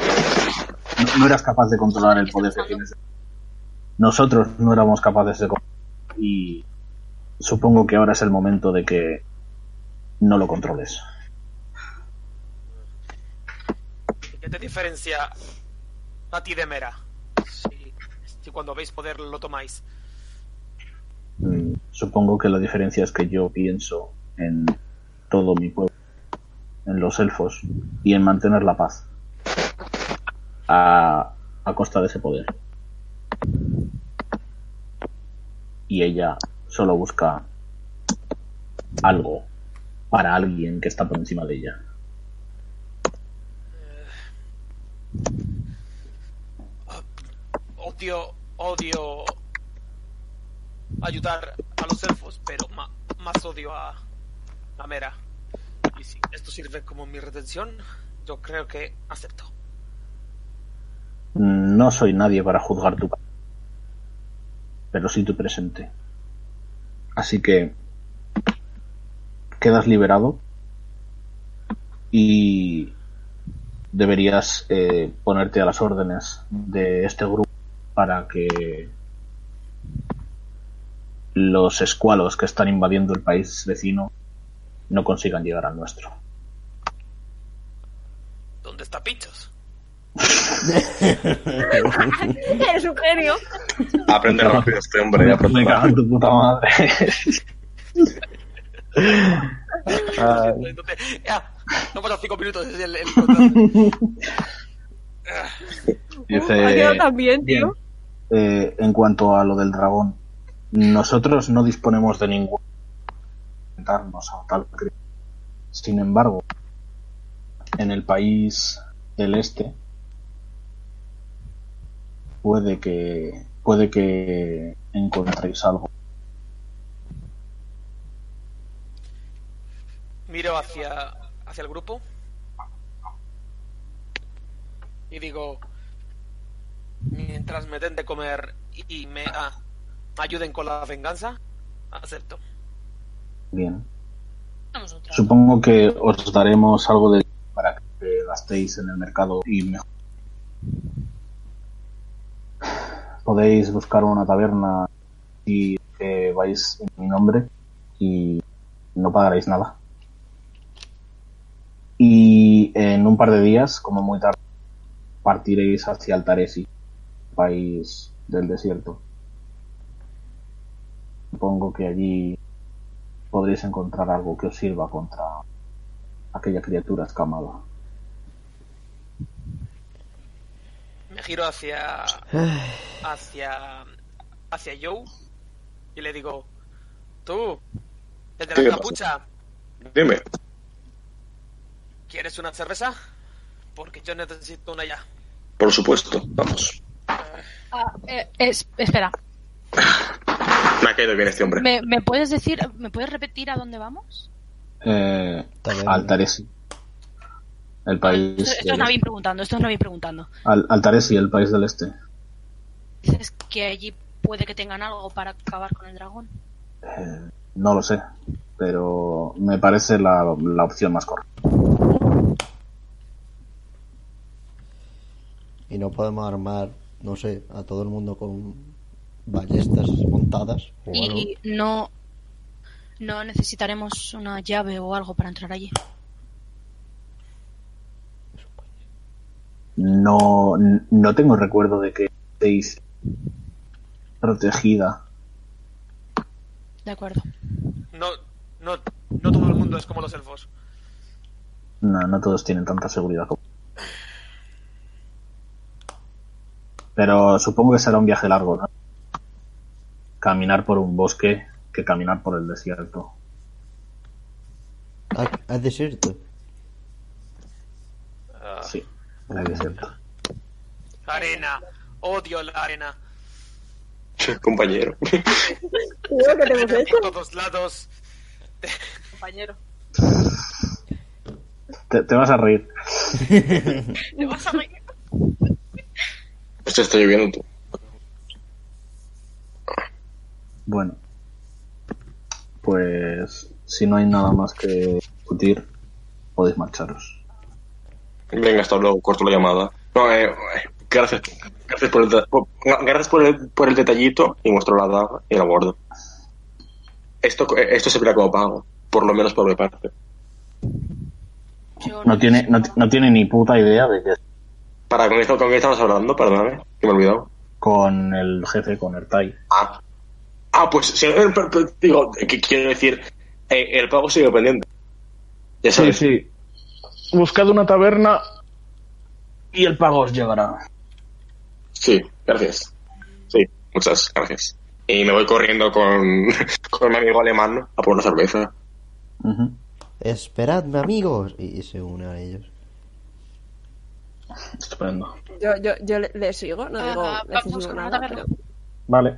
S1: no- no eras capaz de controlar el poder que tienes. Nosotros no éramos capaces de controlar y supongo que ahora es el momento de que no lo controles.
S10: ¿Qué te diferencia Nati de Mera. Si, si cuando veis poder lo tomáis.
S1: Mm, Supongo que la diferencia es que yo pienso en todo mi pueblo, en los elfos y en mantener la paz a, a costa de ese poder. Y ella solo busca algo para alguien que está por encima de ella.
S10: Odio, odio ayudar a los elfos, pero ma- más odio a la mera. Y si esto sirve como mi retención, yo creo que acepto.
S1: Mm, No soy nadie para juzgar tu pa- pero sí tu presente. Así que quedas liberado y deberías eh, ponerte a las órdenes de este grupo para que los escualos que están invadiendo el país vecino no consigan llegar al nuestro.
S10: ¿Dónde está Pinchos?
S8: Eres un genio.
S2: Aprende rápido este hombre, ya aprende
S1: Me cago en
S2: rápido.
S1: tu puta madre. Ah,
S10: Entonces, ya, no pasan cinco minutos desde el, el contrato.
S8: Uh, ha
S1: Dice,
S8: quedado tan bien,
S1: bien,
S8: tío.
S1: eh, en cuanto a lo del dragón, nosotros no disponemos de ningún enfrentarnos a tal cri- Sin embargo, en el país del este puede que puede que encontréis algo.
S10: Miro hacia, hacia el grupo y digo, mientras me den de comer y me ah, ayuden con la venganza, acepto.
S1: Bien.
S9: Vamos otra.
S1: Supongo que os daremos algo de para que gastéis en el mercado y mejor. Podéis buscar una taberna y que vais en mi nombre y no pagaréis nada. Y en un par de días, como muy tarde, partiréis hacia Altaresi, país del desierto. Supongo que allí podréis encontrar algo que os sirva contra aquella criatura escamada.
S10: Me giro hacia hacia hacia Joe y le digo, tú, el de
S2: ¿Qué
S10: la
S2: pasa?
S10: capucha,
S2: Dime,
S10: ¿quieres una cerveza? Porque yo necesito una ya.
S2: por supuesto, vamos.
S9: Ah, eh, es- espera,
S2: Me ha caído bien este hombre.
S9: ¿Me, me puedes decir, me puedes repetir a dónde vamos?
S1: Eh,
S4: Taberna.
S1: Altaresi. El país.
S9: Esto, esto es
S1: del-
S9: Navi preguntando, esto es Navi preguntando.
S1: Al- Altaresi, el país del este.
S9: Dices que allí puede que tengan algo para acabar con el dragón.
S1: Eh, no lo sé, pero me parece la, la opción más correcta.
S4: Y no podemos armar, no sé, a todo el mundo con ballestas montadas. o algo.
S9: Y no, no necesitaremos una llave o algo para entrar allí.
S1: No, no tengo recuerdo de que estéis protegida.
S9: De acuerdo.
S10: No, no, no todo el mundo es como los elfos.
S1: No, no todos tienen tanta seguridad como. Pero supongo que será un viaje largo, ¿no? Caminar por un bosque que caminar por el desierto.
S4: Ah, es desierto.
S10: Ah,
S1: Sí, en el desierto.
S10: Arena, odio la arena.
S2: Compañero. Pues
S8: Tío, ¿qué te hemos hecho?
S10: Por todos lados.
S5: compañero.
S1: Te, te vas a reír.
S5: Te vas a reír.
S2: Esto está lloviendo tú.
S1: Bueno. Pues si no hay nada más que discutir, podéis marcharos.
S2: Venga, hasta luego, corto la llamada. No, eh, eh, gracias. Gracias por el, de- por- gracias por el, por el detallito y muestro la daga y la guardo. Esto, eh, esto servirá como pago, por lo menos por mi parte.
S9: Yo
S1: No tiene, no,
S9: necesito-
S1: no tiene ni puta idea de que
S2: Para, ¿con esto, con qué estamos hablando? Perdóname, que me he olvidado.
S9: Con el jefe, con Ertai.
S2: Ah, ah pues, sí, eh, pero- pero digo, eh, que quiero decir, eh, el pago sigue pendiente. Ya
S9: Sí,
S2: sabes.
S9: sí. Buscad una taberna y el pago os llegará.
S2: Sí, gracias. Sí, muchas gracias. Y me voy corriendo con, con un amigo alemán a por una cerveza.
S9: Ujú.
S4: Esperadme, amigos. Y, y se une a ellos.
S9: Estupendo.
S8: Yo, yo, yo le, le sigo, no
S6: Ah,
S8: digo,
S6: ah,
S8: le
S6: vamos
S8: digo
S6: con
S8: nada.
S6: una taberna.
S8: pero-
S9: Vale.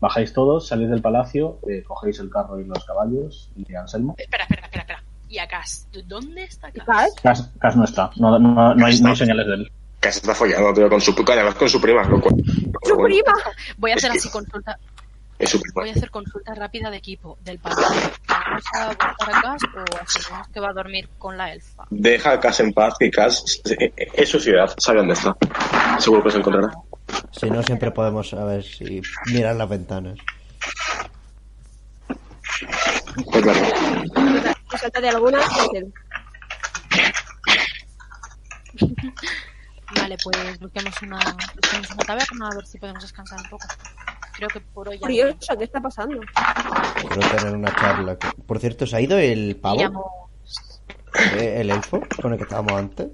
S9: Bajáis todos, salís del palacio, eh, cogéis el carro y los caballos y Anselmo.
S6: Espera, espera, espera, espera. ¿Y acá? ¿Dónde está acá?
S8: ¿Sabes?
S9: Cas, Cas no está, no, no- no hay, no hay señales de él.
S2: Casi está follado, tío, con su pica, además con su prima, lo cual.
S8: ¡Su
S2: bueno,
S8: prima!
S6: Voy a hacer así consulta.
S2: Es su
S6: Voy a
S2: prima.
S6: hacer consulta rápida de equipo del palacio. ¿Vamos a buscar a Cass o asumimos que va a dormir con la elfa?
S2: Deja a Cas en paz y Cas eh, es su ciudad, sabe dónde está. Seguro que se encontrará.
S4: Si no, siempre podemos saber si mirar las ventanas.
S2: Pues claro.
S8: Me salta de alguna. y dice,
S6: Vale, pues busquemos una, busquemos una taberna a ver si podemos descansar un poco. Creo que por hoy ya.
S8: Curioso, ¿qué está pasando?
S4: Quiero tener una charla. con- Por cierto, ¿se ha ido el
S6: Y
S4: pavo?
S6: llamo-
S4: Eh, ¿El elfo con el que estábamos antes?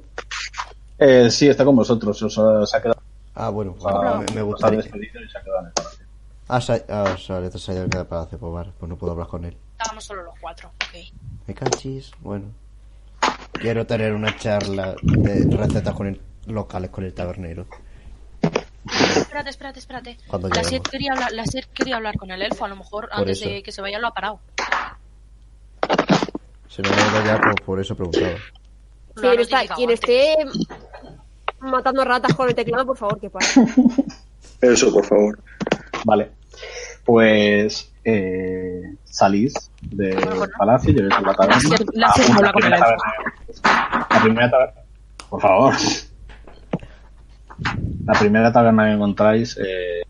S9: Eh, sí, está con vosotros, os ha, se ha quedado.
S4: Ah, bueno,
S9: os ha-
S4: vale, me,
S9: os
S4: me
S9: ha
S4: gustaría.
S9: despedido y se ha quedado en el palacio.
S4: Ah, se ha, ah, se ha- se ha ido el que da palacio, pues vale, pues no puedo hablar con él.
S6: Estábamos solo los cuatro, ok.
S4: Me cachis, bueno. Quiero tener una charla de recetas con el, locales con el tabernero.
S6: Espérate, espérate, espérate.
S4: Cuando
S6: La Sir
S4: lleguemos.
S6: quería, hablar- la Sir quería hablar con el elfo, a lo mejor antes
S4: eso.
S6: de que se vaya lo ha parado.
S4: Si no me he ido ya, pues por eso preguntaba.
S6: Lo
S8: Sí,
S6: ha
S8: quien, está,
S6: notificado
S8: quien
S6: antes.
S8: esté matando ratas con el teclado, por favor, que pare.
S2: Eso, por favor.
S9: Vale. Pues eh, salís del palacio y llegáis a la taberna.
S6: La Sir- la Sir
S9: Ah,
S6: habla con el elfo.
S9: taberna. La primera taberna. Por favor. La primera taberna que encontráis eh,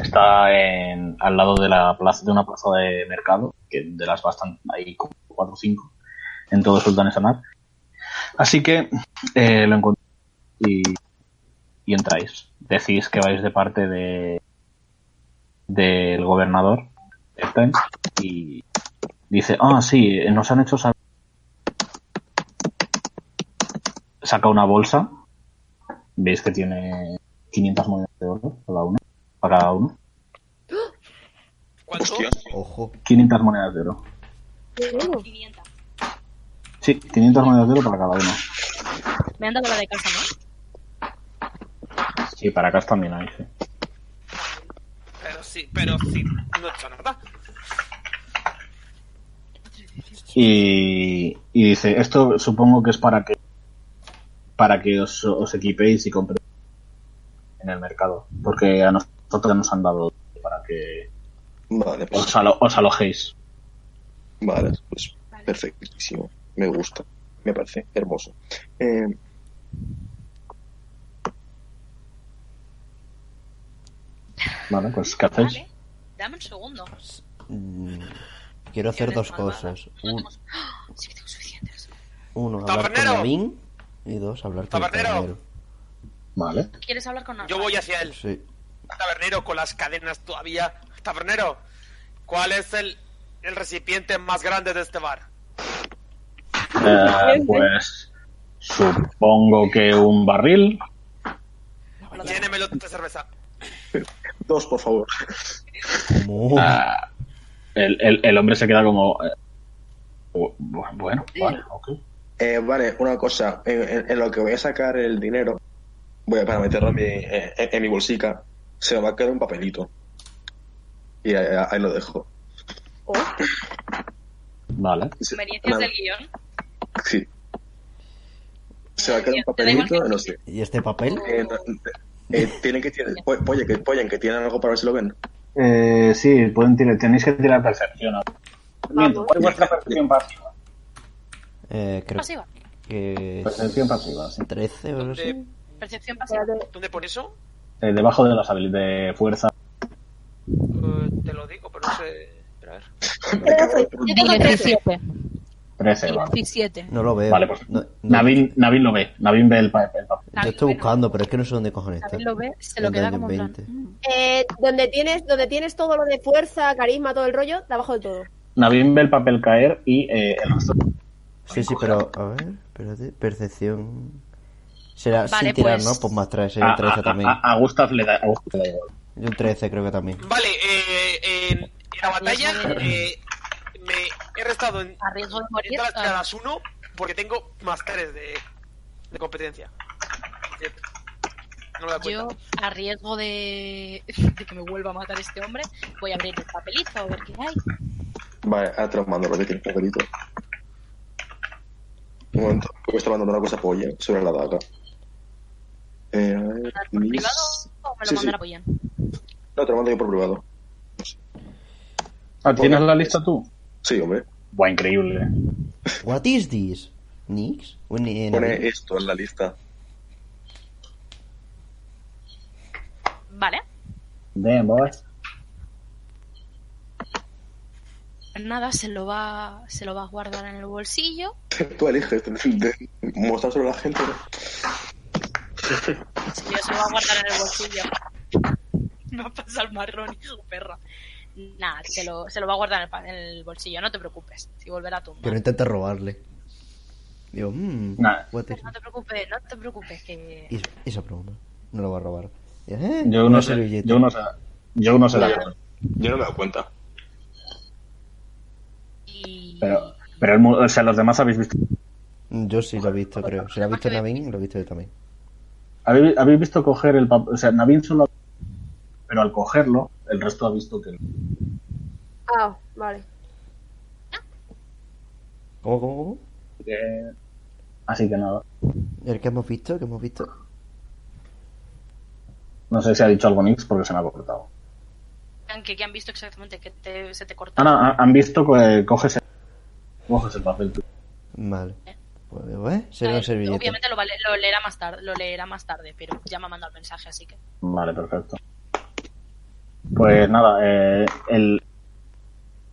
S9: está en, al lado de la plaza de una plaza de mercado, que de las bastan hay como cuatro o cinco en todo Sultán Sanar. Así que eh, lo encontráis y, y entráis. Decís que vais de parte de del gobernador Epstein, y dice, ah, sí, nos han hecho saber. Saca una bolsa. Veis que tiene 500 monedas de oro cada uno. Para cada uno.
S10: ¿Cuánto?
S4: Ojo,
S9: 500 monedas de oro. Sí, 500 monedas de oro para cada uno.
S6: Me han dado la de casa, ¿no?
S9: Sí, para acá también hay. sí.
S10: Pero sí, pero sí, no he hecho nada.
S9: Y, y dice, esto supongo que es para que para que os, os equipéis y compréis en el mercado. Porque a nosotros nos han dado para que
S2: Vale, pues,
S9: os, alo- os alojéis.
S2: vale, pues perfectísimo. Me gusta. Me parece hermoso. Eh,
S9: Vale, pues ¿qué hacéis?
S6: Vale. Dame un segundo.
S4: Mm, quiero hacer dos cosas.
S6: No
S4: Un-
S6: tengo su- ¡Ah! Sí que tengo suficientes.
S4: uno, hablar con
S10: ¡Tabernero!
S4: Lavín. Y dos, hablar con el
S10: ¡Tabernero!
S4: tabernero.
S9: Vale.
S6: ¿Quieres hablar con
S10: Yo voy hacia él.
S4: Sí.
S10: Tabernero con las cadenas todavía. Tabernero, ¿cuál es el, el recipiente más grande de este bar?
S9: Eh, pues supongo que un barril.
S10: Llénemelo de cerveza.
S2: dos, por favor.
S4: Como-
S9: Ah, el, el- el hombre se queda como... eh, bu- bu- bueno, vale, ok.
S2: Eh, vale, una cosa. En, en- en lo que voy a sacar el dinero, voy a, para meterlo en mi, eh, en, en mi bolsica, se me va a quedar un papelito. Y ahí, ahí lo dejo.
S8: Oh,
S9: Vale.
S2: Se-
S6: Conveniencias
S2: nada,
S6: del guión.
S2: Sí. Se va a quedar un
S6: Te da igual
S2: papelito,
S6: que-
S2: no sé.
S4: ¿Y este papel?
S2: Eh, no, eh, tienen que tienen, po- polla, que, polla, que tienen algo para ver si lo ven.
S9: Eh, sí, pueden tirar, tenéis que tirar percepción. ahora. Miento, ¿cuál es vuestra percepción pasiva?
S4: Eh, creo
S6: Pasiva.
S4: que es
S9: Percepción pasiva, sí.
S4: 13 o no sé.
S10: ¿Dónde,
S6: Percepción pasiva.
S8: espérate.
S10: dónde pone eso?
S9: Eh, debajo de las habilidades de fuerza.
S10: Eh, te lo digo, pero no sé. Espera, a ver.
S8: Yo tengo 13.
S9: 13, vale.
S6: 17.
S4: No lo veo.
S9: Vale, pues
S4: No- no-
S9: Navin, Navin lo ve, Navin ve el papel.
S4: Yo estoy buscando, pero es que no sé dónde cojones está.
S6: David lo ve, se lo queda como en plan.
S4: 20.
S6: "Mm,
S8: Eh, donde tienes, donde tienes todo lo de fuerza, carisma, todo el rollo, debajo de todo.
S9: Navin ve el papel caer y eh, el resto-
S4: Sí, sí, pero a ver, espérate, percepción. Será
S6: Vale,
S4: sin tirar,
S6: pues-
S4: ¿no? Pues más 3, sería
S9: a,
S4: un 13 también.
S9: a- a- a Gustav le da, a Gustav le da igual.
S4: Y un 13 creo que también.
S10: Vale, eh, en la batalla eh, me he restado en,
S6: A riesgo de
S10: en
S6: morir.
S10: todas las
S6: ah,
S10: tiradas uno porque tengo más tres de, de competencia. Cierto. No me da cuenta.
S6: Yo, a riesgo de... de que me vuelva a matar este hombre, voy a abrir el papelito a ver qué hay.
S2: Vale, ahora te los mando lo que tienes, papelito. Un momento, que me está mandando una cosa polla sobre la daga. Eh, a ver,
S6: ¿Mandar ¿Por
S2: mis-
S6: privado o me lo
S2: Sí, sí.
S6: mandará Poyan?
S2: No, te lo mando yo por privado.
S9: Ah, ¿Tienes la lista tú?
S2: Sí, hombre.
S9: Buah, increíble. eh.
S4: What is this? ¿Nix? Un ni-
S2: Pone esto en la lista.
S6: Vale.
S9: Damn, boy.
S6: Nada, se lo va se lo va a guardar en el bolsillo.
S2: Tú eliges de, de mostrar sobre la gente. ¿no?
S6: Sí, se lo va a guardar en el bolsillo. No pasa el marrón, hijo perra. Nada, se lo, se lo va a guardar en el pa- en el bolsillo, no te preocupes. Si volverá a tu
S4: Pero intenta robarle. Digo, mmm.
S9: Nah.
S4: what is-
S6: No te preocupes, no te preocupes, que...
S4: y- Esa pregunta. No lo va a robar. Y, eh,
S9: Yo
S4: una
S9: no sé,
S4: servilleta.
S9: yo no sé, yo no sé la verdad.
S2: Yo no me he dado cuenta.
S6: y-
S9: Pero, pero el mu- o sea, los demás habéis visto.
S4: Yo sí lo he visto, creo. Si lo ha
S6: Ah,
S4: visto Navin, lo he visto yo también.
S9: ¿Habéis, habéis visto coger el papel? O sea, Navin solo. Pero al cogerlo, el resto ha visto que.
S8: Ah, vale.
S4: ¿Cómo, cómo, cómo?
S9: que- Así que nada.
S4: ¿El que hemos visto? ¿Qué hemos visto?
S9: No sé si ha dicho algo Nix porque se me ha cortado.
S6: que, que han visto exactamente que te- se te corta.
S9: Ah, no, ha- han visto que coges el, coges el papel tú.
S4: Vale. Pues, ¿eh? Será
S6: Eh,
S4: una servilleta.
S6: Obviamente lo, va- lo leerá más tarde, lo leerá más tarde, pero ya me ha mandado el mensaje, así que
S9: Vale, perfecto. Pues nada, eh, el.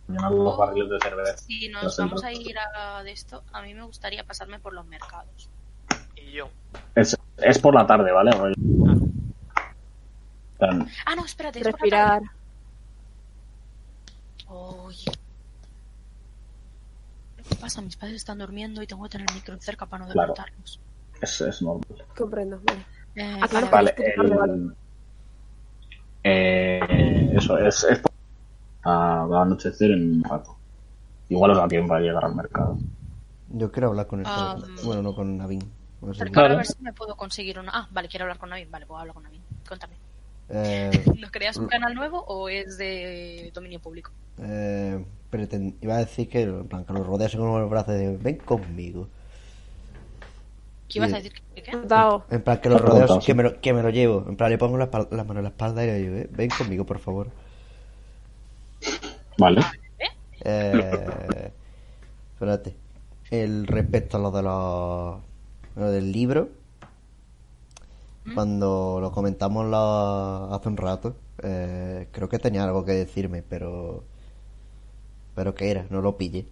S9: Llenar los barriles de cerveza.
S6: si
S9: Lo
S6: nos
S9: siento.
S6: vamos a ir a de esto, a mí me gustaría pasarme por los mercados.
S10: Y yo.
S9: Es, es por la tarde, ¿vale? O- Tan-
S6: Ah, no, espérate, es por la
S8: Respirar.
S6: Oye. ¿Qué pasa? Mis padres están durmiendo y tengo que tener el micro cerca para no
S9: Claro.
S6: despertarlos.
S9: Es, es normal.
S8: Comprendo. Vale.
S6: Eh,
S8: Ah, claro.
S9: Vale,
S8: Es por la tarde,
S9: el- eh, eso, es, es por- ah, va a anochecer en un rato. Igual os da tiempo a llegar al mercado.
S4: Yo quiero hablar con el
S6: Ah,
S4: Bueno, no con Navin. No sé.
S6: Cerca
S9: Claro.
S6: a ver si me puedo conseguir una. Ah, vale, quiero hablar con Navin. Vale, pues hablo con Navin. Cuéntame.
S4: Eh,
S6: ¿Nos creas un canal nuevo o es de dominio público?
S4: eh, preten- Iba a decir que, en plan, que lo rodease con los brazos de ven conmigo.
S6: ¿Qué ibas a
S4: Sí.
S6: decir? ¿Qué? qué?
S8: Dao.
S4: En plan, que lo
S9: Está cortado,
S4: rodeo,
S9: sí.
S4: que me lo, que me lo llevo. En plan, le pongo la, espal- la mano en la espalda y le digo, eh, ven conmigo, por favor.
S9: Vale.
S4: Eh, espérate. El respecto a lo de los lo del libro. Cuando lo comentamos la- hace un rato, eh, creo que tenía algo que decirme, pero pero qué era, no lo pillé.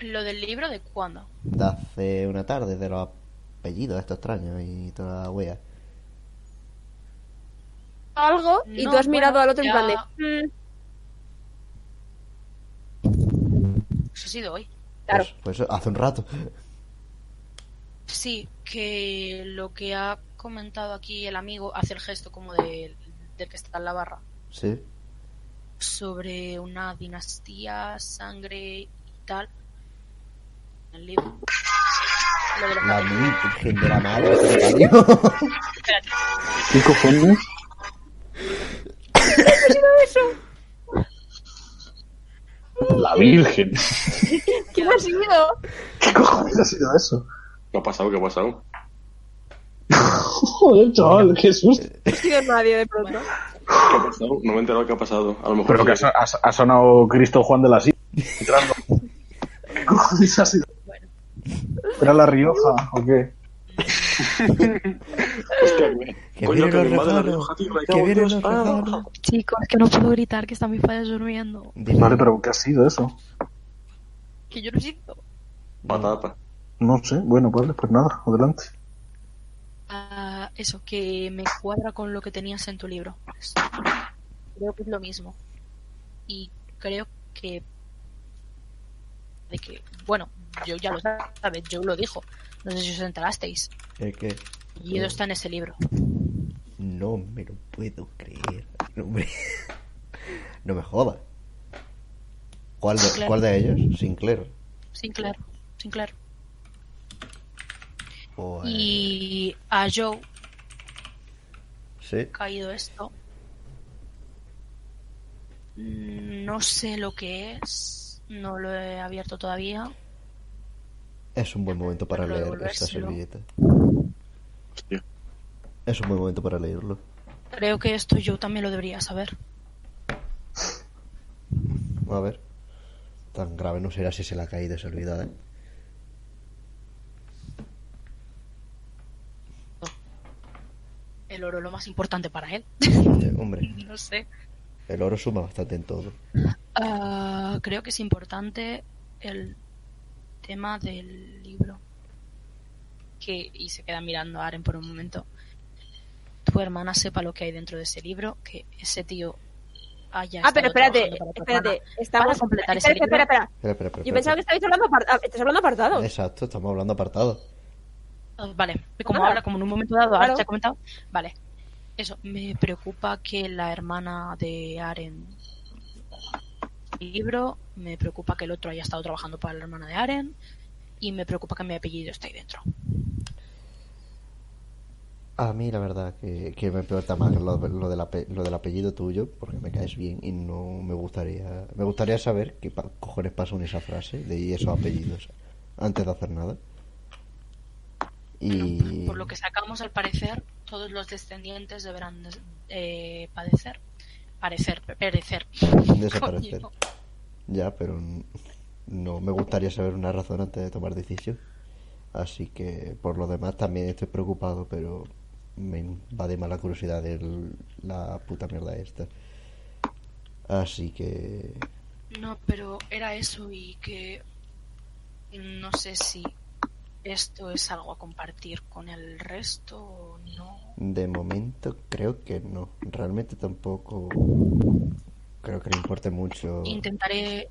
S6: ¿Lo del libro de cuándo?
S4: De hace una tarde de los apellidos estos extraños y toda la wea.
S8: Algo y
S6: No,
S8: tú has
S6: bueno,
S8: mirado al otro
S6: ya-
S8: en plan de. "Mm, "Mm".
S6: Eso ha sido hoy.
S8: claro.
S4: Pues, pues hace un rato.
S6: Sí, que lo que ha comentado aquí el amigo hace el gesto como de, del que está en la barra.
S4: Sí.
S6: sobre una dinastía, sangre y tal. El libro. Lo de los
S4: La
S6: papeles.
S4: virgen de la madre que lo parió.
S6: Espérate.
S9: ¿Qué cojones? La Virgen.
S8: ¿Quién ha sido?
S9: ¿Qué cojones ha sido eso?
S2: ¿Qué ha pasado? ¿Qué ha pasado?
S9: Joder, chaval, qué susto.
S8: No ha sido nadie de pronto.
S2: ¿Qué ha pasado? No me he enterado qué ha pasado. A lo mejor.
S9: Pero que ha, so- ha- ha sonado Cristo Juan de la Silla. entrando. ¿Qué cojones ha sido? ¿Era La Rioja o qué?
S2: Hostia, que-
S4: Que
S2: Coño,
S4: vienen
S2: que
S4: los
S2: mi madre la
S4: rejanos.
S2: Rioja, tío, me
S4: Que
S2: cago en
S4: vienen
S2: Dios.
S4: los
S2: Ah,
S4: rejanos.
S6: Chicos, que no puedo gritar, que están mis padres durmiendo.
S4: Dile-
S9: Vale, pero ¿qué ha sido eso?
S6: Que yo lo siento.
S2: Patata.
S9: No sé, bueno, vale, pues nada, adelante.
S6: Ah, eso, que me cuadra con lo que tenías en tu libro. Pues, creo que es lo mismo. Y creo que. De que. Bueno, yo ya lo sabes, yo lo dijo. No sé si os enterasteis.
S4: Es que
S6: Y eso está en ese libro.
S4: no me lo puedo creer. No me, no me jodas. ¿Cuál de,
S6: Sinclair.
S4: ¿Cuál de ellos? Sinclair.
S6: Sinclair. Sinclair.
S4: Pues,
S6: Y a Joe
S4: Sí.
S6: caído esto. Mm, No sé lo que es. No lo he abierto todavía.
S4: Es un buen momento para
S6: Pero
S4: leer esta
S6: devolvérselo.
S4: servilleta.
S2: Hostia.
S4: Es un buen momento para leerlo.
S6: Creo que esto yo también lo debería saber.
S4: A ver. Tan grave no será si se la ha caído se olvida, ¿eh?
S6: El oro es lo más importante para él.
S4: Eh, Hombre,
S6: No sé.
S4: el oro suma bastante en todo.
S6: Ah, creo que es importante el tema del libro. Que, y se queda mirando a Aren por un momento. Tu hermana sepa lo que hay dentro de ese libro, que ese tío haya.
S8: Ah, pero
S6: estado
S8: espérate,
S6: trabajando para tu hermana.
S8: espérate. Estamos...
S6: Para completar ese
S8: espera, espera,
S6: libro.
S8: espera.
S4: Espera, espera, espera.
S8: Yo pensaba que estabais hablando, aparta- estás hablando apartados.
S4: Exacto, estamos hablando apartado.
S6: Ah, Vale, como
S8: Pues Nada.
S6: habla, como en un momento dado, ahora
S8: Claro.
S6: te ha comentado. Vale, eso, me preocupa que la hermana de Aren libro, me preocupa que el otro haya estado trabajando para la hermana de Aren y me preocupa que mi apellido esté ahí dentro.
S4: A mí, la verdad, que, que me importa más lo, lo, del ape- lo del apellido tuyo, porque me caes bien y no me gustaría. Me gustaría saber qué pa- cojones pasa en esa frase de y esos apellidos antes de hacer nada. Y.
S6: Por lo que sacamos, al parecer, todos los descendientes deberán des- eh, padecer. Parecer, perecer.
S4: Desaparecer.
S6: Coño.
S4: Ya, pero n- no me gustaría saber una razón antes de tomar decisión. Así que por lo demás también estoy preocupado, pero me invade más la curiosidad de l- la puta mierda esta. Así que...
S6: No, pero era eso y que no sé si esto es algo a compartir con el resto o no.
S4: De momento creo que no. Realmente tampoco creo que le importe mucho.
S6: Intentaré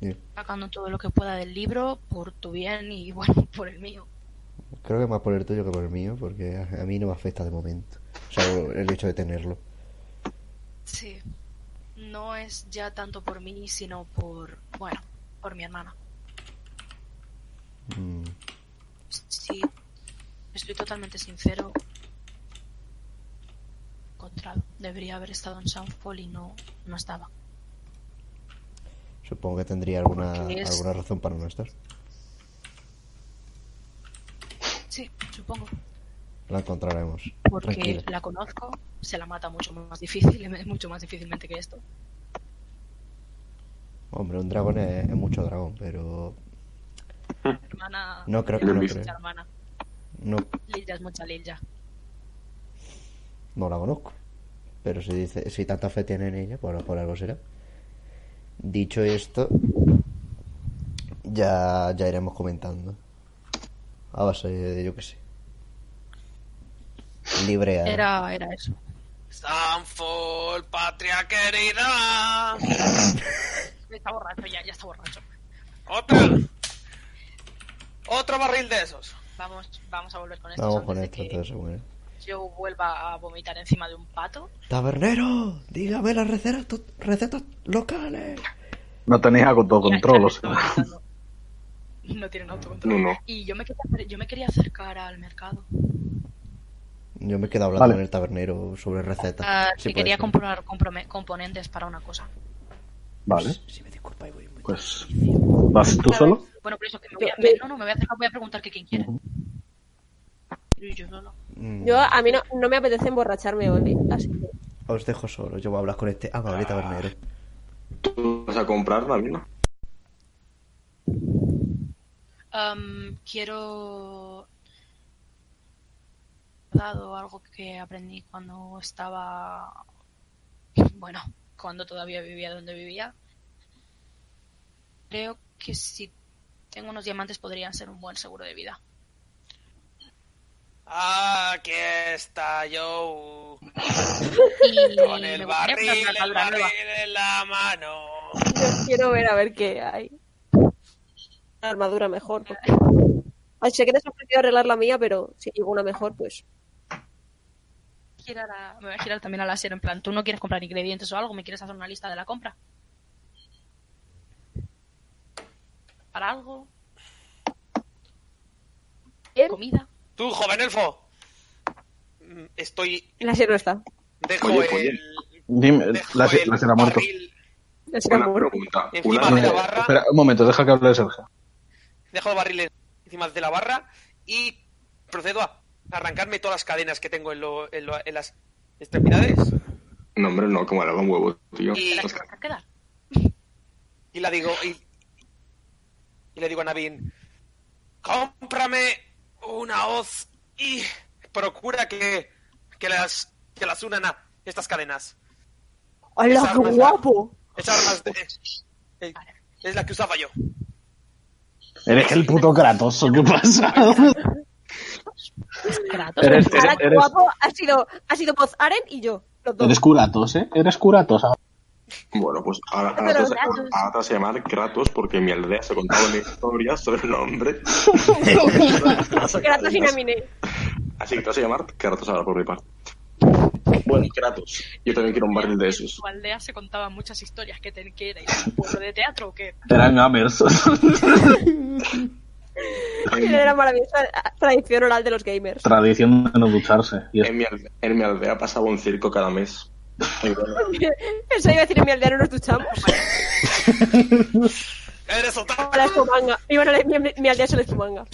S4: Sí.
S6: sacando todo lo que pueda del libro por tu bien y bueno, por el mío.
S4: Creo que más por el tuyo que por el mío, porque a a mí no me afecta de momento. O sea, el hecho de tenerlo.
S6: Sí. No es ya tanto por mí, sino por, bueno, por mi hermana.
S4: Mm.
S6: Sí. Estoy totalmente sincero. Encontrado. Debería haber estado en Soundfall y no, no estaba.
S4: Supongo que tendría alguna,
S6: Porque es-
S4: alguna razón para no estar.
S6: Sí, supongo.
S4: La encontraremos.
S6: porque
S4: Tranquila.
S6: la conozco, se la mata mucho más difícil, mucho más difícilmente que esto.
S4: Hombre, un dragón es, es mucho dragón, pero
S6: Hermana,
S4: No creo
S2: que no
S6: Lilla es
S4: creo.
S6: mucha hermana,
S4: no,
S6: Lilla es mucha Lilla.
S4: no la conozco. Pero si, dice, si tanta fe tiene en ella, pues a lo mejor algo será. Dicho esto, ya, ya iremos comentando. A base de, yo qué sé. Librea.
S6: Era, era eso.
S10: Sanford, patria querida.
S6: Está borracho, ya, ya está borracho.
S10: Otra. Otro barril de esos.
S6: Vamos, vamos a volver con esto.
S4: Vamos
S6: antes
S4: con
S6: de
S4: esto,
S6: que
S4: entonces, bueno.
S6: Yo vuelva a vomitar encima de un pato.
S4: ¡Tabernero! ¡Dígame las recetas, to- recetas locales!
S9: No tenéis autocontrol, o
S6: Ya, ya
S9: sea.
S6: me estoy vomitando. No tienen autocontrol.
S2: No, no.
S6: Y yo me, quería, acer- yo me quería acercar al mercado.
S4: Yo me quedo hablando
S9: Vale.
S4: con el tabernero sobre recetas.
S6: Ah,
S4: si
S6: que
S4: puede
S6: quería
S4: ser.
S6: comprar comprome- componentes para una cosa.
S9: Vale,
S4: Si me disculpa y voy muy
S9: pues. ¿Vas tú solo?
S6: Bueno, por eso que me voy a...
S8: Yo- yo-
S6: No, no, me voy a acercar, voy a preguntar que quién quiere. Y yo solo.
S4: Mm,
S8: Yo, a mí no, no me apetece emborracharme hoy, así que...
S4: Os dejo solo, yo voy a hablar con este
S6: Ah.
S4: amable tabernero.
S2: ¿Tú vas a comprar la mina?
S6: Am, quiero... Dado algo que aprendí cuando estaba... Bueno, cuando todavía vivía donde vivía. creo que si tengo unos diamantes podrían ser un buen seguro de vida.
S10: Aquí está Joe.
S6: Y
S10: Con
S6: me gustaría
S10: el barril,
S6: plantar una
S10: el
S6: cabra nueva.
S10: barril en la mano.
S8: Yo quiero ver a ver qué hay. Una armadura mejor. porque- Ay, sé que te has ofrecido arreglar la mía, pero si llevo una mejor, pues.
S6: girar a- me voy a girar también a la Sierra en plan, ¿tú no quieres comprar ingredientes o algo? ¿Me quieres hacer una lista de la compra? ¿Para algo?
S8: Bien.
S6: ¿Comida?
S10: Tú, joven elfo. Mm, Estoy.
S8: La Sierra no está.
S10: Dejo
S2: Oye, oye.
S10: el.
S9: Dime,
S10: dejo
S9: la,
S10: el
S9: la será muerto.
S10: barril-
S8: La Sierra
S2: Una
S8: murió.
S2: pregunta.
S10: Encima de
S2: Una,
S10: la
S9: Eh,
S10: barra.
S9: espera, un momento, deja que hable Sergio.
S10: Dejo el barril en- encima de la barra y procedo a arrancarme todas las cadenas que tengo en, lo- en lo- en las extremidades
S2: no, hombre, no, que me un huevo, tío.
S10: Y-
S6: ¿Te vas a quedar?
S10: y la digo y, y le digo a Navin cómprame una hoz y procura que, que las que las unan a estas cadenas
S8: ¡Hala, qué guapo!
S10: esas armas de- eh, es la que usaba yo
S9: Eres el puto Kratoso, ¿qué pasa?
S6: Kratos,
S9: eres, eres,
S8: Ahora, qué
S9: eres,
S8: guapo ha sido, ha sido Poz Aren y yo. Los dos.
S9: eres Curatos, ¿eh? Eres Curatos.
S2: Bueno, pues ahora, ahora
S8: Pero
S2: te vas a-
S6: Kratos.
S2: ahora te vas a llamar Kratos porque en mi aldea se contaba una historia sobre el nombre.
S8: Kratos y Namine.
S2: Así que te vas a llamar Kratos ahora por mi parte. Bueno, Kratos, yo también quiero un barril de esos.
S6: tu aldea se contaban muchas historias que, te, que era un pueblo de teatro o qué?
S9: Eran Amers.
S8: Era la maravillosa tradición oral de los gamers.
S9: Tradición de no ducharse. Y es-
S2: En mi, aldea, en mi aldea pasaba un circo cada mes. Y bueno,
S8: Eso iba a decir en mi aldea no nos duchamos.
S10: eres otaku
S8: Para la espumanga. Iban a la, mi, mi aldea es la espumanga.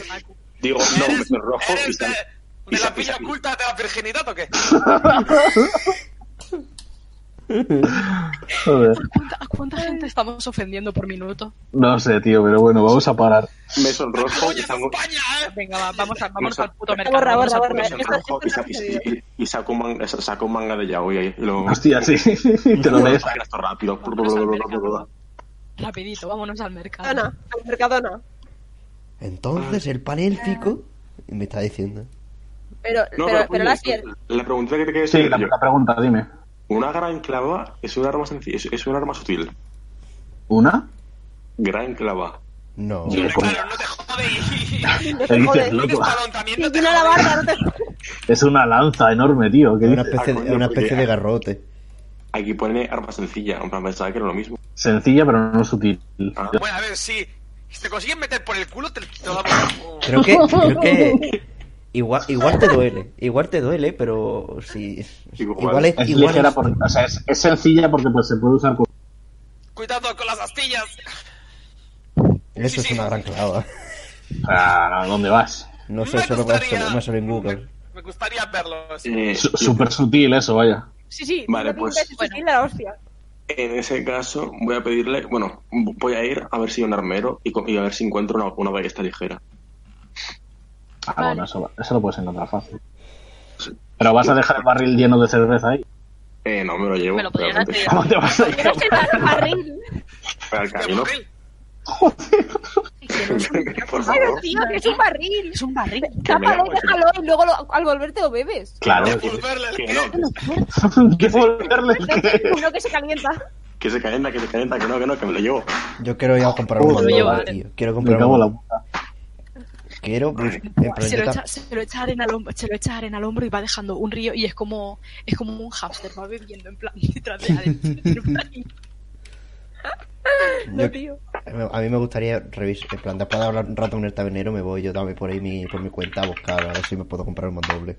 S2: digo, no, me rojo y
S10: eres de,
S2: sal-
S10: de
S2: y
S10: la
S2: sal-
S10: pilla oculta de la virginidad o qué
S9: Joder.
S6: ¿A cuánta gente estamos ofendiendo por minuto?
S9: No sé, tío, pero bueno, vamos a parar.
S2: me sonrojo y salgo...
S10: España eh
S6: Venga, va, vamos, a, vámonos
S2: Vamos a-
S6: al puto mercado.
S8: Borra,
S6: vamos
S8: borra,
S6: al-
S8: borra.
S2: me
S8: Esto, esto
S2: sonrojo y sa-
S8: está sucedido.
S2: y, y- y saco, un manga, saco un manga de yaoi ahí. Y lo...
S9: Hostia, sí. Te lo lees.
S2: Esto rápido.
S6: Vámonos al mercado. Rapidito, vámonos al mercado.
S8: Mercadona, al Mercadona.
S4: Entonces, el pan élfico. Me está diciendo.
S8: Pero, pero, pero la Sierra.
S2: la pregunta que te quería
S9: Sí,
S2: decir
S9: la,
S2: yo.
S9: la pregunta, dime.
S2: Una gran clava es un arma sencilla, es, es un arma sutil.
S9: ¿Una?
S2: Gran clava.
S4: No.
S9: Yo le pongo-
S10: claro no te jode y
S9: ¿Qué dices,
S8: jodes.
S10: tienes
S9: loco?
S10: talón también
S8: Sí,
S10: no te
S8: tiene la
S10: jode.
S8: barba, no te
S9: Es una lanza enorme, tío. ¿Qué
S4: Es una
S9: dices?
S4: especie,
S2: Ah,
S4: de,
S2: coño,
S4: una especie
S2: porque-
S4: de garrote.
S2: Aquí pone arma sencilla, en plan pensaba que era lo mismo.
S9: Sencilla, pero no sutil.
S2: Ah.
S10: Bueno, a ver, si si te consiguen meter por el culo, te, te lo damos.
S4: Creo que. Creo que igual, igual te duele. Igual te duele, pero. Si,
S2: Igual.
S4: igual es.
S9: Es
S4: Igual
S9: ligera,
S4: es-
S9: porque, o sea, es, es sencilla porque pues, se puede usar con...
S10: Cuidado con las astillas.
S4: Eso es una gran clava.
S9: o sea, ¿a dónde vas?
S4: No sé,
S10: Me
S4: eso no me
S10: gustaría-
S4: sale, me sale en Google.
S10: Me gustaría verlos.
S2: Eh,
S9: Su- Súper sutil eso, vaya.
S8: Sí, sí.
S2: Vale,
S8: tiene pinta
S2: pues-
S8: de ser sutil la hostia.
S2: en ese caso voy a pedirle, bueno, voy a ir a ver si hay un armero y, co- y a ver si encuentro una, una ballesta ligera.
S9: Ah,
S6: Vale.
S9: bueno, eso, eso lo puedes encontrar fácil. Pero vas a dejar el barril lleno de cerveza ahí.
S2: Eh, no, me lo llevo.
S6: Me lo podrían
S2: obviamente.
S6: hacer.
S9: ¿Cómo te vas a
S8: Pero
S9: dejar?
S8: es el bar- barril.
S2: Para el camino.
S10: Gabriel,
S2: Por
S8: Pero
S2: favor.
S8: tío, que es un barril.
S6: Es un barril.
S1: Pues
S8: Tápalo,
S2: me-
S8: déjalo y luego lo- al volver te lo bebes.
S9: Claro.
S10: devolverle el
S2: Que
S10: qué.
S2: no, que,
S9: Devolverle el que-
S8: Uno que se calienta.
S2: que se calienta, que se calienta, que no, que no, que me lo llevo.
S4: Yo quiero ir a comprar un
S9: Joder,
S4: mandoma,
S6: vale.
S4: tío. Quiero
S9: Oh, Me
S4: comprar
S9: cago
S4: un
S9: en la
S4: mandoma.
S9: puta.
S4: Quiero. pues, en plan,
S6: se
S4: yo
S6: lo,
S4: ta-
S6: echa, se lo echa arena al hombro, se lo echa arena al hombro y va dejando un río y es como es como un hámster, va bebiendo en plan detrás de adentro.
S4: yo-
S8: No, tío.
S4: A mí me gustaría revisar. En plan, después de hablar un rato con el tabernero, me voy yo también por ahí mi, por mi cuenta a buscar a ver si me puedo comprar un mandoble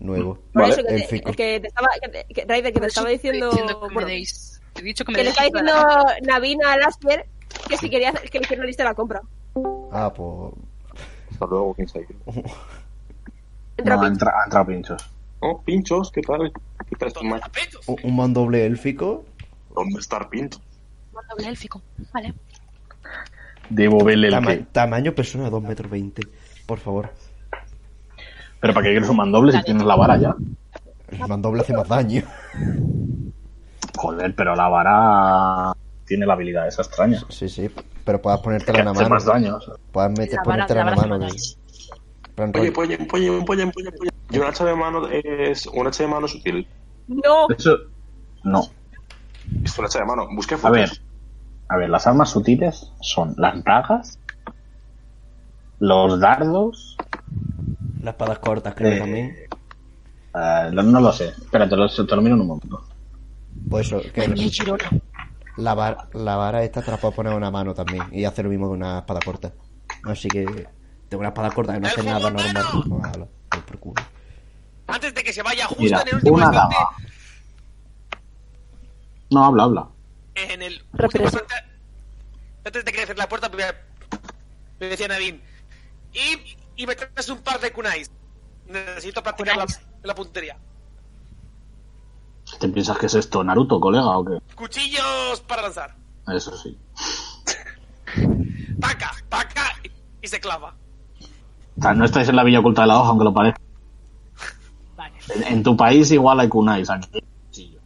S4: nuevo.
S8: Por
S2: Vale.
S8: eso que
S4: El
S8: te,
S4: fico.
S8: que te estaba. Que, te- que- Raider, que te estaba diciendo.
S6: que me
S8: bueno,
S6: deis. He dicho que me
S8: que le
S6: deis.
S8: estaba diciendo Navina a Lasker que si quería hacer- que le hiciera una lista de la compra.
S4: Ah, pues.
S2: Hasta luego, quién sabe.
S8: Entra
S9: No,
S8: pincho.
S9: entra, ha entrado pinchos.
S2: Oh, pinchos, ¿qué tal? ¿Qué tal? este
S10: Toma, pechos.
S4: un- Un mandoble élfico.
S2: ¿Dónde está Pinto?
S6: Doble élfico. Vale.
S9: Devolverle el
S4: Tama-
S9: que.
S4: tamaño persona 2 metros 20. Por favor.
S9: Pero ¿para qué quieres un mandoble si tienes la vara ya?
S4: El mandoble hace más daño.
S9: Joder, pero la vara tiene la habilidad esa extraña.
S4: Sí, sí. Pero puedas ponértela
S1: Que
S4: en la
S1: hace
S4: mano.
S1: más daño. o sea.
S4: Puedes meter,
S6: La vara-
S4: ponértela en
S6: la
S4: la
S6: vara
S4: mano.
S6: fenomenal.
S4: que- plan
S2: Oye, pues-
S4: rollo-
S2: polla, polla, polla, polla, polla. ¿Y un hacha de mano es un hacha de mano es útil?
S8: No,
S1: Eso. No.
S2: Es un hacha de mano. Busqué
S1: A
S2: fotos.
S1: ver. A ver, las armas sutiles son las dagas, los dardos.
S13: Las espadas cortas, creo
S1: Eh,
S13: que también.
S1: eh, no lo sé. Espérate, lo, te lo miro en un momento.
S4: Pues eso, que
S6: Ay, mira, Chirona.
S4: la, var- la vara esta te la puedes poner en una mano también. Y hacer lo mismo con una espada corta. Así que
S13: Tengo una espada corta que no hace nada normal.
S4: Ojalá, voy por culo.
S10: Antes de que se vaya justo
S1: Mira,
S10: en el último
S1: una
S10: instante,
S1: daga. No, habla, habla.
S10: en el último
S8: Represión.
S10: instante- antes de que cierre la puerta, me decía Nadine, y, y me traes un par de kunais. Necesito practicar la,
S6: Kunais.
S10: la puntería.
S1: ¿Te piensas que es esto, Naruto, colega, o qué?
S10: Cuchillos para lanzar.
S1: Eso sí.
S10: Taca, taca, y, y se clava.
S1: O sea, no estáis en la Villa Oculta de la Hoja, aunque lo parezca.
S6: Vale.
S1: En, en tu país igual hay kunais aquí.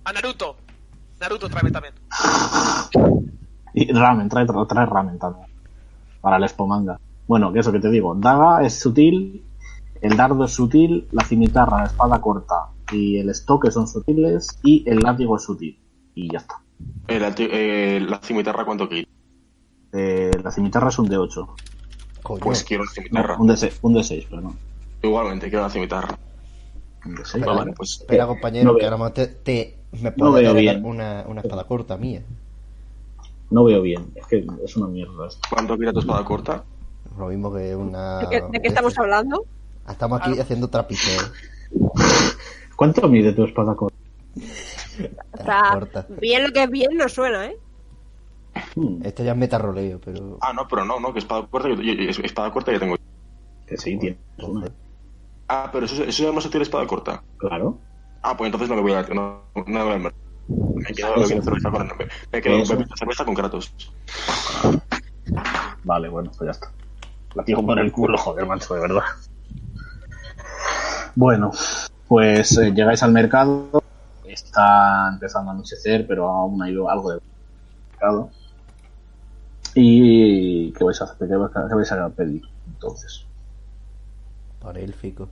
S10: A Naruto. Naruto otra vez también.
S1: Y ramen, trae, tra- trae ramen también. Para el espomanga. Bueno, que eso que te digo. Daga es sutil, el dardo es sutil, la cimitarra, la espada corta y el estoque son sutiles y el látigo es sutil. Y ya está.
S2: Eh, la, ti- eh, la cimitarra, ¿cuánto quiero?
S1: Eh, la cimitarra es un D8.
S4: Coño,
S2: Pues quiero la
S1: No,
S2: cimitarra.
S1: un, D6, un D6, perdón.
S2: Igualmente, quiero la cimitarra.
S1: Un D6.
S4: Espera,
S2: Vale, vale, pues.
S4: espera,
S1: eh,
S4: compañero,
S1: no
S4: que
S1: veo.
S4: a lo mejor te, te- me
S1: No
S4: puedes
S1: veo
S4: heredar
S1: bien.
S4: una, una espada corta mía.
S1: No veo bien. Es que es una mierda esto.
S2: ¿Cuánto quiere tu espada corta?
S4: Lo mismo que
S1: Ah,
S4: una.
S8: ¿de qué, de
S1: este
S8: qué estamos
S4: esta.
S8: hablando?
S4: Estamos aquí haciendo trapiteo.
S1: ¿Cuánto mide tu espada corta?
S8: O sea,
S4: corta.
S8: bien lo que es bien no suena, ¿eh?
S1: Hmm,
S4: Esto ya es metarroleo, pero.
S2: Ah, no, pero no, no, que espada corta yo, yo- yo- espada corta ya tengo.
S1: que sí, tienes una.
S2: Ah, pero eso, eso ya no se tiene espada corta.
S1: Claro.
S2: Ah, pues entonces no me voy a no, no me voy al mercado. Me quedo
S1: Eso.
S2: bebiendo cerveza con me, me quedo
S1: Eso.
S2: bebiendo cerveza con Kratos.
S1: Vale, bueno, pues ya está. La tiro por el culo, joder, macho, de verdad. Bueno, pues eh, llegáis al mercado. Está empezando a anochecer, pero aún hay algo de mercado. ¿Y qué vais a hacer? ¿Qué vais a, qué vais a pedir? Entonces,
S4: Para el fico.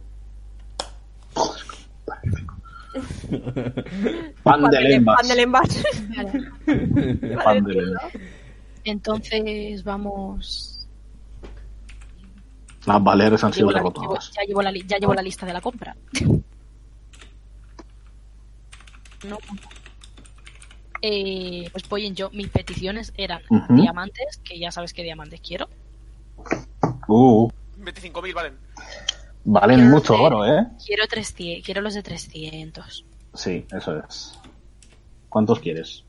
S1: pan de lembas.
S8: Pan de lembas.
S6: Vale.
S1: Pan de lembas.
S6: Entonces vamos.
S1: Las valeres han sido
S6: Llevo la- llevo-
S1: derrotadas.
S6: ya, llevo la li- ya llevo la lista de la compra. No. Eh, pues Poyen, yo, mis peticiones eran
S1: Ujú.
S6: diamantes, que ya sabes qué diamantes quiero.
S1: Uh,
S10: 25.000 valen.
S1: valen
S6: Quiero
S1: mucho
S6: hacer-
S1: oro, ¿eh?
S6: Quiero, 300, quiero los de 300.
S1: Sí, eso es. ¿Cuántos quieres?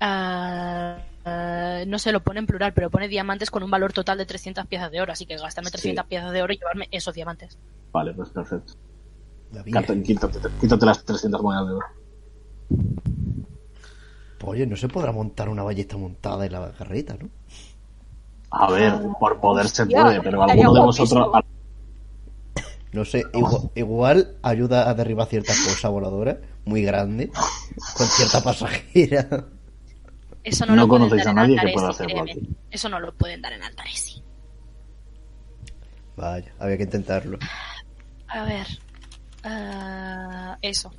S6: Ah, ah, no se lo pone en plural, pero pone diamantes con un valor total de 300 piezas de oro. Así que gastarme
S1: Sí.
S6: 300 piezas de oro y llevarme esos diamantes.
S1: Vale, pues perfecto.
S4: David.
S1: Quítate, quítate, quítate las 300 monedas de oro.
S4: Oye, no se podrá montar una ballesta montada en la carreta, ¿no?
S1: A ver, por poder se
S8: Hostia,
S1: puede, pero
S8: estaría
S1: alguno de
S8: guapísimo.
S1: vosotros. al-
S4: No sé, igual, igual ayuda a derribar ciertas cosas voladoras muy grandes con cierta pasajera.
S6: Eso no,
S1: No
S6: lo pueden
S1: conocéis
S6: dar
S1: a
S6: en
S1: nadie que
S6: Altaresi,
S1: pueda hacerlo
S6: créeme.
S1: aquí.
S6: Eso no lo pueden dar en Altaresi.
S4: Vaya, había que intentarlo.
S6: A ver. ah, eso.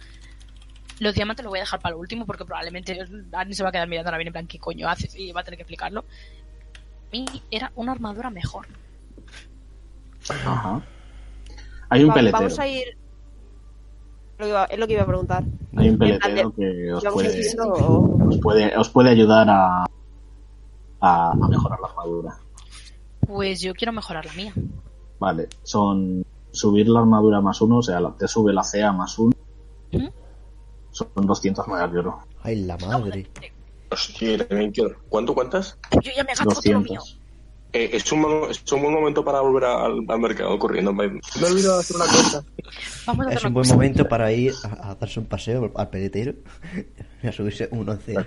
S6: Los diamantes los voy a dejar para lo último porque probablemente Arnie se va a quedar mirando a Navin en plan, ¿qué coño hace? Y va a tener que explicarlo. Y era una armadura mejor.
S1: Ajá. Hay un
S8: Va- vamos
S1: peletero.
S8: a ir. Lo iba- es lo que iba a preguntar.
S1: Hay un
S8: Espérate.
S1: peletero que os
S8: Vamos a
S1: puede,
S8: ir o-
S1: os puede, os puede ayudar a, a, a mejorar la armadura.
S6: Pues yo quiero mejorar la mía.
S1: Vale, son subir la armadura más uno, o sea, la- te sube la CA más uno.
S6: ¿Mm?
S1: Son 200 monedas de oro.
S4: Ay, la madre.
S2: Hostia, también quiero. ¿Cuánto cuentas?
S6: Yo ya me he gastado todo lo mío.
S1: 200.
S2: Eh, es, un, mo- es un buen momento para volver al, al mercado corriendo. Me me he olvidado hacer una cosa.
S6: Vamos a hacer
S4: Es
S6: una
S4: un buen
S6: cosa.
S4: momento para ir a, a darse un paseo al peletero y a subirse un once.
S10: Yo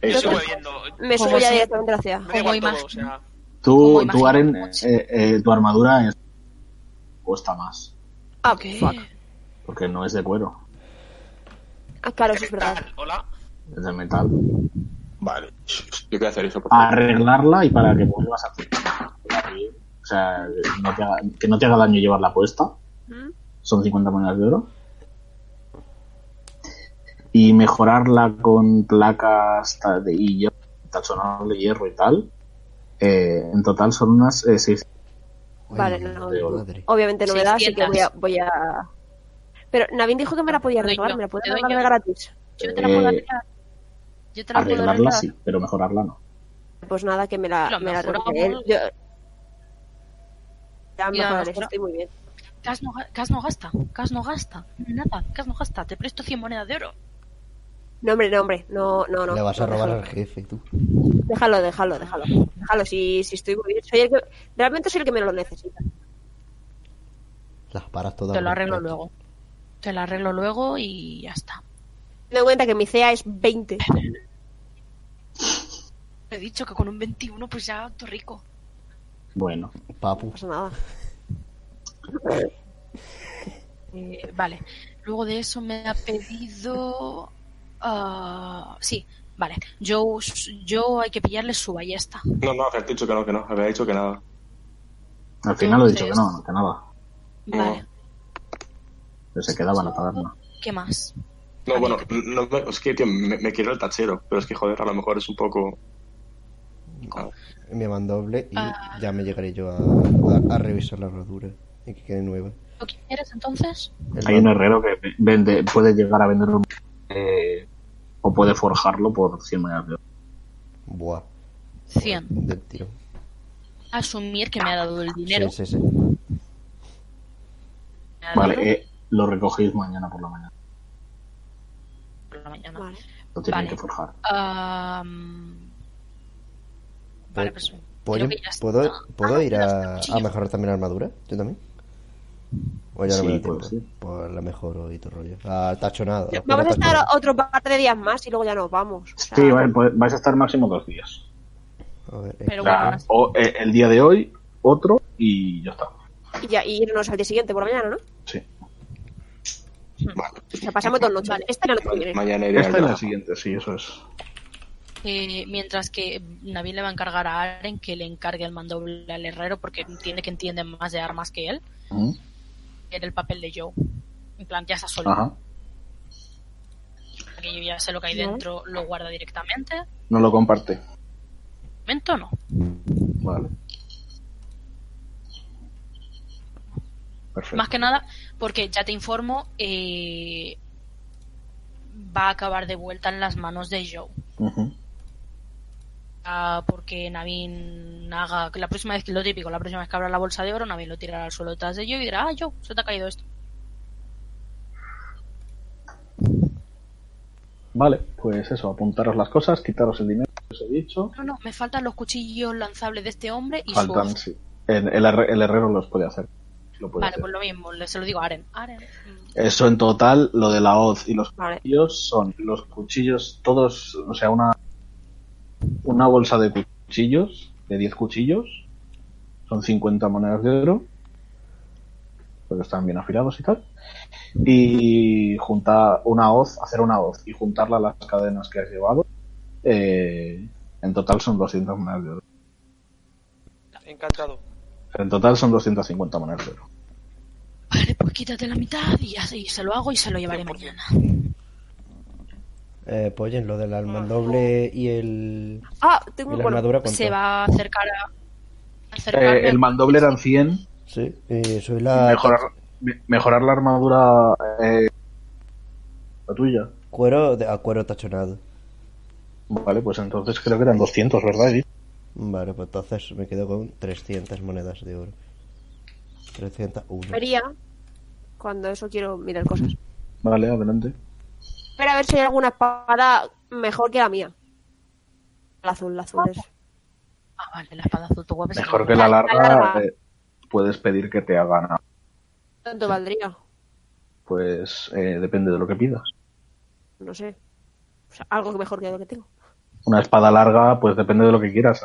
S2: Eso.
S10: sigo bebiendo.
S8: Me subo
S6: Como
S8: ya
S6: si-
S8: directamente a la ciudad.
S10: Me da
S6: Como
S10: igual todo, o
S6: imagen.
S10: sea,
S1: Tú,
S6: Como
S1: tú Aren,
S6: imagino.
S1: eh, eh, tu armadura es- cuesta más,
S8: Ah,
S6: ¿Qué?
S8: fuck.
S1: porque no es de cuero,
S8: Ah, claro, eso
S10: ¿qué
S8: es verdad.
S10: tal? Hola.
S1: es de metal.
S2: Vale. Yo voy a hacer eso, por
S1: a
S2: favor.
S1: arreglarla y para que vuelvas a hacer. O sea, no te haga- que no te haga daño llevarla puesta.
S8: ¿Mm?
S1: Son 50 monedas de oro. Y mejorarla con placas ta- de y hierro, taxonable hierro y tal. Eh, en total son unas eh, 6
S8: Vale,
S4: Ay,
S8: no. Oh,
S4: madre.
S8: Obviamente no me da, así que
S6: 600.
S8: voy a, voy a... Pero Navin dijo que me la podía
S6: Te doy
S8: arreglar,
S6: yo,
S8: ¿me la puede
S6: te doy
S8: arreglar de
S6: yo.
S8: gratis?
S6: Yo te la puedo
S1: Eh,
S6: arreglar. Yo te la puedo
S1: Arreglarla
S6: arreglar.
S1: sí, pero mejorarla no.
S8: Pues nada, que me la,
S6: Lo
S8: me la
S6: mejoramos.
S8: arregle él. Yo... Ya
S6: Y la
S8: mejoraré,
S6: mejora-
S8: estoy muy bien.
S6: Cas no, ga- Cas no gasta. Cas no gasta. Nada. Cas no gasta. Te presto 100 monedas de oro.
S8: No, hombre, no, hombre, no, no, no.
S4: Le vas a
S8: no,
S4: robar al
S8: déjalo.
S4: jefe, tú.
S8: Déjalo, déjalo, déjalo. Déjalo, si, si estoy muy bien. Soy el que... Realmente soy el que me lo necesita.
S4: Las paras todas.
S6: Te lo
S4: por
S6: arreglo
S4: completo.
S6: luego. Te lo arreglo luego y ya está.
S8: Ten en cuenta que mi CA es 20.
S6: He dicho que con un 21 pues ya estoy rico.
S1: Bueno,
S4: Papu.
S8: No pasa nada.
S6: Eh, vale. Luego de eso me ha pedido... ah, sí, vale. Yo, yo hay que pillarle su ballesta.
S2: No, no, que has dicho que no, que no. Había dicho que nada.
S1: al final lo he dicho que
S6: Entonces-
S1: no, que nada.
S6: Vale.
S1: Pero se quedaban Eh, a pagarla.
S6: ¿Qué más?
S2: No, bueno, no, me- es que, tío, me, me quiero el tachero, pero es que, joder, a lo mejor es un poco... Ah,
S4: Me mandó doble y
S6: Ah.
S4: ya me llegaré yo a, a- a revisar la armadura y que quede nueva.
S6: ¿Lo quieres entonces?
S4: El
S1: Hay un
S4: ma-
S1: herrero que vende, puede llegar a venderlo eh, o puede forjarlo por 100 monedas de oro.
S4: Buah.
S6: 100.
S4: Del tiro.
S6: Asumir que me ha dado el dinero.
S4: Sí, sí, sí.
S6: Me ha dado
S1: Vale, eh, lo recogéis mañana por la mañana.
S6: por la mañana.
S8: Vale.
S1: Lo tienen
S6: Vale.
S1: que forjar.
S6: Am, vale, pues
S4: ¿Puedo,
S6: creo que ya está.
S4: ¿puedo,
S6: Ah,
S4: ¿puedo
S6: no,
S4: ir
S6: ya
S4: a,
S6: está,
S4: a
S6: cuchillo.
S4: mejorar también la armadura? ¿Yo también? O ya no
S1: Sí,
S4: me da
S1: puedes
S4: tiempo.
S1: ir.
S4: Pues la mejoro y tu rollo. Ah, tachonado.
S8: Vamos a
S4: tachonado.
S8: estar otro par de días más y luego ya nos vamos. O sea,
S1: Sí, vais, pues, vais a estar máximo dos días.
S4: A ver, eh,
S1: O
S6: Pero
S1: sea,
S6: bueno, las-
S1: o, eh, el día de hoy, otro y ya está.
S8: Y, ya, y irnos al día siguiente por la mañana, ¿no? O
S1: Sí.
S2: vale.
S8: sea, pasamos dos noches. Esta y la noche que viene.
S2: Mañana iré al
S1: Esta es la
S2: Rafa.
S1: siguiente, sí, eso es.
S6: eh, mientras que Nabil le va a encargar a Aren que le encargue el mandoble al herrero porque entiende que entiende más de armas que él.
S1: Mm,
S6: Era el papel de Joe. En plan, ya está solo.
S1: Ajá.
S6: Que yo ya sé lo que hay
S8: Vale.
S6: dentro, lo guarda directamente.
S1: No lo comparte.
S6: Momento no.
S1: Vale. Perfecto.
S6: Más que nada, porque ya te informo, eh, va a acabar de vuelta en las manos de Joe.
S1: Ujú.
S6: Ah, porque Navin haga que la próxima vez que lo típico, la próxima vez que abra la bolsa de oro, Navin lo tirará al suelo detrás de Joe y dirá, ah, Joe, se te ha caído esto.
S1: Vale, pues eso, apuntaros las cosas, quitaros el dinero, que os he dicho.
S6: No, no, me faltan los cuchillos lanzables de este hombre y su
S1: Faltan,
S6: hoz.
S1: sí. El, el herre- el herrero los puede hacer. Lo puede
S6: Vale,
S1: hacer.
S6: pues lo mismo, le- se lo digo a Aren. Aren, mm,
S1: Eso en total, lo de la hoz y los
S8: Vale.
S1: cuchillos son los cuchillos, todos, o sea, una, una bolsa de cuchillos, de 10 cuchillos, son 50 monedas de oro, pero están bien afilados y tal. Y juntar una hoz, hacer una hoz y juntarla a las cadenas que has llevado, eh, en total son 200 monedas de oro.
S10: Encantado.
S1: En total son 250 monedas de oro.
S6: Vale, pues quítate la mitad y, así se lo hago y se lo llevaré
S1: pues,
S6: mañana.
S4: eh, pues oye, lo del almandoble y el
S8: Ah,
S4: y
S8: tengo
S4: la
S8: un bueno.
S4: armadura ¿cuánto?
S6: Se va a acercar a...
S1: Eh,
S6: acercarme
S1: el
S6: a-
S1: mandoble eran 100
S4: Sí, eh, soy la
S1: mejorar, me- mejorar la armadura eh, la tuya.
S4: cuero de, a cuero tachonado.
S1: Vale, pues entonces creo que eran 200, ¿verdad, Edith?
S4: Vale, pues entonces me quedo con 300 monedas de oro. 301.
S8: Vería cuando eso quiero mirar cosas.
S1: Vale, adelante.
S8: Pero a ver si hay alguna espada mejor que la mía. La azul, la azul es.
S6: Ah, vale, la espada azul, tu guapa. se
S1: Mejor
S6: queda.
S1: que Pues la
S8: La- la
S1: larga,
S8: larga.
S1: eh, puedes pedir que te hagan. a-
S8: ¿Cuánto valdría?
S1: Pues eh, depende de lo que pidas.
S8: No sé. O sea, algo que mejor que lo que tengo.
S1: Una espada larga, pues depende de lo que quieras.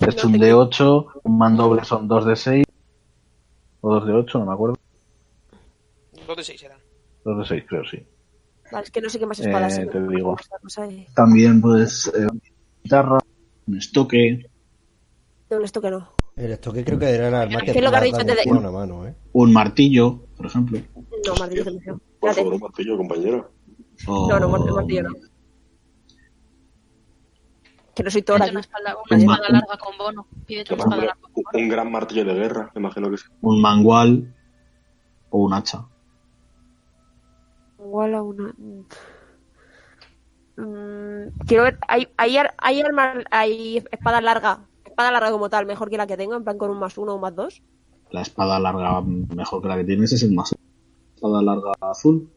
S1: Es
S8: No
S1: un
S8: te-
S1: D8, un mandoble son 2 de 6 o 2 de 8, no me acuerdo.
S10: Dos de seis eran.
S1: 2 de 6, creo, sí.
S8: Vale, es que no sé qué más espadas.
S1: Eh,
S8: hay.
S1: te digo.
S8: Esta cosa de-
S1: También puedes eh, guitarra, un estoque,
S8: No, esto que no.
S4: El estoque creo que era el arma que
S8: Es lo que has
S4: más
S8: dicho antes de-
S4: daño hacía a una mano, ¿eh?
S1: un martillo, por ejemplo.
S8: No, martillo que me hizo.
S2: Por
S8: Espérate.
S2: favor, un martillo, compañero.
S1: o-
S8: No, no, mart- martillo no. Que no soy tora.
S6: Pídete una espalda, una
S1: Es más,
S6: espada
S1: un-
S6: larga con bono. Pídete una
S2: Un,
S6: espada larga con
S2: un- un gran martillo de guerra, me imagino que sí.
S1: Un mangual o un hacha.
S8: Igual a una. Mm, quiero ver. Hay, hay, ar- hay, armas- hay espada larga. Espada larga como tal, mejor que la que tengo, en plan con un más uno o un más dos.
S1: La espada larga mejor que la que tienes es el más. Espada larga azul.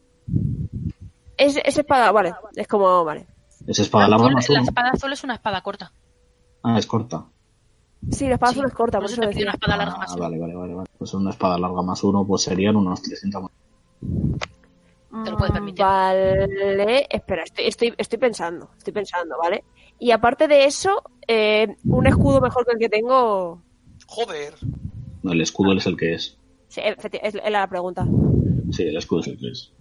S8: Es, es espada, vale. Es como, vale.
S1: Es espada larga
S6: bono.
S1: más
S6: La
S1: uno.
S6: espada azul es una espada corta.
S1: Ah, es corta.
S8: Sí, la espada
S6: Sí,
S8: azul es corta,
S6: por
S8: por
S6: eso
S8: eso
S6: te
S8: lo
S6: pido
S8: decía.
S6: una espada larga más
S1: Ah,
S6: uno.
S1: vale, vale, vale, vale. Pues una espada larga más uno, pues serían unos 300 más.
S6: Te lo puedes permitir.
S8: Mm, Vale, espera, estoy, estoy, estoy pensando, estoy pensando, ¿vale? Y aparte de eso, eh, un escudo mejor que el que tengo.
S10: Joder.
S1: No, el escudo es el que es.
S8: Sí, efecti- es es la pregunta.
S1: Sí, el escudo es el que es.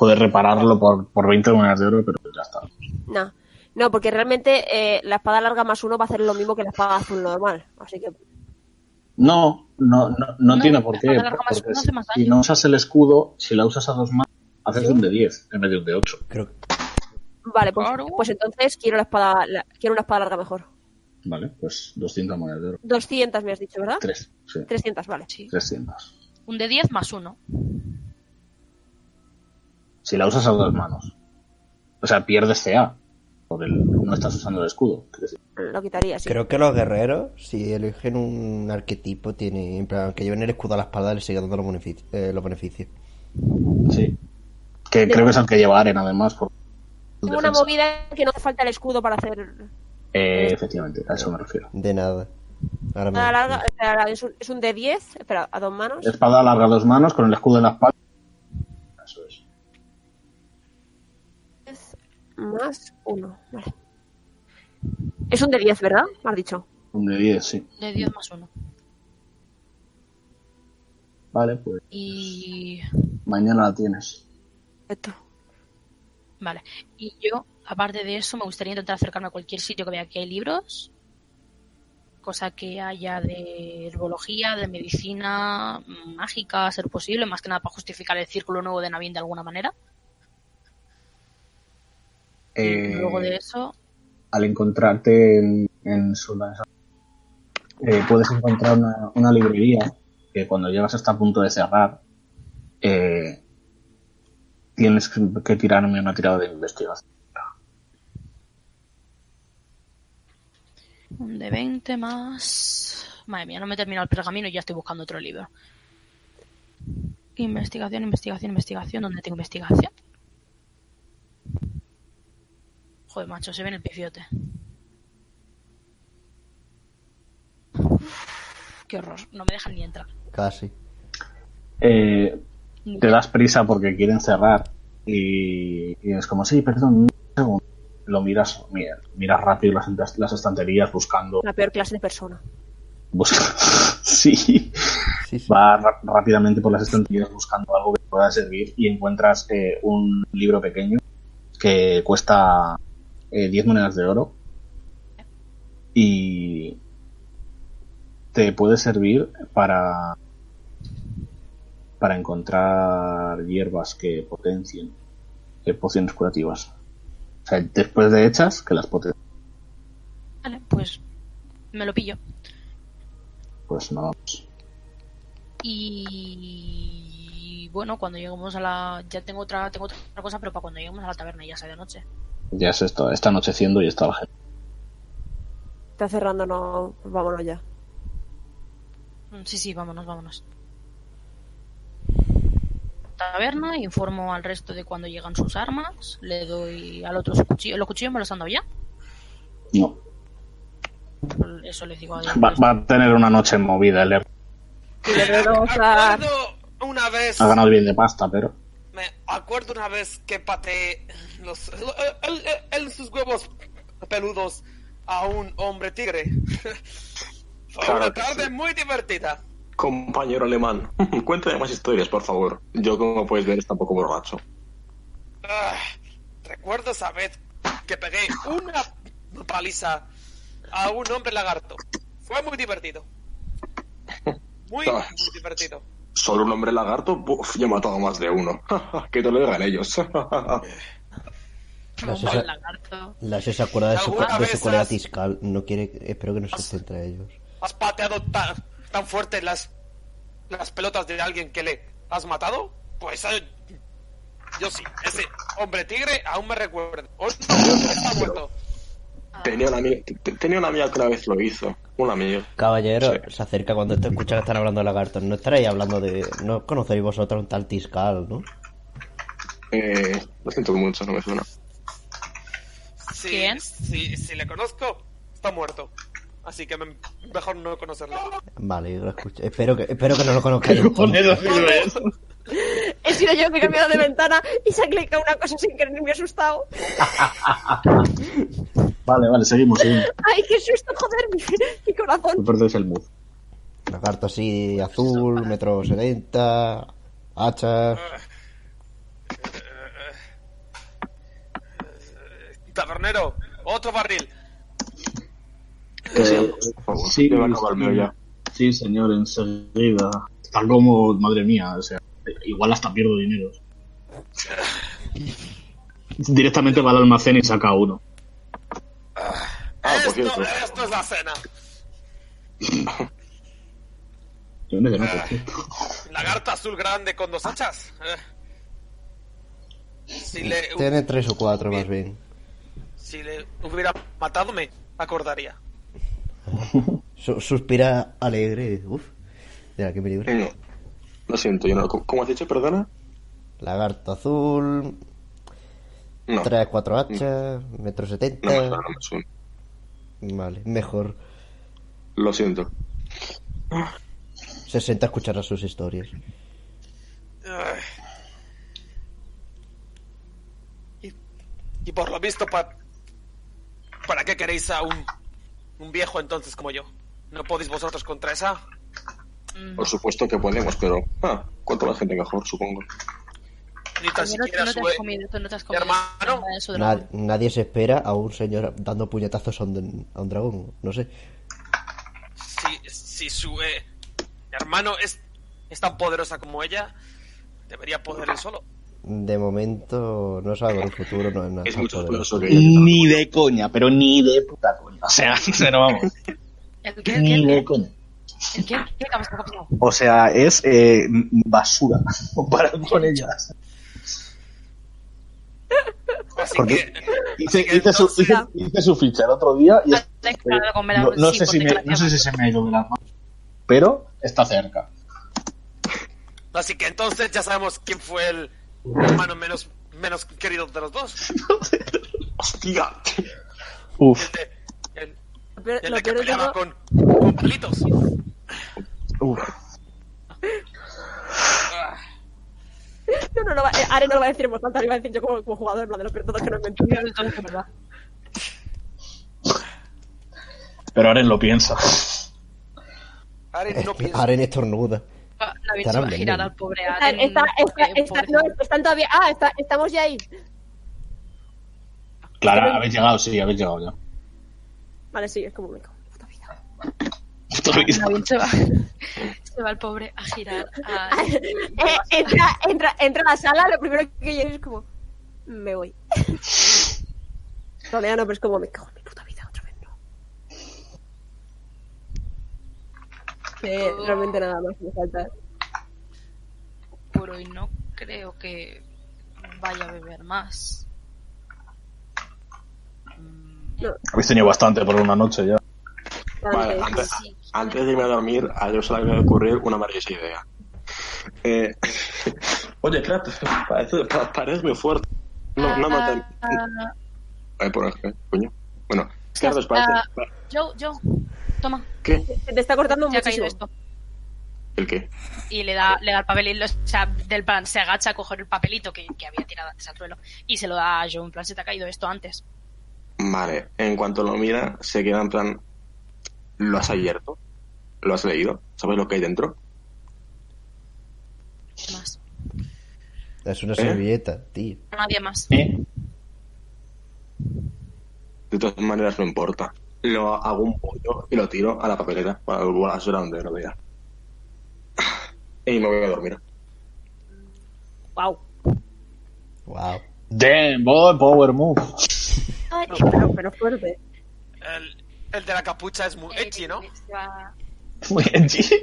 S1: Puedes repararlo por, por 20 monedas de oro, pero ya está.
S8: No, no, porque realmente eh, la espada larga más uno va a hacer lo mismo que la espada azul normal. Así que
S1: No, no, no, no
S6: No,
S1: tiene por qué.
S6: la larga más
S1: porque
S6: uno
S1: si,
S6: hace más
S1: si
S6: daño.
S1: no usas el escudo, si la usas a dos manos, haces un de 10 en vez de un de 8.
S4: Creo,
S8: Vale, pues,
S6: Claro.
S8: pues entonces quiero la espada la- quiero una espada larga mejor.
S1: Vale, pues 200 monedas de oro.
S8: 200 me has dicho, ¿verdad?
S1: 3, sí.
S8: 300, vale.
S6: Sí.
S1: 300.
S6: Un de 10 más uno.
S1: Si la usas a dos manos. O sea, pierdes CA. Por el, no estás usando el escudo. quiero decir.
S8: Lo quitaría, sí.
S4: creo que los guerreros, si eligen un arquetipo, tienen, en plan, que lleven el escudo a la espalda, les sigue dando los benefici- eh, los beneficios.
S1: Sí. Que creo que es el que lleva Aren, además. Por
S8: Tengo una
S1: defensa.
S8: movida que no hace falta el escudo para hacer
S1: Eh, efectivamente, a eso me refiero.
S4: De nada. Ahora
S8: espada
S4: mismo.
S8: larga. o sea, Es un, es un de 10, espera, a dos manos.
S1: Espada larga dos manos con el escudo en la espalda. Eso es.
S8: Más uno, vale. Es un de 10, ¿verdad? Me has dicho.
S1: Un de 10, sí.
S6: De 10 más uno.
S1: Vale, pues
S6: Y.
S1: mañana la tienes.
S8: Perfecto.
S6: Vale. Y yo, aparte de eso, me gustaría intentar acercarme a cualquier sitio que vea que hay libros. Cosa que haya de herbología, de medicina, mágica, a ser posible, más que nada para justificar el círculo nuevo de Navin de alguna manera.
S1: Eh,
S6: Luego de eso,
S1: Al encontrarte en, en Sula, eh, puedes encontrar una, una librería que cuando llegas hasta a punto de cerrar, eh, tienes que que tirarme una tirada de investigación.
S6: un de 20 más. Madre mía, no me he terminado el pergamino y ya estoy buscando otro libro. Investigación, investigación, investigación. ¿Dónde tengo investigación? Joder, macho, se ve en el pifiote. Uf, Qué horror, no me dejan ni entrar.
S4: Casi.
S1: Eh,
S6: Ni-
S1: te das prisa porque quieren cerrar y, y es como, sí, perdón, un segundo. Lo miras, mira, miras rápido las, las estanterías buscando.
S8: La peor clase de persona.
S1: buscando. sí.
S4: Sí, sí.
S1: Vas ra- rápidamente por las estanterías buscando algo que te pueda servir y encuentras eh, un libro pequeño que cuesta eh, 10 monedas de oro y te puede servir para para encontrar hierbas que potencien eh, pociones curativas. O sea, después de hechas, que las potencien.
S6: Vale, pues me lo pillo.
S1: Pues nada más.
S6: Y bueno, cuando lleguemos a la. Ya tengo otra, tengo otra cosa, pero para cuando lleguemos a la taberna ya sea de noche.
S1: Ya se está, está anocheciendo y está la gente.
S8: Está cerrando, no. pues vámonos ya.
S6: Mm, Sí, sí, vámonos, vámonos. Taberna, informo al resto de cuando llegan sus armas, le doy al otro su cuchillo. ¿Los cuchillos me los han dado ya?
S1: No.
S6: Eso les digo a
S1: Va, va a tener una noche movida el
S8: Y le doy dos a-
S10: Acuerdo una vez.
S1: ha ganado bien de pasta, pero
S10: Me acuerdo una vez que pateé los, él- él- él sus huevos peludos a un hombre tigre. Fue
S2: Claro
S10: una
S2: que
S10: tarde
S2: sí.
S10: muy divertida.
S2: Compañero alemán, cuéntame más historias, por favor. Yo, como puedes ver, está un poco borracho.
S10: Ah, recuerdo esa vez que pegué una paliza a un hombre lagarto. Fue muy divertido. Muy,
S2: Ah.
S10: muy divertido.
S2: Solo un hombre lagarto, Buf, yo he matado a más de uno. que te lo digan ellos.
S4: La
S14: Como
S4: Sesa,
S14: el lagarto.
S4: la Sesa se acuerda de su,
S10: ¿Alguna
S4: de su
S10: vez
S4: colega
S10: has-
S4: fiscal. No quiere, espero que no se centre a ellos.
S10: ¿Has pateado tan, tan fuerte las, las pelotas de alguien que le has matado? Pues eh, yo sí. Ese hombre tigre aún me recuerda. Hoy está muerto.
S2: tenía, una amiga, te- tenía una amiga que una vez lo hizo. Un amigo.
S4: Caballero, se acerca cuando te escucha que están hablando de lagartos. No estaréis hablando de. No conocéis vosotros un tal Tiscal, ¿no?
S2: Eh, lo siento mucho, no me suena.
S10: Si,
S6: ¿Quién?
S10: Si, si le conozco, está muerto. Así que me- mejor no conocerle.
S4: Vale, yo lo escucho. Espero que, espero que no lo conozcáis. entonces.
S8: He sido yo que he cambiado de ventana y se ha clicado una cosa sin querer y me he asustado.
S9: Vale, vale, seguimos, seguimos.
S8: Ay, qué susto, joder, mi, mi
S9: No
S8: corazón.
S9: perdéis el mood.
S4: Lagarto así, azul, metro 70, hachas.
S10: Ah, Tabernero, otro barril.
S9: Eh, sí,
S2: Yo me acabo el mío ya.
S9: sí, señor, enseguida. Tal como, madre mía, o sea, igual hasta pierdo dinero. Directamente va al almacén y saca uno.
S2: Ah, por
S10: esto,
S2: cierto.
S10: esto es la cena.
S9: Yo me quedo, por cierto.
S10: Lagarta azul grande con dos hachas. Eh. Si le,
S4: Tiene tres o cuatro más bien.
S10: si le hubiera matado, me acordaría.
S4: Su- suspira alegre. Uf. Mira, qué peligro.
S2: No. Eh, Lo siento, yo no. ¿Cómo- ¿Cómo has dicho, perdona?
S4: Lagarto azul,
S2: No.
S4: tres, cuatro hachas, metro
S2: No me
S4: 70.
S2: suena, no me suena.
S4: Vale, mejor.
S2: Lo siento.
S4: Se senta a escuchar a sus historias.
S10: Ay. Y, y por lo visto, pa- ¿para qué queréis a un, un viejo entonces como yo? ¿No podéis vosotros contra esa?
S2: Por supuesto que podemos, pero. Ah, cuanto más gente mejor, supongo.
S10: Ni
S6: Primero,
S10: tan
S6: tú
S10: siquiera
S6: no te
S10: su
S6: has comido, tú no te has comido
S10: hermano.
S6: nada de su
S4: Na-
S6: dragón.
S4: nadie se espera a un señor dando puñetazos a un, a un dragón. No sé.
S10: si, si su eh, hermano es, es tan poderosa como ella, debería poder él solo.
S4: De momento, no sabe el futuro, no es nada.
S2: Es mucho más poderoso que ella.
S9: Ni de coña, pero ni de puta coña. O sea, pero vamos,
S6: ¿El qué? ¿El qué?
S9: ni
S6: ¿El
S9: de
S6: qué?
S9: coña.
S6: ¿El qué? ¿Qué? ¿Qué ha pasado? ¿Qué ha pasado?
S9: O sea, es eh, basura comparado con ellas.
S10: Así
S9: Porque
S10: que,
S9: hice,
S10: que
S9: hice su,
S10: entonces-
S9: hice- hice su ficha el otro día y
S6: Ah, te he quedado con
S9: no,
S6: Melabel,
S9: no
S6: sí,
S9: sé si
S6: por
S9: me,
S6: desgracia.
S9: no sé si se me ha ido de las manos, pero está cerca.
S10: así que entonces ya sabemos quién fue el hermano menos, menos querido de los dos.
S2: ¡Hostia!
S9: Uf,
S10: El,
S8: Lo peor,
S10: el
S8: lo
S10: de que
S8: peor de
S10: peleaba
S8: todo,
S10: con, con palitos.
S9: uf.
S10: Ah,
S8: no, no, lo va- eh, Are no lo va a decir en voz alta, lo va a decir yo como, como jugador, en plan de lo peor de todo es que no es mentira.
S6: Todo es verdad.
S9: Pero Aren lo piensa.
S10: Aren no piensa.
S4: Aren estornuda.
S6: La
S4: Estarán
S6: bicha va a
S4: bien,
S6: girar
S4: ¿no?
S6: al pobre
S8: Está,
S6: Aren.
S8: está, está,
S6: porque,
S8: está-
S6: pobre-
S8: no, están todavía. Ah, está- estamos ya ahí.
S9: Clara, habéis llegado, sí, habéis llegado ya.
S8: Vale, sí, es como me cago en la puta vida.
S6: La bicha va, se va el pobre a girar. A...
S8: Eh, entra, entra, entra a la sala, lo primero que yo es como. Me voy. Todavía no, pero es como me cago en mi puta vida otra vez, no. Eh, realmente nada más me falta.
S6: Puro y no creo que vaya a beber más.
S9: Habéis tenido bastante por una noche ya.
S8: nada más
S2: Vale,
S8: que
S2: antes,
S8: decir.
S2: antes de irme a dormir, a yo se le iba a ocurrir una maravillosa idea. Eh, oye, Kratos, parece, pa- parece muy fuerte. No, no maten.
S6: Ah,
S2: Ay, por eh, coño. Bueno, Kratos, parece.
S6: Ah. Joe, Joe, toma,
S2: ¿Qué?
S8: Se te está cortando
S6: se ha caído
S8: muchísimo.
S6: esto.
S2: ¿El qué?
S6: y le da, le da el papelito, o sea, del plan, se agacha a coger el papelito que, que había tirado antes al suelo y se lo da a Joe, en plan, se te ha caído esto antes.
S2: Vale, en cuanto lo mira, se queda en plan. ¿Lo has abierto? ¿Lo has leído? ¿Sabes lo que hay dentro?
S6: ¿Qué más?
S4: Es
S2: ¿Eh?
S4: una servilleta, tío.
S15: Nadie más.
S2: De todas maneras, no importa. Lo hago un pollo y lo tiro a la papelera, a la basura donde lo vea. Y me voy a dormir.
S8: Wow.
S4: Wow.
S9: Damn, boy, power move.
S8: Ay, pero, pero fuerte.
S10: El, el de la capucha es
S8: Eh,
S10: muy edgy, ¿no?
S9: Muy edgy.
S2: Se,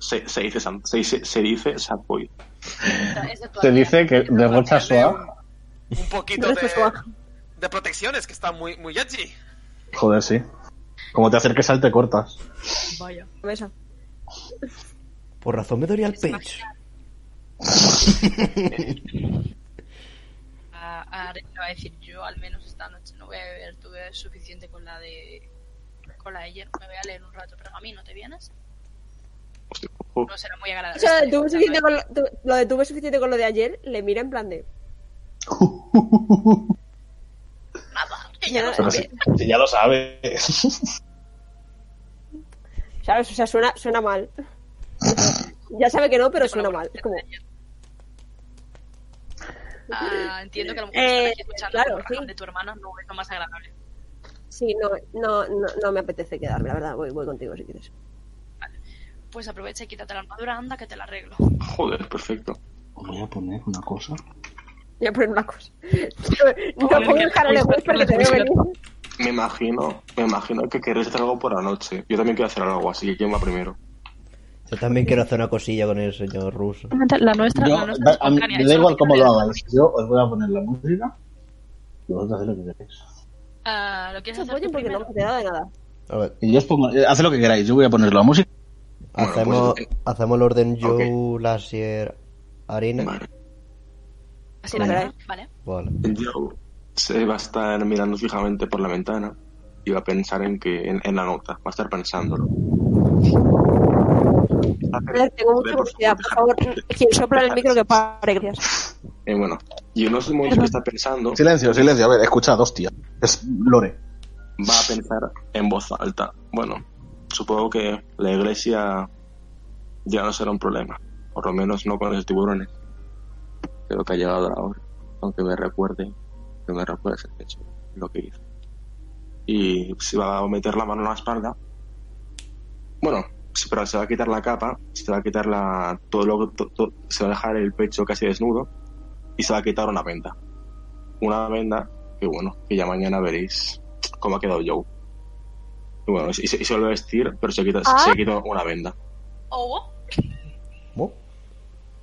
S2: se, se dice, Sam- se, dice- se dice Sapoy.
S9: Te dice que derrocha
S8: eh,
S9: Swag.
S10: Un poquito de, de protecciones que está muy, muy edgy.
S9: Joder, sí. Como te acerques al te cortas.
S15: Vaya.
S8: Mesa.
S4: Por razón me doría el pecho.
S6: A, a, le voy a decir yo al menos esta noche no voy a beber, tuve suficiente con la de con la de ayer, me voy a leer un rato pergamino, ¿te vienes? No será muy agradable.
S8: O sea, tuve suficiente con lo, tu- lo de tuve suficiente con lo de ayer, le mira en plan de. Ya,
S9: Pero si, si ya lo sabes.
S8: ¿Sabes? O sea, suena, suena mal. Ya sabe que no, pero suena mal. Es como,
S6: Ah, entiendo que a lo mejor
S8: Eh,
S6: estás escuchando
S8: claro,
S6: el programa
S8: sí.
S6: de tu hermano no es lo más agradable.
S8: sí, no, no, no, no me apetece quedarme, la verdad. Voy, voy contigo si quieres.
S6: Pues aprovecha y quítate la armadura, anda que te la arreglo.
S2: Joder, perfecto.
S9: Os voy a poner una cosa.
S8: Voy a poner una cosa. No, no pongo el canal de Whisper que te veo venir.
S2: Me imagino, me imagino que queréis hacer algo por la noche. Yo también quiero hacer algo, así que ¿quién va primero?
S4: Yo también quiero hacer una cosilla con el señor ruso.
S15: La nuestra,
S9: Yo,
S15: la nuestra
S9: da-
S15: es
S9: a mí,
S15: espontánea,
S9: me da
S15: eso
S9: igual
S15: no
S9: cómo
S15: tiene
S9: lo hagáis. Yo os voy a poner la música. Y vosotros haced lo que queráis.
S6: Ah, ¿Lo quieres
S8: No
S6: hacer tú
S8: porque no
S6: primero?
S8: me queda de nada.
S4: A ver,
S9: Y yo os pongo, eh, haced lo que queráis. Yo voy a poner la música.
S4: hacemos,
S2: pues,
S4: hacemos el orden
S9: Ah,
S4: yo,
S2: Ok.
S4: Lasier, Harina.
S2: Vale.
S6: Así
S8: Venga.
S6: la vale.
S4: Vale.
S2: Joe se va a estar mirando fijamente por la ventana y va a pensar en que en, en la nota, va a estar pensándolo.
S8: A ver, tengo mucha curiosidad. Por favor, quien sopla en el micro que pare, gracias.
S2: Eh, bueno, yo no sé muy bien lo que está pensando,
S9: Silencio, silencio. A ver, escuchad, hostia. Es Lore.
S2: va a pensar en voz alta. Bueno, supongo que la iglesia ya no será un problema, por lo menos no con los tiburones. Creo que ha llegado la hora, aunque me recuerde, que me recuerde ese hecho, lo que hizo. Y se va a meter la mano en la espalda. Bueno, sí, pero se va a quitar la capa, se va a quitar la, todo lo que to- to- se va a dejar el pecho casi desnudo y se va a quitar una venda. Una venda que bueno, que ya mañana veréis cómo ha quedado Joe. Y bueno, y se, y se vuelve a vestir, pero se quita,
S8: Ah.
S2: se quita una venda.
S6: Oh,
S4: ¿Cómo?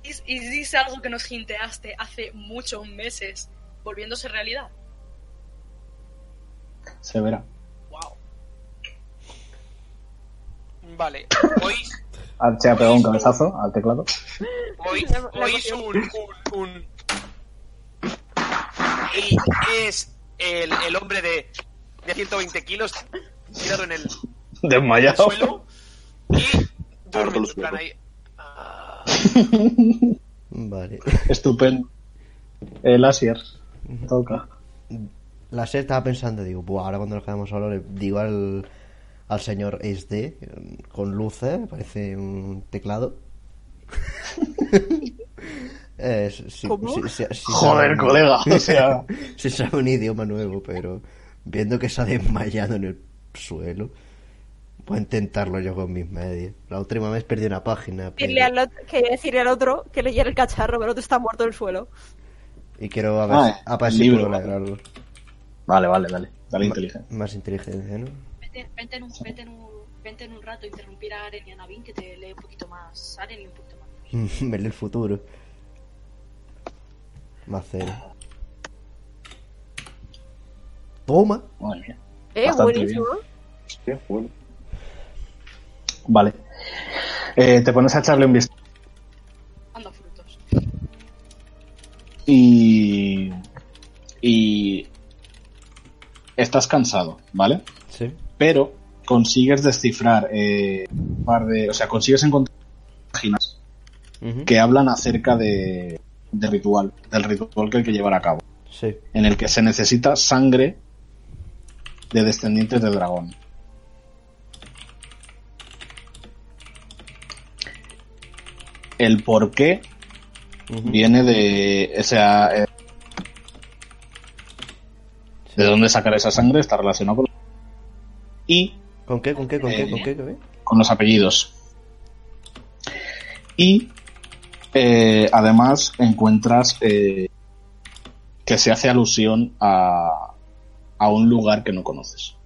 S6: y y dice algo que nos hinteaste hace muchos meses, volviéndose realidad.
S9: Se verá.
S6: Wow.
S10: Vale. Oís,
S9: Ah, Se ha pegado un cabezazo al teclado.
S10: oís,
S8: La- la
S10: oís un, un, un- Y es el, el hombre de, de 120 kilos tirado en el
S9: Desmayado.
S10: suelo y
S2: Ahora
S10: duerme en
S2: los
S10: plan
S2: veo.
S10: ahí. Ah,
S4: Vale.
S9: Estupendo. El Asier. Toca.
S4: La SER estaba pensando, digo, Buah, ahora cuando nos quedamos solos le digo al, al señor SD con luces, parece un teclado. Eh, si- si-
S8: ¿Cómo?
S4: si- si- si
S9: Joder,
S4: sabe-
S9: colega, o sea.
S4: si sabe un idioma nuevo, pero viendo que se ha desmayado en el suelo, voy a intentarlo yo con mis medios. La última vez perdí una página pero-
S8: Decirle al otro, que decirle al otro que leyera el cacharro, pero el otro está muerto en el suelo.
S4: y quiero a ver, si-
S9: Ah,
S4: a ver si
S9: libro.
S4: puedo lograrlo.
S9: Vale, vale, vale. Dale
S4: Ma-
S9: inteligencia.
S4: Más inteligencia, ¿no?
S6: Vente, vente en un, vente, en un, vente en un rato a interrumpir a Aren y a Navin que te lee un poquito más Aren y un poquito más.
S8: Mm.
S4: Verle el futuro. Más cero. Toma.
S9: Madre mía.
S8: Eh,
S9: Bastante
S8: buenísimo.
S2: Hostia, bueno.
S9: Vale. Eh, te pones a echarle un vistazo
S6: Anda frutos.
S9: y. Y. Estás cansado, ¿vale?
S4: Sí.
S9: Pero consigues descifrar eh, un par de. O sea, consigues encontrar páginas que hablan acerca de, de ritual, del ritual que hay que llevar a cabo,
S4: Sí.
S9: en el que se necesita sangre de descendientes de dragón. El por qué
S1: Viene de. O sea. eh, ¿De dónde sacar esa sangre? Está relacionado con, Y.
S4: ¿Con qué? ¿Con qué?
S9: Eh,
S4: ¿Con qué? ¿Con qué? ¿Con qué?
S1: con los apellidos. Y. eh, además, encuentras. eh, que se hace alusión a. a un lugar que no conoces.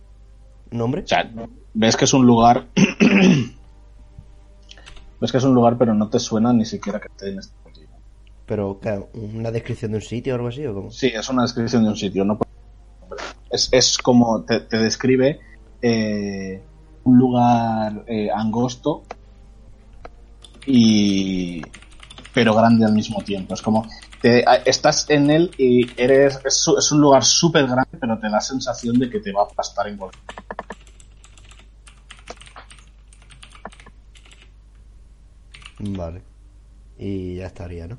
S4: ¿Nombre?
S1: O sea, ves que es un lugar. ves que es un lugar, pero no te suena ni siquiera que esté en este sitio.
S4: Pero, claro, ¿una descripción de un sitio o algo así o cómo?
S1: Sí, es una descripción de un sitio, no es, es como te, te describe eh, un lugar eh, angosto y pero grande al mismo tiempo. Es como te- a- estás en él y eres es, su- es un lugar súper grande, pero te da la sensación de que te va a aplastar en cualquier.
S4: Vale. Y ya estaría, ¿no?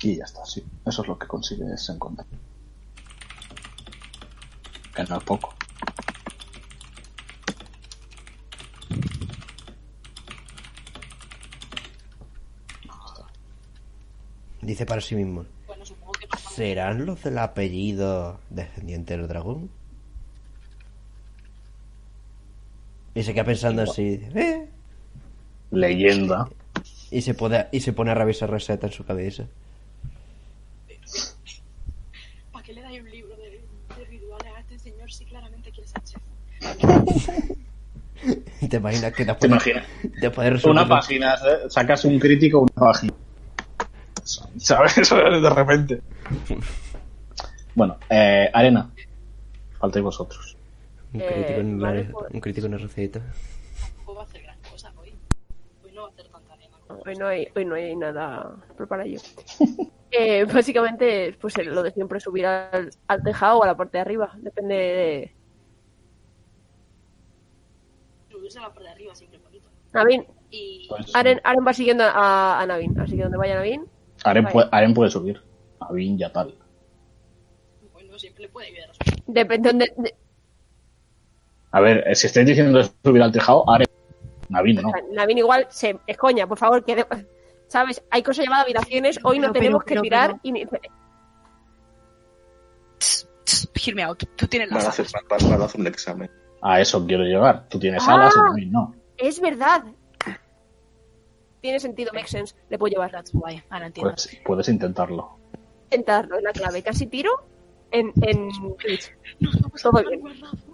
S1: Y ya está, sí. Eso es lo que consigues encontrar. Que no es poco.
S4: Dice para sí mismo. ¿Serán los del apellido descendiente del dragón? Y se queda pensando así. ¿eh?
S1: Leyenda.
S4: Y se, puede, y se pone a revisar receta en su cabeza.
S5: ¿Para qué le dais un libro de, de rituales a este señor si claramente quiere ser chef?
S4: ¿Te imaginas que te has
S1: ¿Te
S4: podido-
S1: imaginas?
S4: te has podido resolver-
S1: Una página, ¿eh? sacas un crítico, una página. ¿Sabes? De repente. Bueno, eh, Arena. Faltáis vosotros.
S4: Un
S5: Eh,
S4: crítico, en la-
S5: vale, pues-
S4: un crítico en la receta.
S5: Tampoco va a hacer gran cosa hoy. Hoy no va a hacer tanta arena.
S8: Pues Hoy no hay, hoy no hay nada preparado yo. Eh, básicamente, pues eh, lo de siempre subir al, al tejado o a la parte de arriba. Depende de.
S5: Subirse a la parte de arriba siempre poquito.
S8: Navin.
S5: Y
S8: Aren, Aren va siguiendo a, a Navin. Así que donde vaya Navin.
S1: Aren,
S8: Vale.
S1: puede, Aren puede subir. Avin ya tal.
S5: bueno, siempre le puede ayudar.
S8: Depende donde. de-
S1: A ver, eh, si estáis diciendo de subir al tejado, Aren. Navin, no.
S8: Navin igual se. Es coña, por favor, que. de- ¿Sabes? Hay cosas llamadas habitaciones. Hoy
S9: Pero,
S8: no
S9: pero,
S8: tenemos que
S9: pero,
S8: tirar.
S9: pero.
S8: y ni-
S9: Tss, Hear me out. Tú tienes
S16: Van a
S9: las
S16: hacer,
S9: alas.
S16: van- van a hacer un examen.
S1: A eso quiero llegar. Tú tienes alas y
S8: Ah.
S1: Navin no.
S8: Es verdad. Tiene sentido, makes sense. Le puedo llevar.
S9: That's why. Ahora entiendo.
S1: Pues sí, puedes intentarlo.
S8: Intentarlo, es la clave. Casi tiro en. en...
S5: Nos vamos
S8: Todo
S5: a tomar
S8: bien.
S5: guardazo.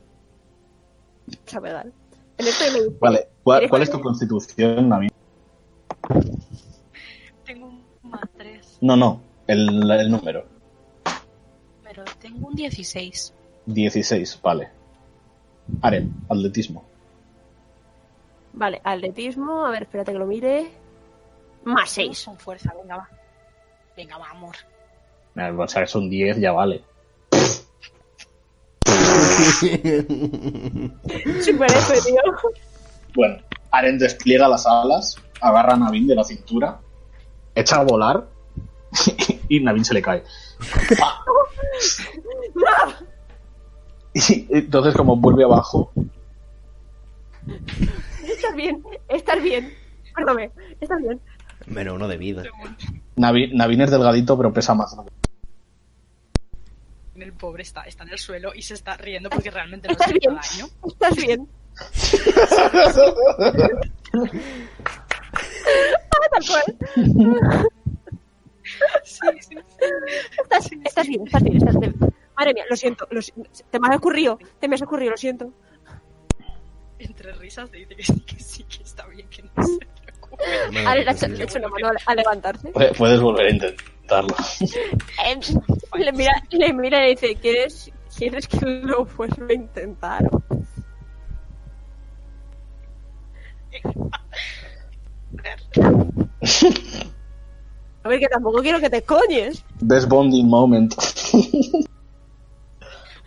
S8: O sea, verdad. En esto me dice,
S1: Vale, ¿cuál,
S8: ¿Quieres
S1: cuál es tu
S8: algo?
S1: constitución, Navin?
S5: Tengo un más 3.
S1: No, no, el, el número.
S9: Pero tengo un 16.
S1: 16, vale. Aren, atletismo.
S8: Vale, atletismo. A ver, espérate que lo mire. Más
S9: Vamos
S8: 6.
S9: Con fuerza. Venga, va. Venga, va, amor.
S1: Eh, O sea, es un 10, ya vale.
S8: Super F, tío.
S1: Bueno, Aren despliega las alas, agarra a Navin de la cintura, echa a volar y Navin se le cae. ¡Pa! Y entonces como vuelve abajo,
S8: Estás bien, estás bien. Perdóname, estás bien.
S4: Menos uno de vida.
S1: Navi- Navin es delgadito pero pesa más.
S6: El pobre está, está en el suelo y se está riendo porque realmente no
S8: Estás
S6: hace
S8: bien.
S6: daño.
S8: Estás bien. Ah, tal cual.
S6: Sí, sí, sí.
S8: Estás, estás bien, estás bien, estás bien. Madre mía, lo siento. lo si- te me has ocurrido, te me has ocurrido, lo siento.
S6: Entre risas le dice que sí, que sí, que está bien, que no se
S8: Mm.
S6: preocupe.
S4: Eh, pues
S8: Ahora le ha hecho- le ha hecho Ah, una mano a- a levantarse.
S1: Pu- Puedes volver a intentarlo.
S8: Eh, le, mira, le mira y dice, ¿quieres, ¿quieres que lo vuelva a intentar? A ver, que tampoco quiero que te coñes.
S1: Best bonding moment.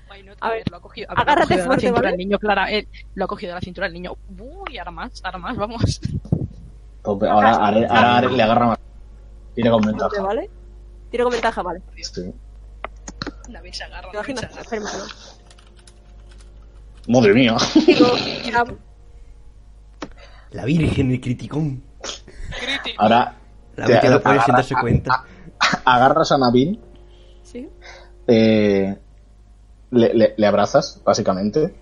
S6: Ay, no,
S8: A ver,
S6: lo ha cogido, lo ha
S8: agárrate
S6: cogido de la
S8: fuerte,
S6: cintura
S8: ¿vale?
S6: al niño, Clara, él lo ha cogido de la cintura al niño. Uy, ahora más, ahora más, vamos.
S1: Tope, Ahora Aren, ahora Aren le agarra más. Tira con
S8: Vale,
S1: ventaja.
S8: ¿Vale? Tiro con ventaja, vale.
S1: Sí.
S6: David se agarra,
S8: Te
S6: David
S8: imaginas,
S6: se agarra.
S8: Espera un segundo.
S1: Madre mía.
S8: Digo, ya,
S4: La Virgen, el criticón.
S1: Ahora,
S12: La última
S1: Te-
S12: que puede
S1: agarra-
S12: sin darse
S1: a-
S12: cuenta.
S1: a- agarras a Navin,
S8: Sí.
S1: eh, le, le- le abrazas, básicamente.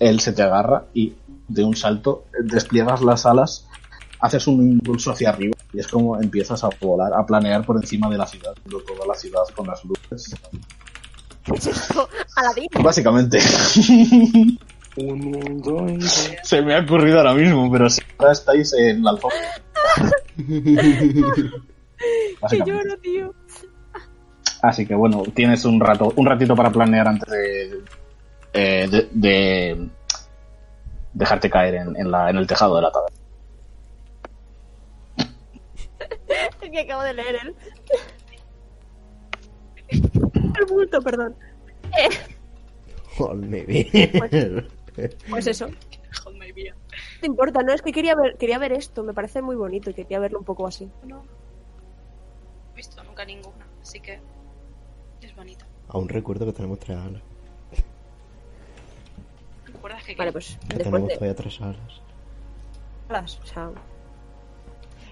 S1: Él se te agarra y de un salto despliegas las alas, haces un impulso hacia arriba y es como empiezas a volar, a planear por encima de la ciudad, por toda la ciudad con las luces.
S8: Aladín.
S1: Básicamente. Se me ha ocurrido ahora mismo, pero si ahora estáis en la alfombra.
S8: Que
S1: Básicamente.
S8: lloro, tío.
S1: Así que bueno, tienes un rato, un ratito para planear antes de, eh, de, de dejarte caer en, en la- en el tejado de la taberna.
S8: Es que acabo de leer el. El bulto, perdón. Eh,
S12: Joder, me ve.
S8: pues eso. No importa, no es que quería ver, quería ver esto, me parece muy bonito y quería verlo un poco así.
S6: he visto nunca ninguna, así que es bonita.
S4: Aún recuerdo que tenemos tres alas.
S6: ¿Recuerdas que
S8: Vale, pues
S4: Que
S8: después
S4: tenemos
S8: de
S4: todavía tres alas.
S8: las, o sea,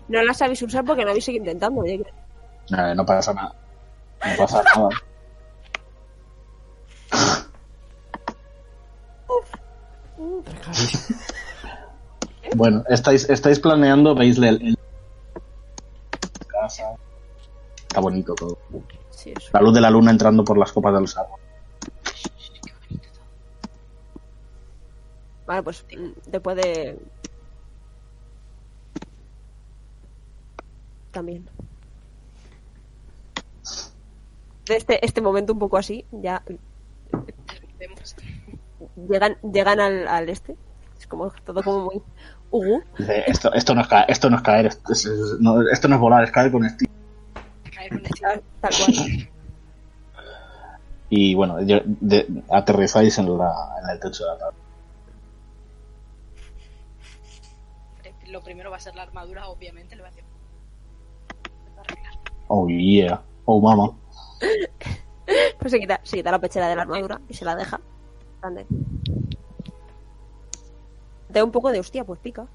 S8: no las sabéis usar porque no habéis seguido intentando. oye, que-
S1: Eh, no pasa nada. No pasa nada. bueno, estáis, estáis planeando, veis el, el- Casa. Está bonito todo.
S8: Sí, eso.
S1: La luz de la luna entrando por las copas de los árboles.
S8: Vale, pues mm, después de. También. De este, este momento un poco así, ya pues.
S6: vemos?
S8: llegan, llegan al, al este. Es como todo como muy. Ugu.
S1: Dice, Esto, esto no es caer, esto no es, caer esto, es- es- no, esto no es volar, es caer con estilo.
S8: Tal, tal cual.
S1: Y bueno, yo- de- aterrizáis en, la, en el techo de la tabla.
S6: Lo primero va a ser la armadura, obviamente, le va a decir.
S1: Oh yeah, oh mama.
S8: Pues se quita, se quita la pechera de la armadura y se la deja. Grande. Da un poco de hostia, pues pica.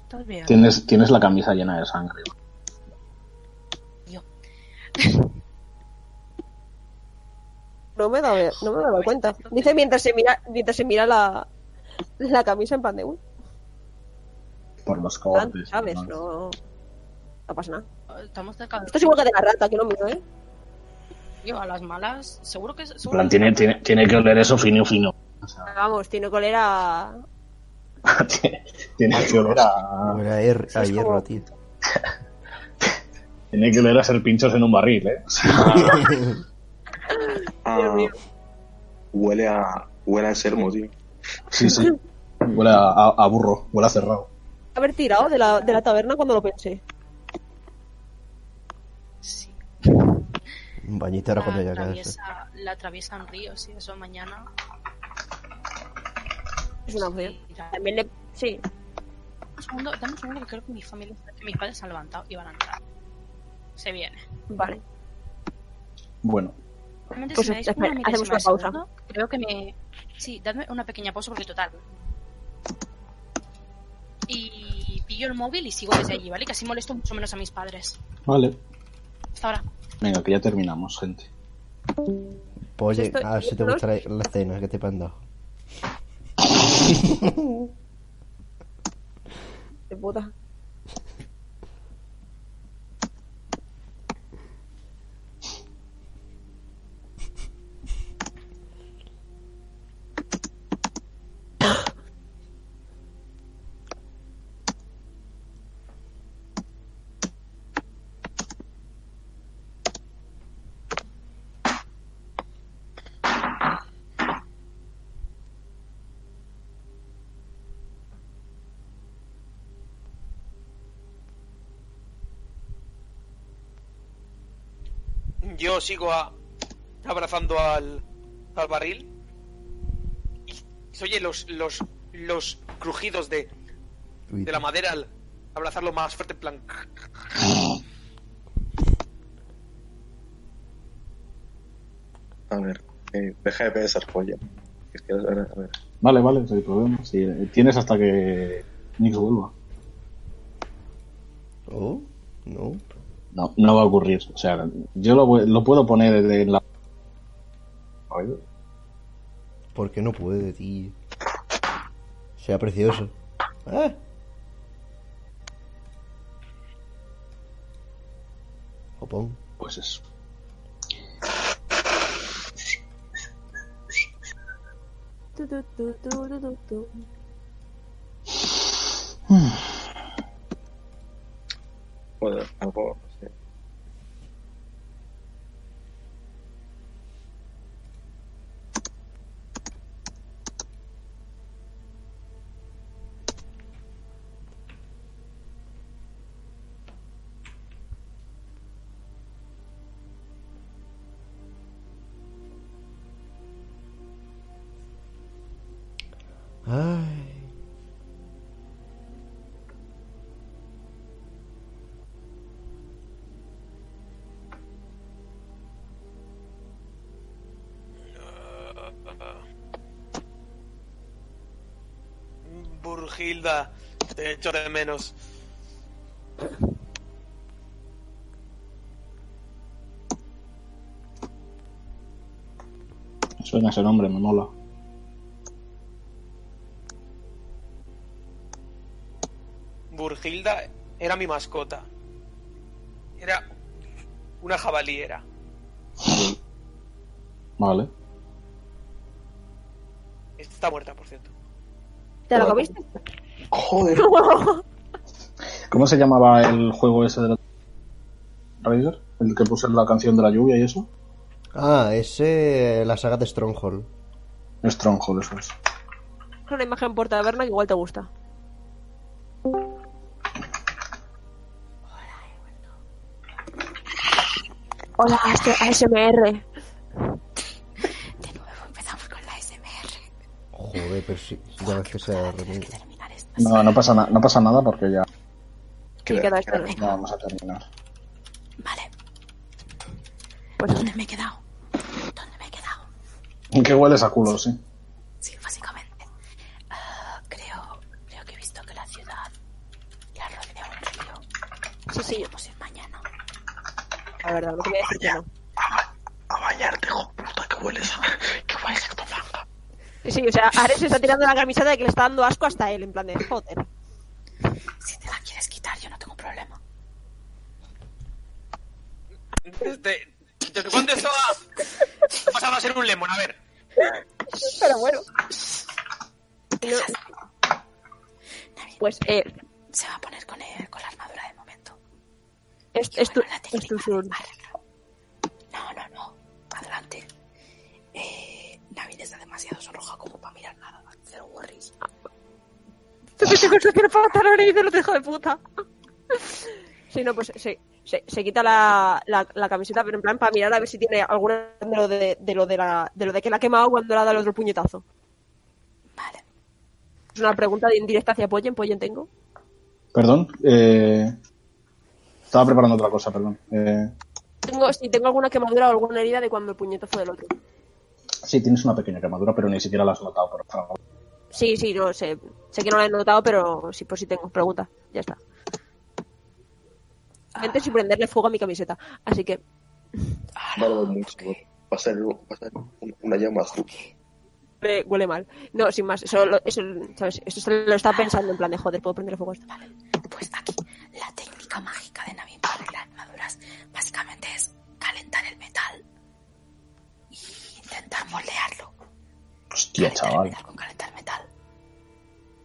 S9: Estás bien.
S1: Tienes, tienes la camisa llena de sangre.
S8: No me daba, no me daba cuenta. Dice mientras se mira, mientras se mira la, la camisa en pan de uy.
S1: por los
S9: Oh,
S8: Fran,
S1: cortes.
S8: ¿sabes?
S9: pues,
S1: ¿no?
S8: No, no pasa nada.
S6: Estamos cerca de.
S8: Esto es igual que de la rata, que lo miro, ¿eh?
S6: Yo, a las malas, seguro que.
S1: En
S6: seguro
S1: plan,
S6: que-
S1: tiene, tiene, tiene que oler eso fino, fino.
S8: Vamos, tiene colera.
S1: Tiene que oler a,
S4: Huele a, her- er, a hierro, tío.
S1: tiene que oler a ser pinchos en un barril, ¿eh?
S16: Ah, huele a. Huele a enfermo, tío.
S1: Sí, sí. Huele a, a- a burro, huele a cerrado.
S8: Haber tirado de la, de la taberna cuando lo pensé.
S6: Sí.
S4: Un bañito ahora cuando
S6: La
S4: llegue a casa.
S6: atraviesa, la atraviesan ríos y eso mañana.
S8: Es una opción. También le. Sí.
S6: Un segundo, dame un segundo que creo que mi familia, que mis padres se han levantado y van a entrar. Se viene.
S8: Vale.
S1: Bueno,
S6: Realmente
S8: Pues
S6: si me dais
S8: espera,
S6: una milésima
S8: hacemos una
S6: de
S8: pausa.
S6: segundo, creo que me... Sí, dadme una pequeña pausa porque total. Y pillo el móvil y sigo desde allí, ¿vale? Que así molesto mucho menos a mis padres.
S1: vale.
S6: Hasta ahora.
S1: Venga, que ya terminamos, gente.
S4: Pues oye,
S8: Estoy-
S4: a ver si te
S8: ¿no?
S4: gusta la, la cena que te he mandado.
S8: De puta.
S10: Yo sigo a- abrazando al, al barril. Y se oye los, los, los crujidos de,
S4: Uy,
S10: de la madera al abrazarlo más fuerte, en plan.
S2: A ver, eh, deja de pensar, polla. Es que, a ver, a ver.
S1: Vale, vale, no hay problema. Sí, eh, tienes hasta que Nix vuelva.
S4: Oh, no.
S1: No, no va a ocurrir. O sea, yo lo, voy- lo puedo poner en la.
S4: Porque no puede, tío. Sea precioso. Ah. Opón.
S1: Pues eso.
S8: Tu, tu, tu, tu, tu, tu, tu.
S16: Joder, tampoco. sí.
S4: Ay.
S10: Burgilda, te echo de menos.
S1: Suena ese nombre, me mola.
S10: Burgilda era mi mascota. Era una jabaliera.
S1: Vale.
S10: Está muerta, por cierto.
S8: ¿Te lo comiste?
S2: Joder.
S1: ¿Cómo se llamaba el juego ese de la... Raider? El que puse la canción de la lluvia y eso.
S4: Ah, ese. La saga de Stronghold.
S1: Stronghold, eso es.
S8: Es una imagen por taberna que igual te gusta. Hola, este ASMR.
S6: Empezamos con la SMR.
S4: Joder, pero sí. Ya ves que se remonta.
S1: No, no pasa, na- no pasa nada porque ya.
S8: Sí, queda esto, ¿no?
S1: ya vamos a terminar.
S8: Pues
S6: ¿Dónde me he quedado? ¿Dónde me he quedado?
S1: Que hueles a culo, sí.
S6: Sí, básicamente. Ah, creo, creo que he visto que la ciudad la rodea un río.
S8: Sí, sí.
S6: Vamos a ir mañana.
S8: La verdad, no te voy a decir que no.
S2: A bañarte, hijo de puta, que hueles a... Que hueles a tu blanca.
S8: Sí, sí, o sea, Ares se está tirando la camiseta de que le está dando asco hasta él, en plan de joder.
S6: Si te la quieres quitar, yo no tengo problema.
S10: Desde, ¿desde cuándo eso ha, ha pasado a ser un lemon? A ver,
S8: Pero bueno. Pues eh,
S6: Se va a poner con, el- con la armadura de momento.
S8: es, es tu, es tu sur.
S6: No, no, no. Adelante. Eh, Navid está demasiado sonroja como para mirar nada. Cero worries.
S8: Tú que te gusta que no puedo estar ahora y te lo dejo de puta. Sí, no, pues se, se, se quita la, la, la camiseta, pero en plan para mirar a ver si tiene alguna de lo de, de lo de la de lo de que la ha quemado cuando le ha dado el otro puñetazo.
S6: Vale.
S8: Es una pregunta de indirecta hacia Pollen, Pollen tengo.
S1: Perdón. eh, Estaba preparando otra cosa, perdón. Eh,
S8: Tengo, si tengo alguna quemadura o alguna herida de cuando el puñetazo del otro.
S1: Sí, tienes una pequeña quemadura, pero ni siquiera la has notado, por favor.
S8: Sí, sí, no sé. Sé que no la he notado, pero sí, pues sí tengo. Pregunta. Ya está. Gente sin prenderle fuego a mi camiseta. Así que,
S2: Va a doler mucho. Va a ser, va a ser un- una llama azul.
S8: eh, huele mal. No, sin más. Eso, lo- eso, ¿sabes? Esto se lo está pensando en plan de joder, puedo prenderle fuego a esto.
S6: Pues aquí, la técnica mágica de Navid para arreglar armaduras básicamente es calentar el metal y intentar moldearlo.
S1: Hostia, chaval.
S6: Con calentar metal,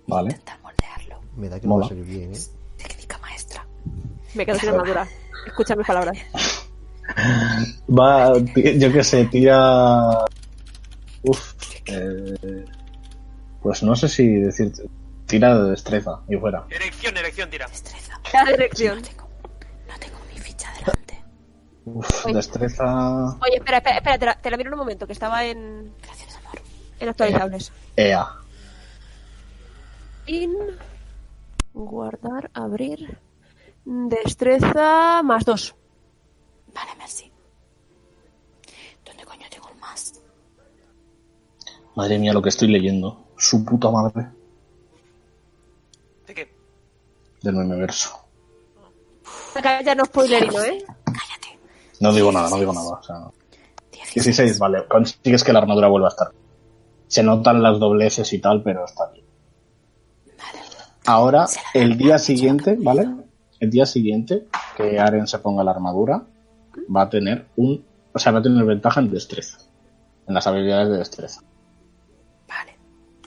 S1: Vale.
S6: intentar moldearlo.
S4: Me da que no va
S1: Mola.
S4: a salir bien, ¿eh?
S6: Técnica maestra.
S8: Me quedo sin armadura. Escucha mis palabras.
S1: Va, ti- yo qué sé, tira. Uf. eh, Pues no sé si decir. Tira de destreza y fuera.
S10: erección, erección, tira.
S6: Destreza.
S8: La dirección.
S6: No tengo mi ficha delante.
S1: Uf,
S8: Oye.
S1: destreza.
S8: Oye, espera, espera, espera, te la, te la miro en un momento, que estaba en,
S6: Gracias, amor.
S8: en actualizables.
S1: EA.
S8: In. Guardar, abrir. Destreza más dos.
S6: Vale, merci. ¿Dónde coño tengo el más?
S1: Madre mía, lo que estoy leyendo. Su puta madre.
S10: ¿De qué?
S1: Del meme verso.
S8: Acá ya no spoilerino, ¿eh?
S9: No digo nada, no digo nada. O sea, no. 16, vale. Consigues que la armadura vuelva a estar. Se notan las dobleces y tal, pero está bien. Ahora, el día siguiente, ¿vale? El día siguiente que Aren se ponga la armadura, va a tener un. O sea, va a tener ventaja en destreza. En las habilidades de destreza.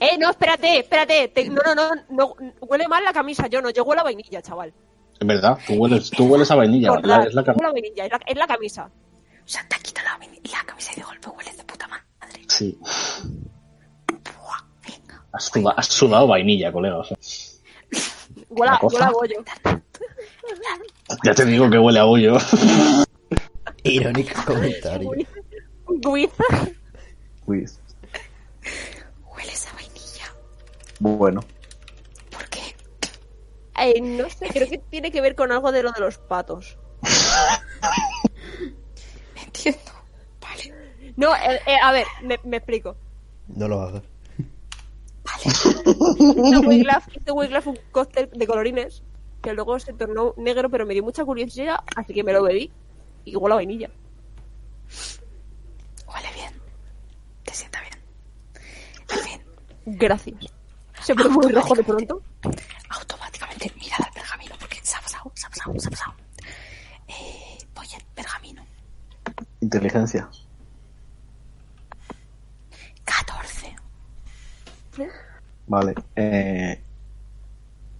S8: Eh, no, espérate, espérate. Te- no, no, no, no. Huele mal la camisa, yo no. Yo huelo a vainilla, chaval.
S9: Es verdad, tú hueles, tú hueles a vainilla.
S8: Por
S9: la-
S8: la-
S9: es la cam-
S8: huelo a vainilla, es la, es la camisa.
S6: O sea, te ha quitado la, vaini- la camisa y de golpe hueles de puta madre.
S9: Sí. Has sudado, has sudado vainilla, colega. o sea.
S8: Huele a,
S9: ¿La cosa?
S8: huele a bollo.
S9: ya te digo que huele a hoyo.
S4: Irónico comentario.
S8: Guiza.
S9: Luis.
S6: Hueles a vainilla.
S9: Bueno.
S8: Eh, no sé, creo que tiene que ver con algo de lo de los patos.
S6: Entiendo.
S8: No, eh, eh, a ver, me, me explico.
S4: No lo hagas.
S8: Hizo Wiglaf, hizo Wiglaf este un cóctel de colorines que luego se tornó negro, pero me dio mucha curiosidad, así que me lo bebí. Y huele a vainilla.
S6: Huele bien. Te sienta bien.
S8: Gracias. Se puso muy rojo de pronto.
S6: Automáticamente mirad al pergamino porque se ha pasado, se ha pasado, se ha pasado. Eh, voy al pergamino.
S9: Inteligencia.
S6: 14.
S9: Vale. eh,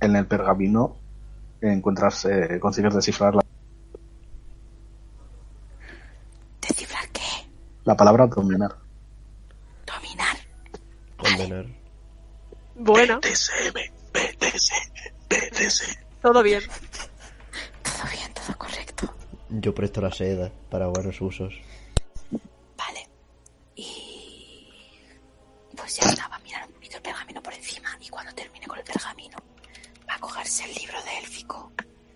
S9: en el pergamino encuentras, eh, consigues descifrar la,
S6: ¿Descifrar qué?
S9: la palabra ¿eh? dominar.
S6: Dominar.
S4: Condenar.
S8: Bueno.
S2: BTSM, BTSM, BTSM.
S8: Todo bien.
S6: Todo bien, todo correcto.
S4: Yo presto la seda para buenos usos.
S6: Vale. Y. Pues ya estaba mirar un poquito el pergamino por encima. Y cuando termine con el pergamino, va a cogerse el libro de élfico.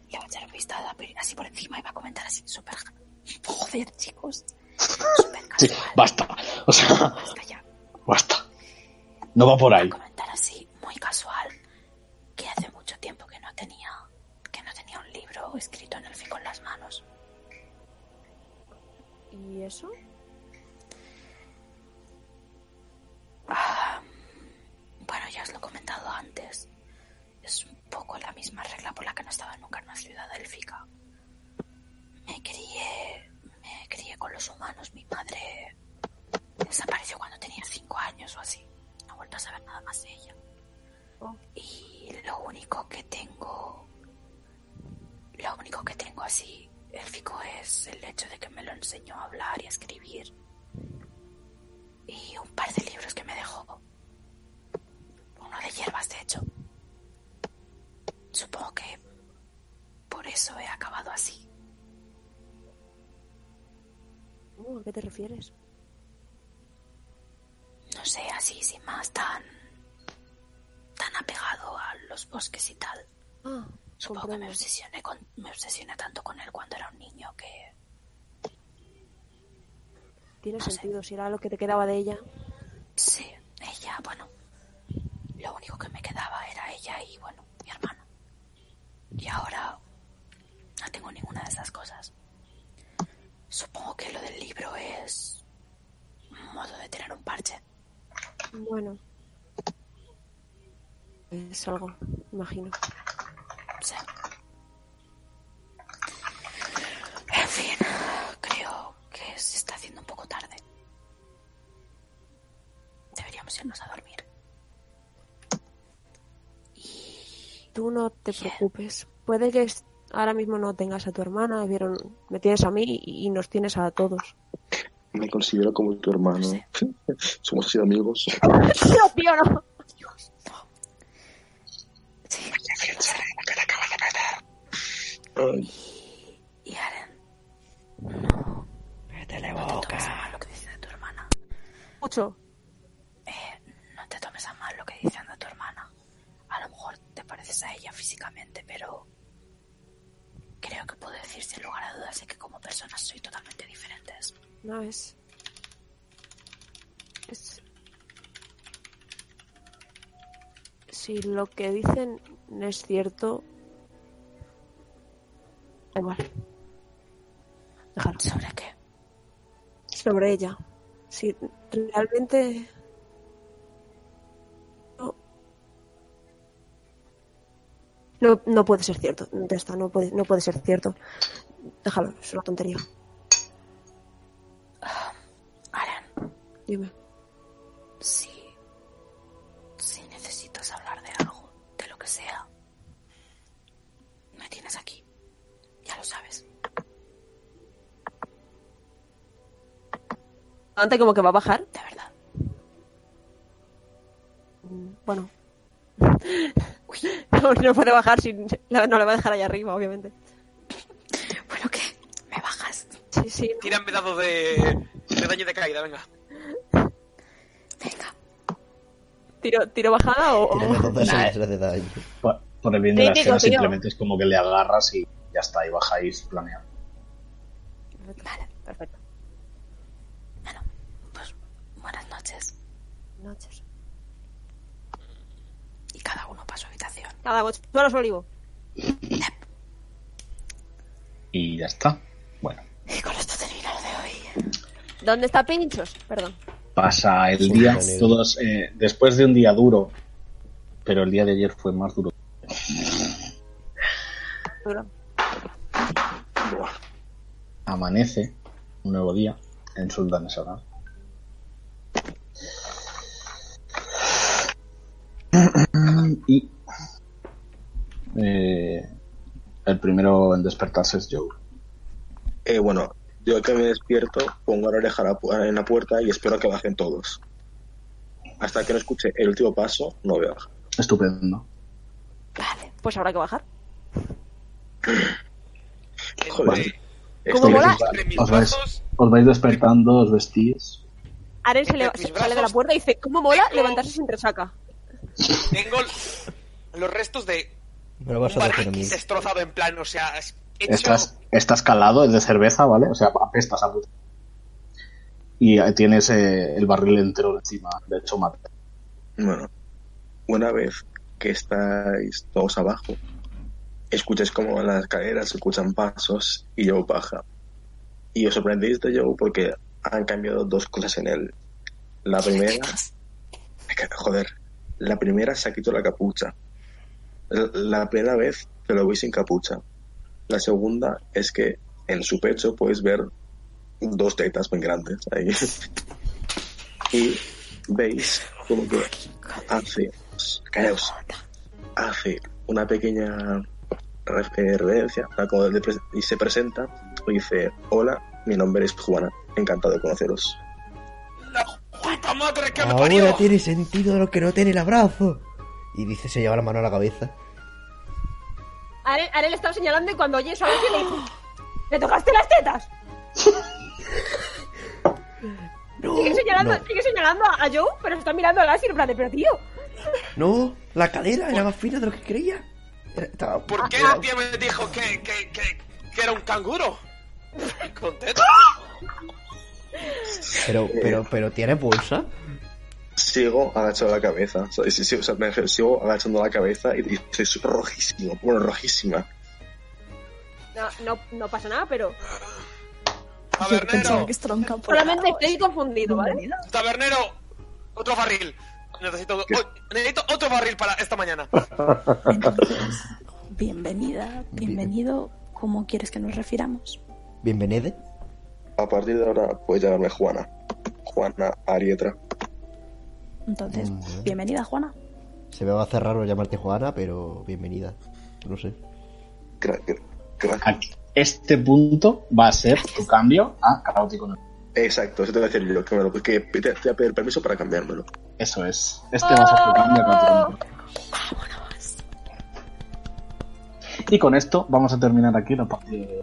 S6: Le va a echar un vistazo a- así por encima y va a comentar así súper. Joder, chicos.
S9: Sí, basta. O sea, basta. No va por ahí.
S6: Comentar así, muy casual. Que hace mucho tiempo que no tenía. Que no tenía un libro escrito en élfico en las manos.
S8: ¿Y eso?
S6: Ah, bueno, ya os lo he comentado antes. Es un poco la misma regla por la que no estaba nunca en una ciudad élfica. Me crié, me crié con los humanos. Mi padre desapareció cuando tenía cinco años o así. No he vuelto a saber nada más de ella. Y lo único que tengo, lo único que tengo así élfico es el hecho de que me lo enseñó a hablar y a escribir y un par de libros que me dejó. Uno de hierbas, de hecho. Supongo que por eso he acabado así.
S8: Uh, ¿A qué te refieres?
S6: No sé, así sin más, tan. tan apegado a los bosques y tal.
S8: Ah,
S6: Supongo que me obsesioné, con- me obsesioné tanto con él cuando era un niño que.
S8: tiene sentido, si era lo que te quedaba de ella.
S6: Sí, ella, bueno. Lo único que me quedaba era ella y, bueno, mi hermano. Y ahora no tengo ninguna de esas cosas. Supongo que lo del libro es un modo de tener un parche.
S8: Bueno. Es algo, imagino.
S6: Sí. En fin, creo que se está haciendo un poco tarde. Deberíamos irnos a dormir.
S8: Tú no te preocupes. Puede que es- ahora mismo no tengas a tu hermana, vieron, me tienes a mí y y nos tienes a todos.
S2: Me considero como tu hermano. Somos así de amigos.
S8: No, tío, no.
S2: Ay,
S6: Y Aren,
S17: Vete la boca.
S6: lo que dice de tu hermana.
S8: Mucho.
S6: No te tomes a mal lo que dicen de tu hermana. A lo mejor te pareces a ella físicamente, pero creo que puedo decir sin lugar a dudas de que como personas soy totalmente diferentes.
S8: No es. Es. Si lo que dicen es cierto, Da igual. Déjalo.
S6: ¿Sobre qué?
S8: Sobre ella. Si realmente. No. No, no puede ser cierto. Ya está, no puede, no puede ser cierto. Déjalo, es una tontería.
S6: Aran,
S8: Dime.
S6: si. Si necesitas hablar de algo, de lo que sea, me tienes aquí. Ya lo sabes.
S8: Antes como que va a bajar.
S6: De verdad.
S8: Mm, Bueno. No, no puede bajar sin. la- No la va a dejar allá arriba, obviamente.
S6: Bueno, ¿qué? ¿Me bajas?
S8: Sí, sí. no.
S10: Tírame dados de, de daño de caída, venga.
S6: Venga.
S8: ¿Tiro, tiro bajada
S10: Oh,
S8: o.?
S4: Tírame dos de
S8: Nah,
S4: seis de daño.
S9: Por, por el bien de la
S8: Crítico,
S9: escena,
S8: tío.
S9: simplemente es como que le agarras y ya está, y bajáis planeando.
S6: Vale.
S8: Perfecto.
S6: Bueno, pues buenas noches.
S8: Noches.
S6: Y cada uno para su habitación.
S8: Nada, pues, tú a los olivo.
S9: Y ya está. Bueno,
S6: Y con esto termina lo de hoy.
S8: ¿Dónde está Pinchos? Perdón.
S9: pasa el
S4: Sí,
S9: día,
S4: Daniel.
S9: todos, eh, después de un día duro, pero el día de ayer fue más duro.
S8: Duro.
S9: Amanece un nuevo día en Sultan Solar. Y eh, el primero en despertarse es Joe.
S2: Eh, bueno, yo que me despierto, pongo la oreja a la pu- en la puerta y espero a que bajen todos. Hasta que no escuche el último paso, no voy a bajar.
S9: Estupendo.
S6: Vale.
S8: Pues habrá que bajar.
S10: Este,
S2: Joder.
S10: Entre-
S8: ¿Cómo
S9: Entonces,
S8: mola?
S9: os vais-
S10: Mis
S9: Os vais,
S10: brazos.
S9: os vais despertando, os vestís.
S8: Aren se, le-
S10: Mis
S8: se-
S10: brazos.
S8: sale de la puerta y dice: ¿Cómo mola levantarse sin resaca?
S10: Tengo l- los restos de
S4: Me lo
S10: un
S4: vas a decir a mí.
S10: barraquis destrozado en plan, o sea, es hecho...
S9: Estás, estás calado, es de cerveza, ¿vale? O sea, apestas a puta. Y eh, tienes eh, el barril entero encima, de hecho, mate.
S2: Bueno, una vez que estáis todos abajo, escucháis como en las escaleras se escuchan pasos y Joe baja. Y os sorprendéis de Joe porque han cambiado dos cosas en él. La primera, joder, la primera se ha quitado la capucha. La- La primera vez que lo veis sin capucha. La segunda es que en su pecho podéis ver dos tetas muy grandes ahí. y veis como que hace, callaos, hace una pequeña ref- eh, reverencia ¿no? como de pres- y se presenta y dice, hola, mi nombre es Juana, encantado de conoceros.
S10: ¡La puta madre que me
S4: Ahora
S10: parió!
S4: tiene sentido lo que no tiene el abrazo. Y dice, se lleva la mano a la cabeza.
S8: Aren, Aren le estaba señalando y cuando oye eso, alguien le dice: ¡Le tocaste las tetas!
S4: No,
S8: Sigue señalando,
S4: no,
S8: sigue señalando a a Joe, pero se está mirando a Lassie en plan de: ¡Pero tío!
S4: no, la cadera era más fina de lo que creía. Era- estaba-
S10: ¿Por qué
S4: era-
S10: el tío me dijo que, que, que, que era un canguro? ¿Contento?
S4: Ah. Pero, pero, pero tiene bolsa.
S2: Sigo agachando la cabeza, o sea, sí, sí, o sea, me refiero, sigo agachando la cabeza y y estoy rojísimo, bueno, rojísima.
S8: No, no, no pasa nada, pero.
S10: ¡Tabernero!
S6: esto era un campo de
S8: Solamente
S6: lavados.
S8: estoy confundido, ¿vale?
S6: Bienvenida.
S10: ¡Tabernero! ¡Otro barril! Necesito,
S2: ¿Qué?
S10: o- necesito otro barril para esta mañana.
S6: Entonces, bienvenida, bienvenido. ¿Cómo quieres que nos refiramos?
S4: Bienvenede.
S2: A partir de ahora puedes llamarme Juana. Juana Arietra.
S6: Entonces,
S4: Mm.
S6: bienvenida, Juana.
S4: Se me va a hacer raro llamarte Juana, pero bienvenida. No sé.
S2: Gra- gra- Gracias.
S9: Aquí- Este punto va a ser tu cambio a caótico. neutral.
S2: Exacto, eso te voy a decir yo, que, me lo- que te, te voy a pedir permiso para cambiármelo.
S9: Eso es. Este va a ser tu cambio a caótico. neutral. Y con esto vamos a terminar aquí la partida de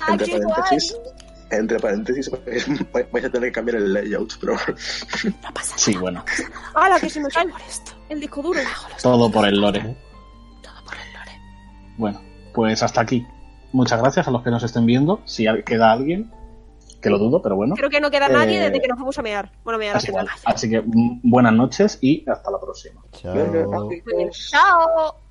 S8: ¡Ah,
S2: Entre
S8: qué
S2: paréntesis, entre paréntesis, vais a tener que cambiar el layout, pero
S6: No pasa nada.
S9: Sí, bueno,
S8: guay! ¡Hala, que se me cae
S6: Por esto,
S8: el disco duro!
S9: todo por el lore.
S6: todo por el lore.
S9: Bueno, pues hasta aquí. Muchas gracias a los que nos estén viendo. Si al- queda alguien, que lo dudo, pero bueno.
S8: Creo que no queda
S9: Eh,
S8: nadie desde que nos fuimos a mear. Bueno, a mear al
S9: Así,
S8: final.
S4: Ah,
S9: así que mm, buenas noches y hasta la próxima.
S4: Chao.
S2: Venga, adiós.
S8: ¡Chao!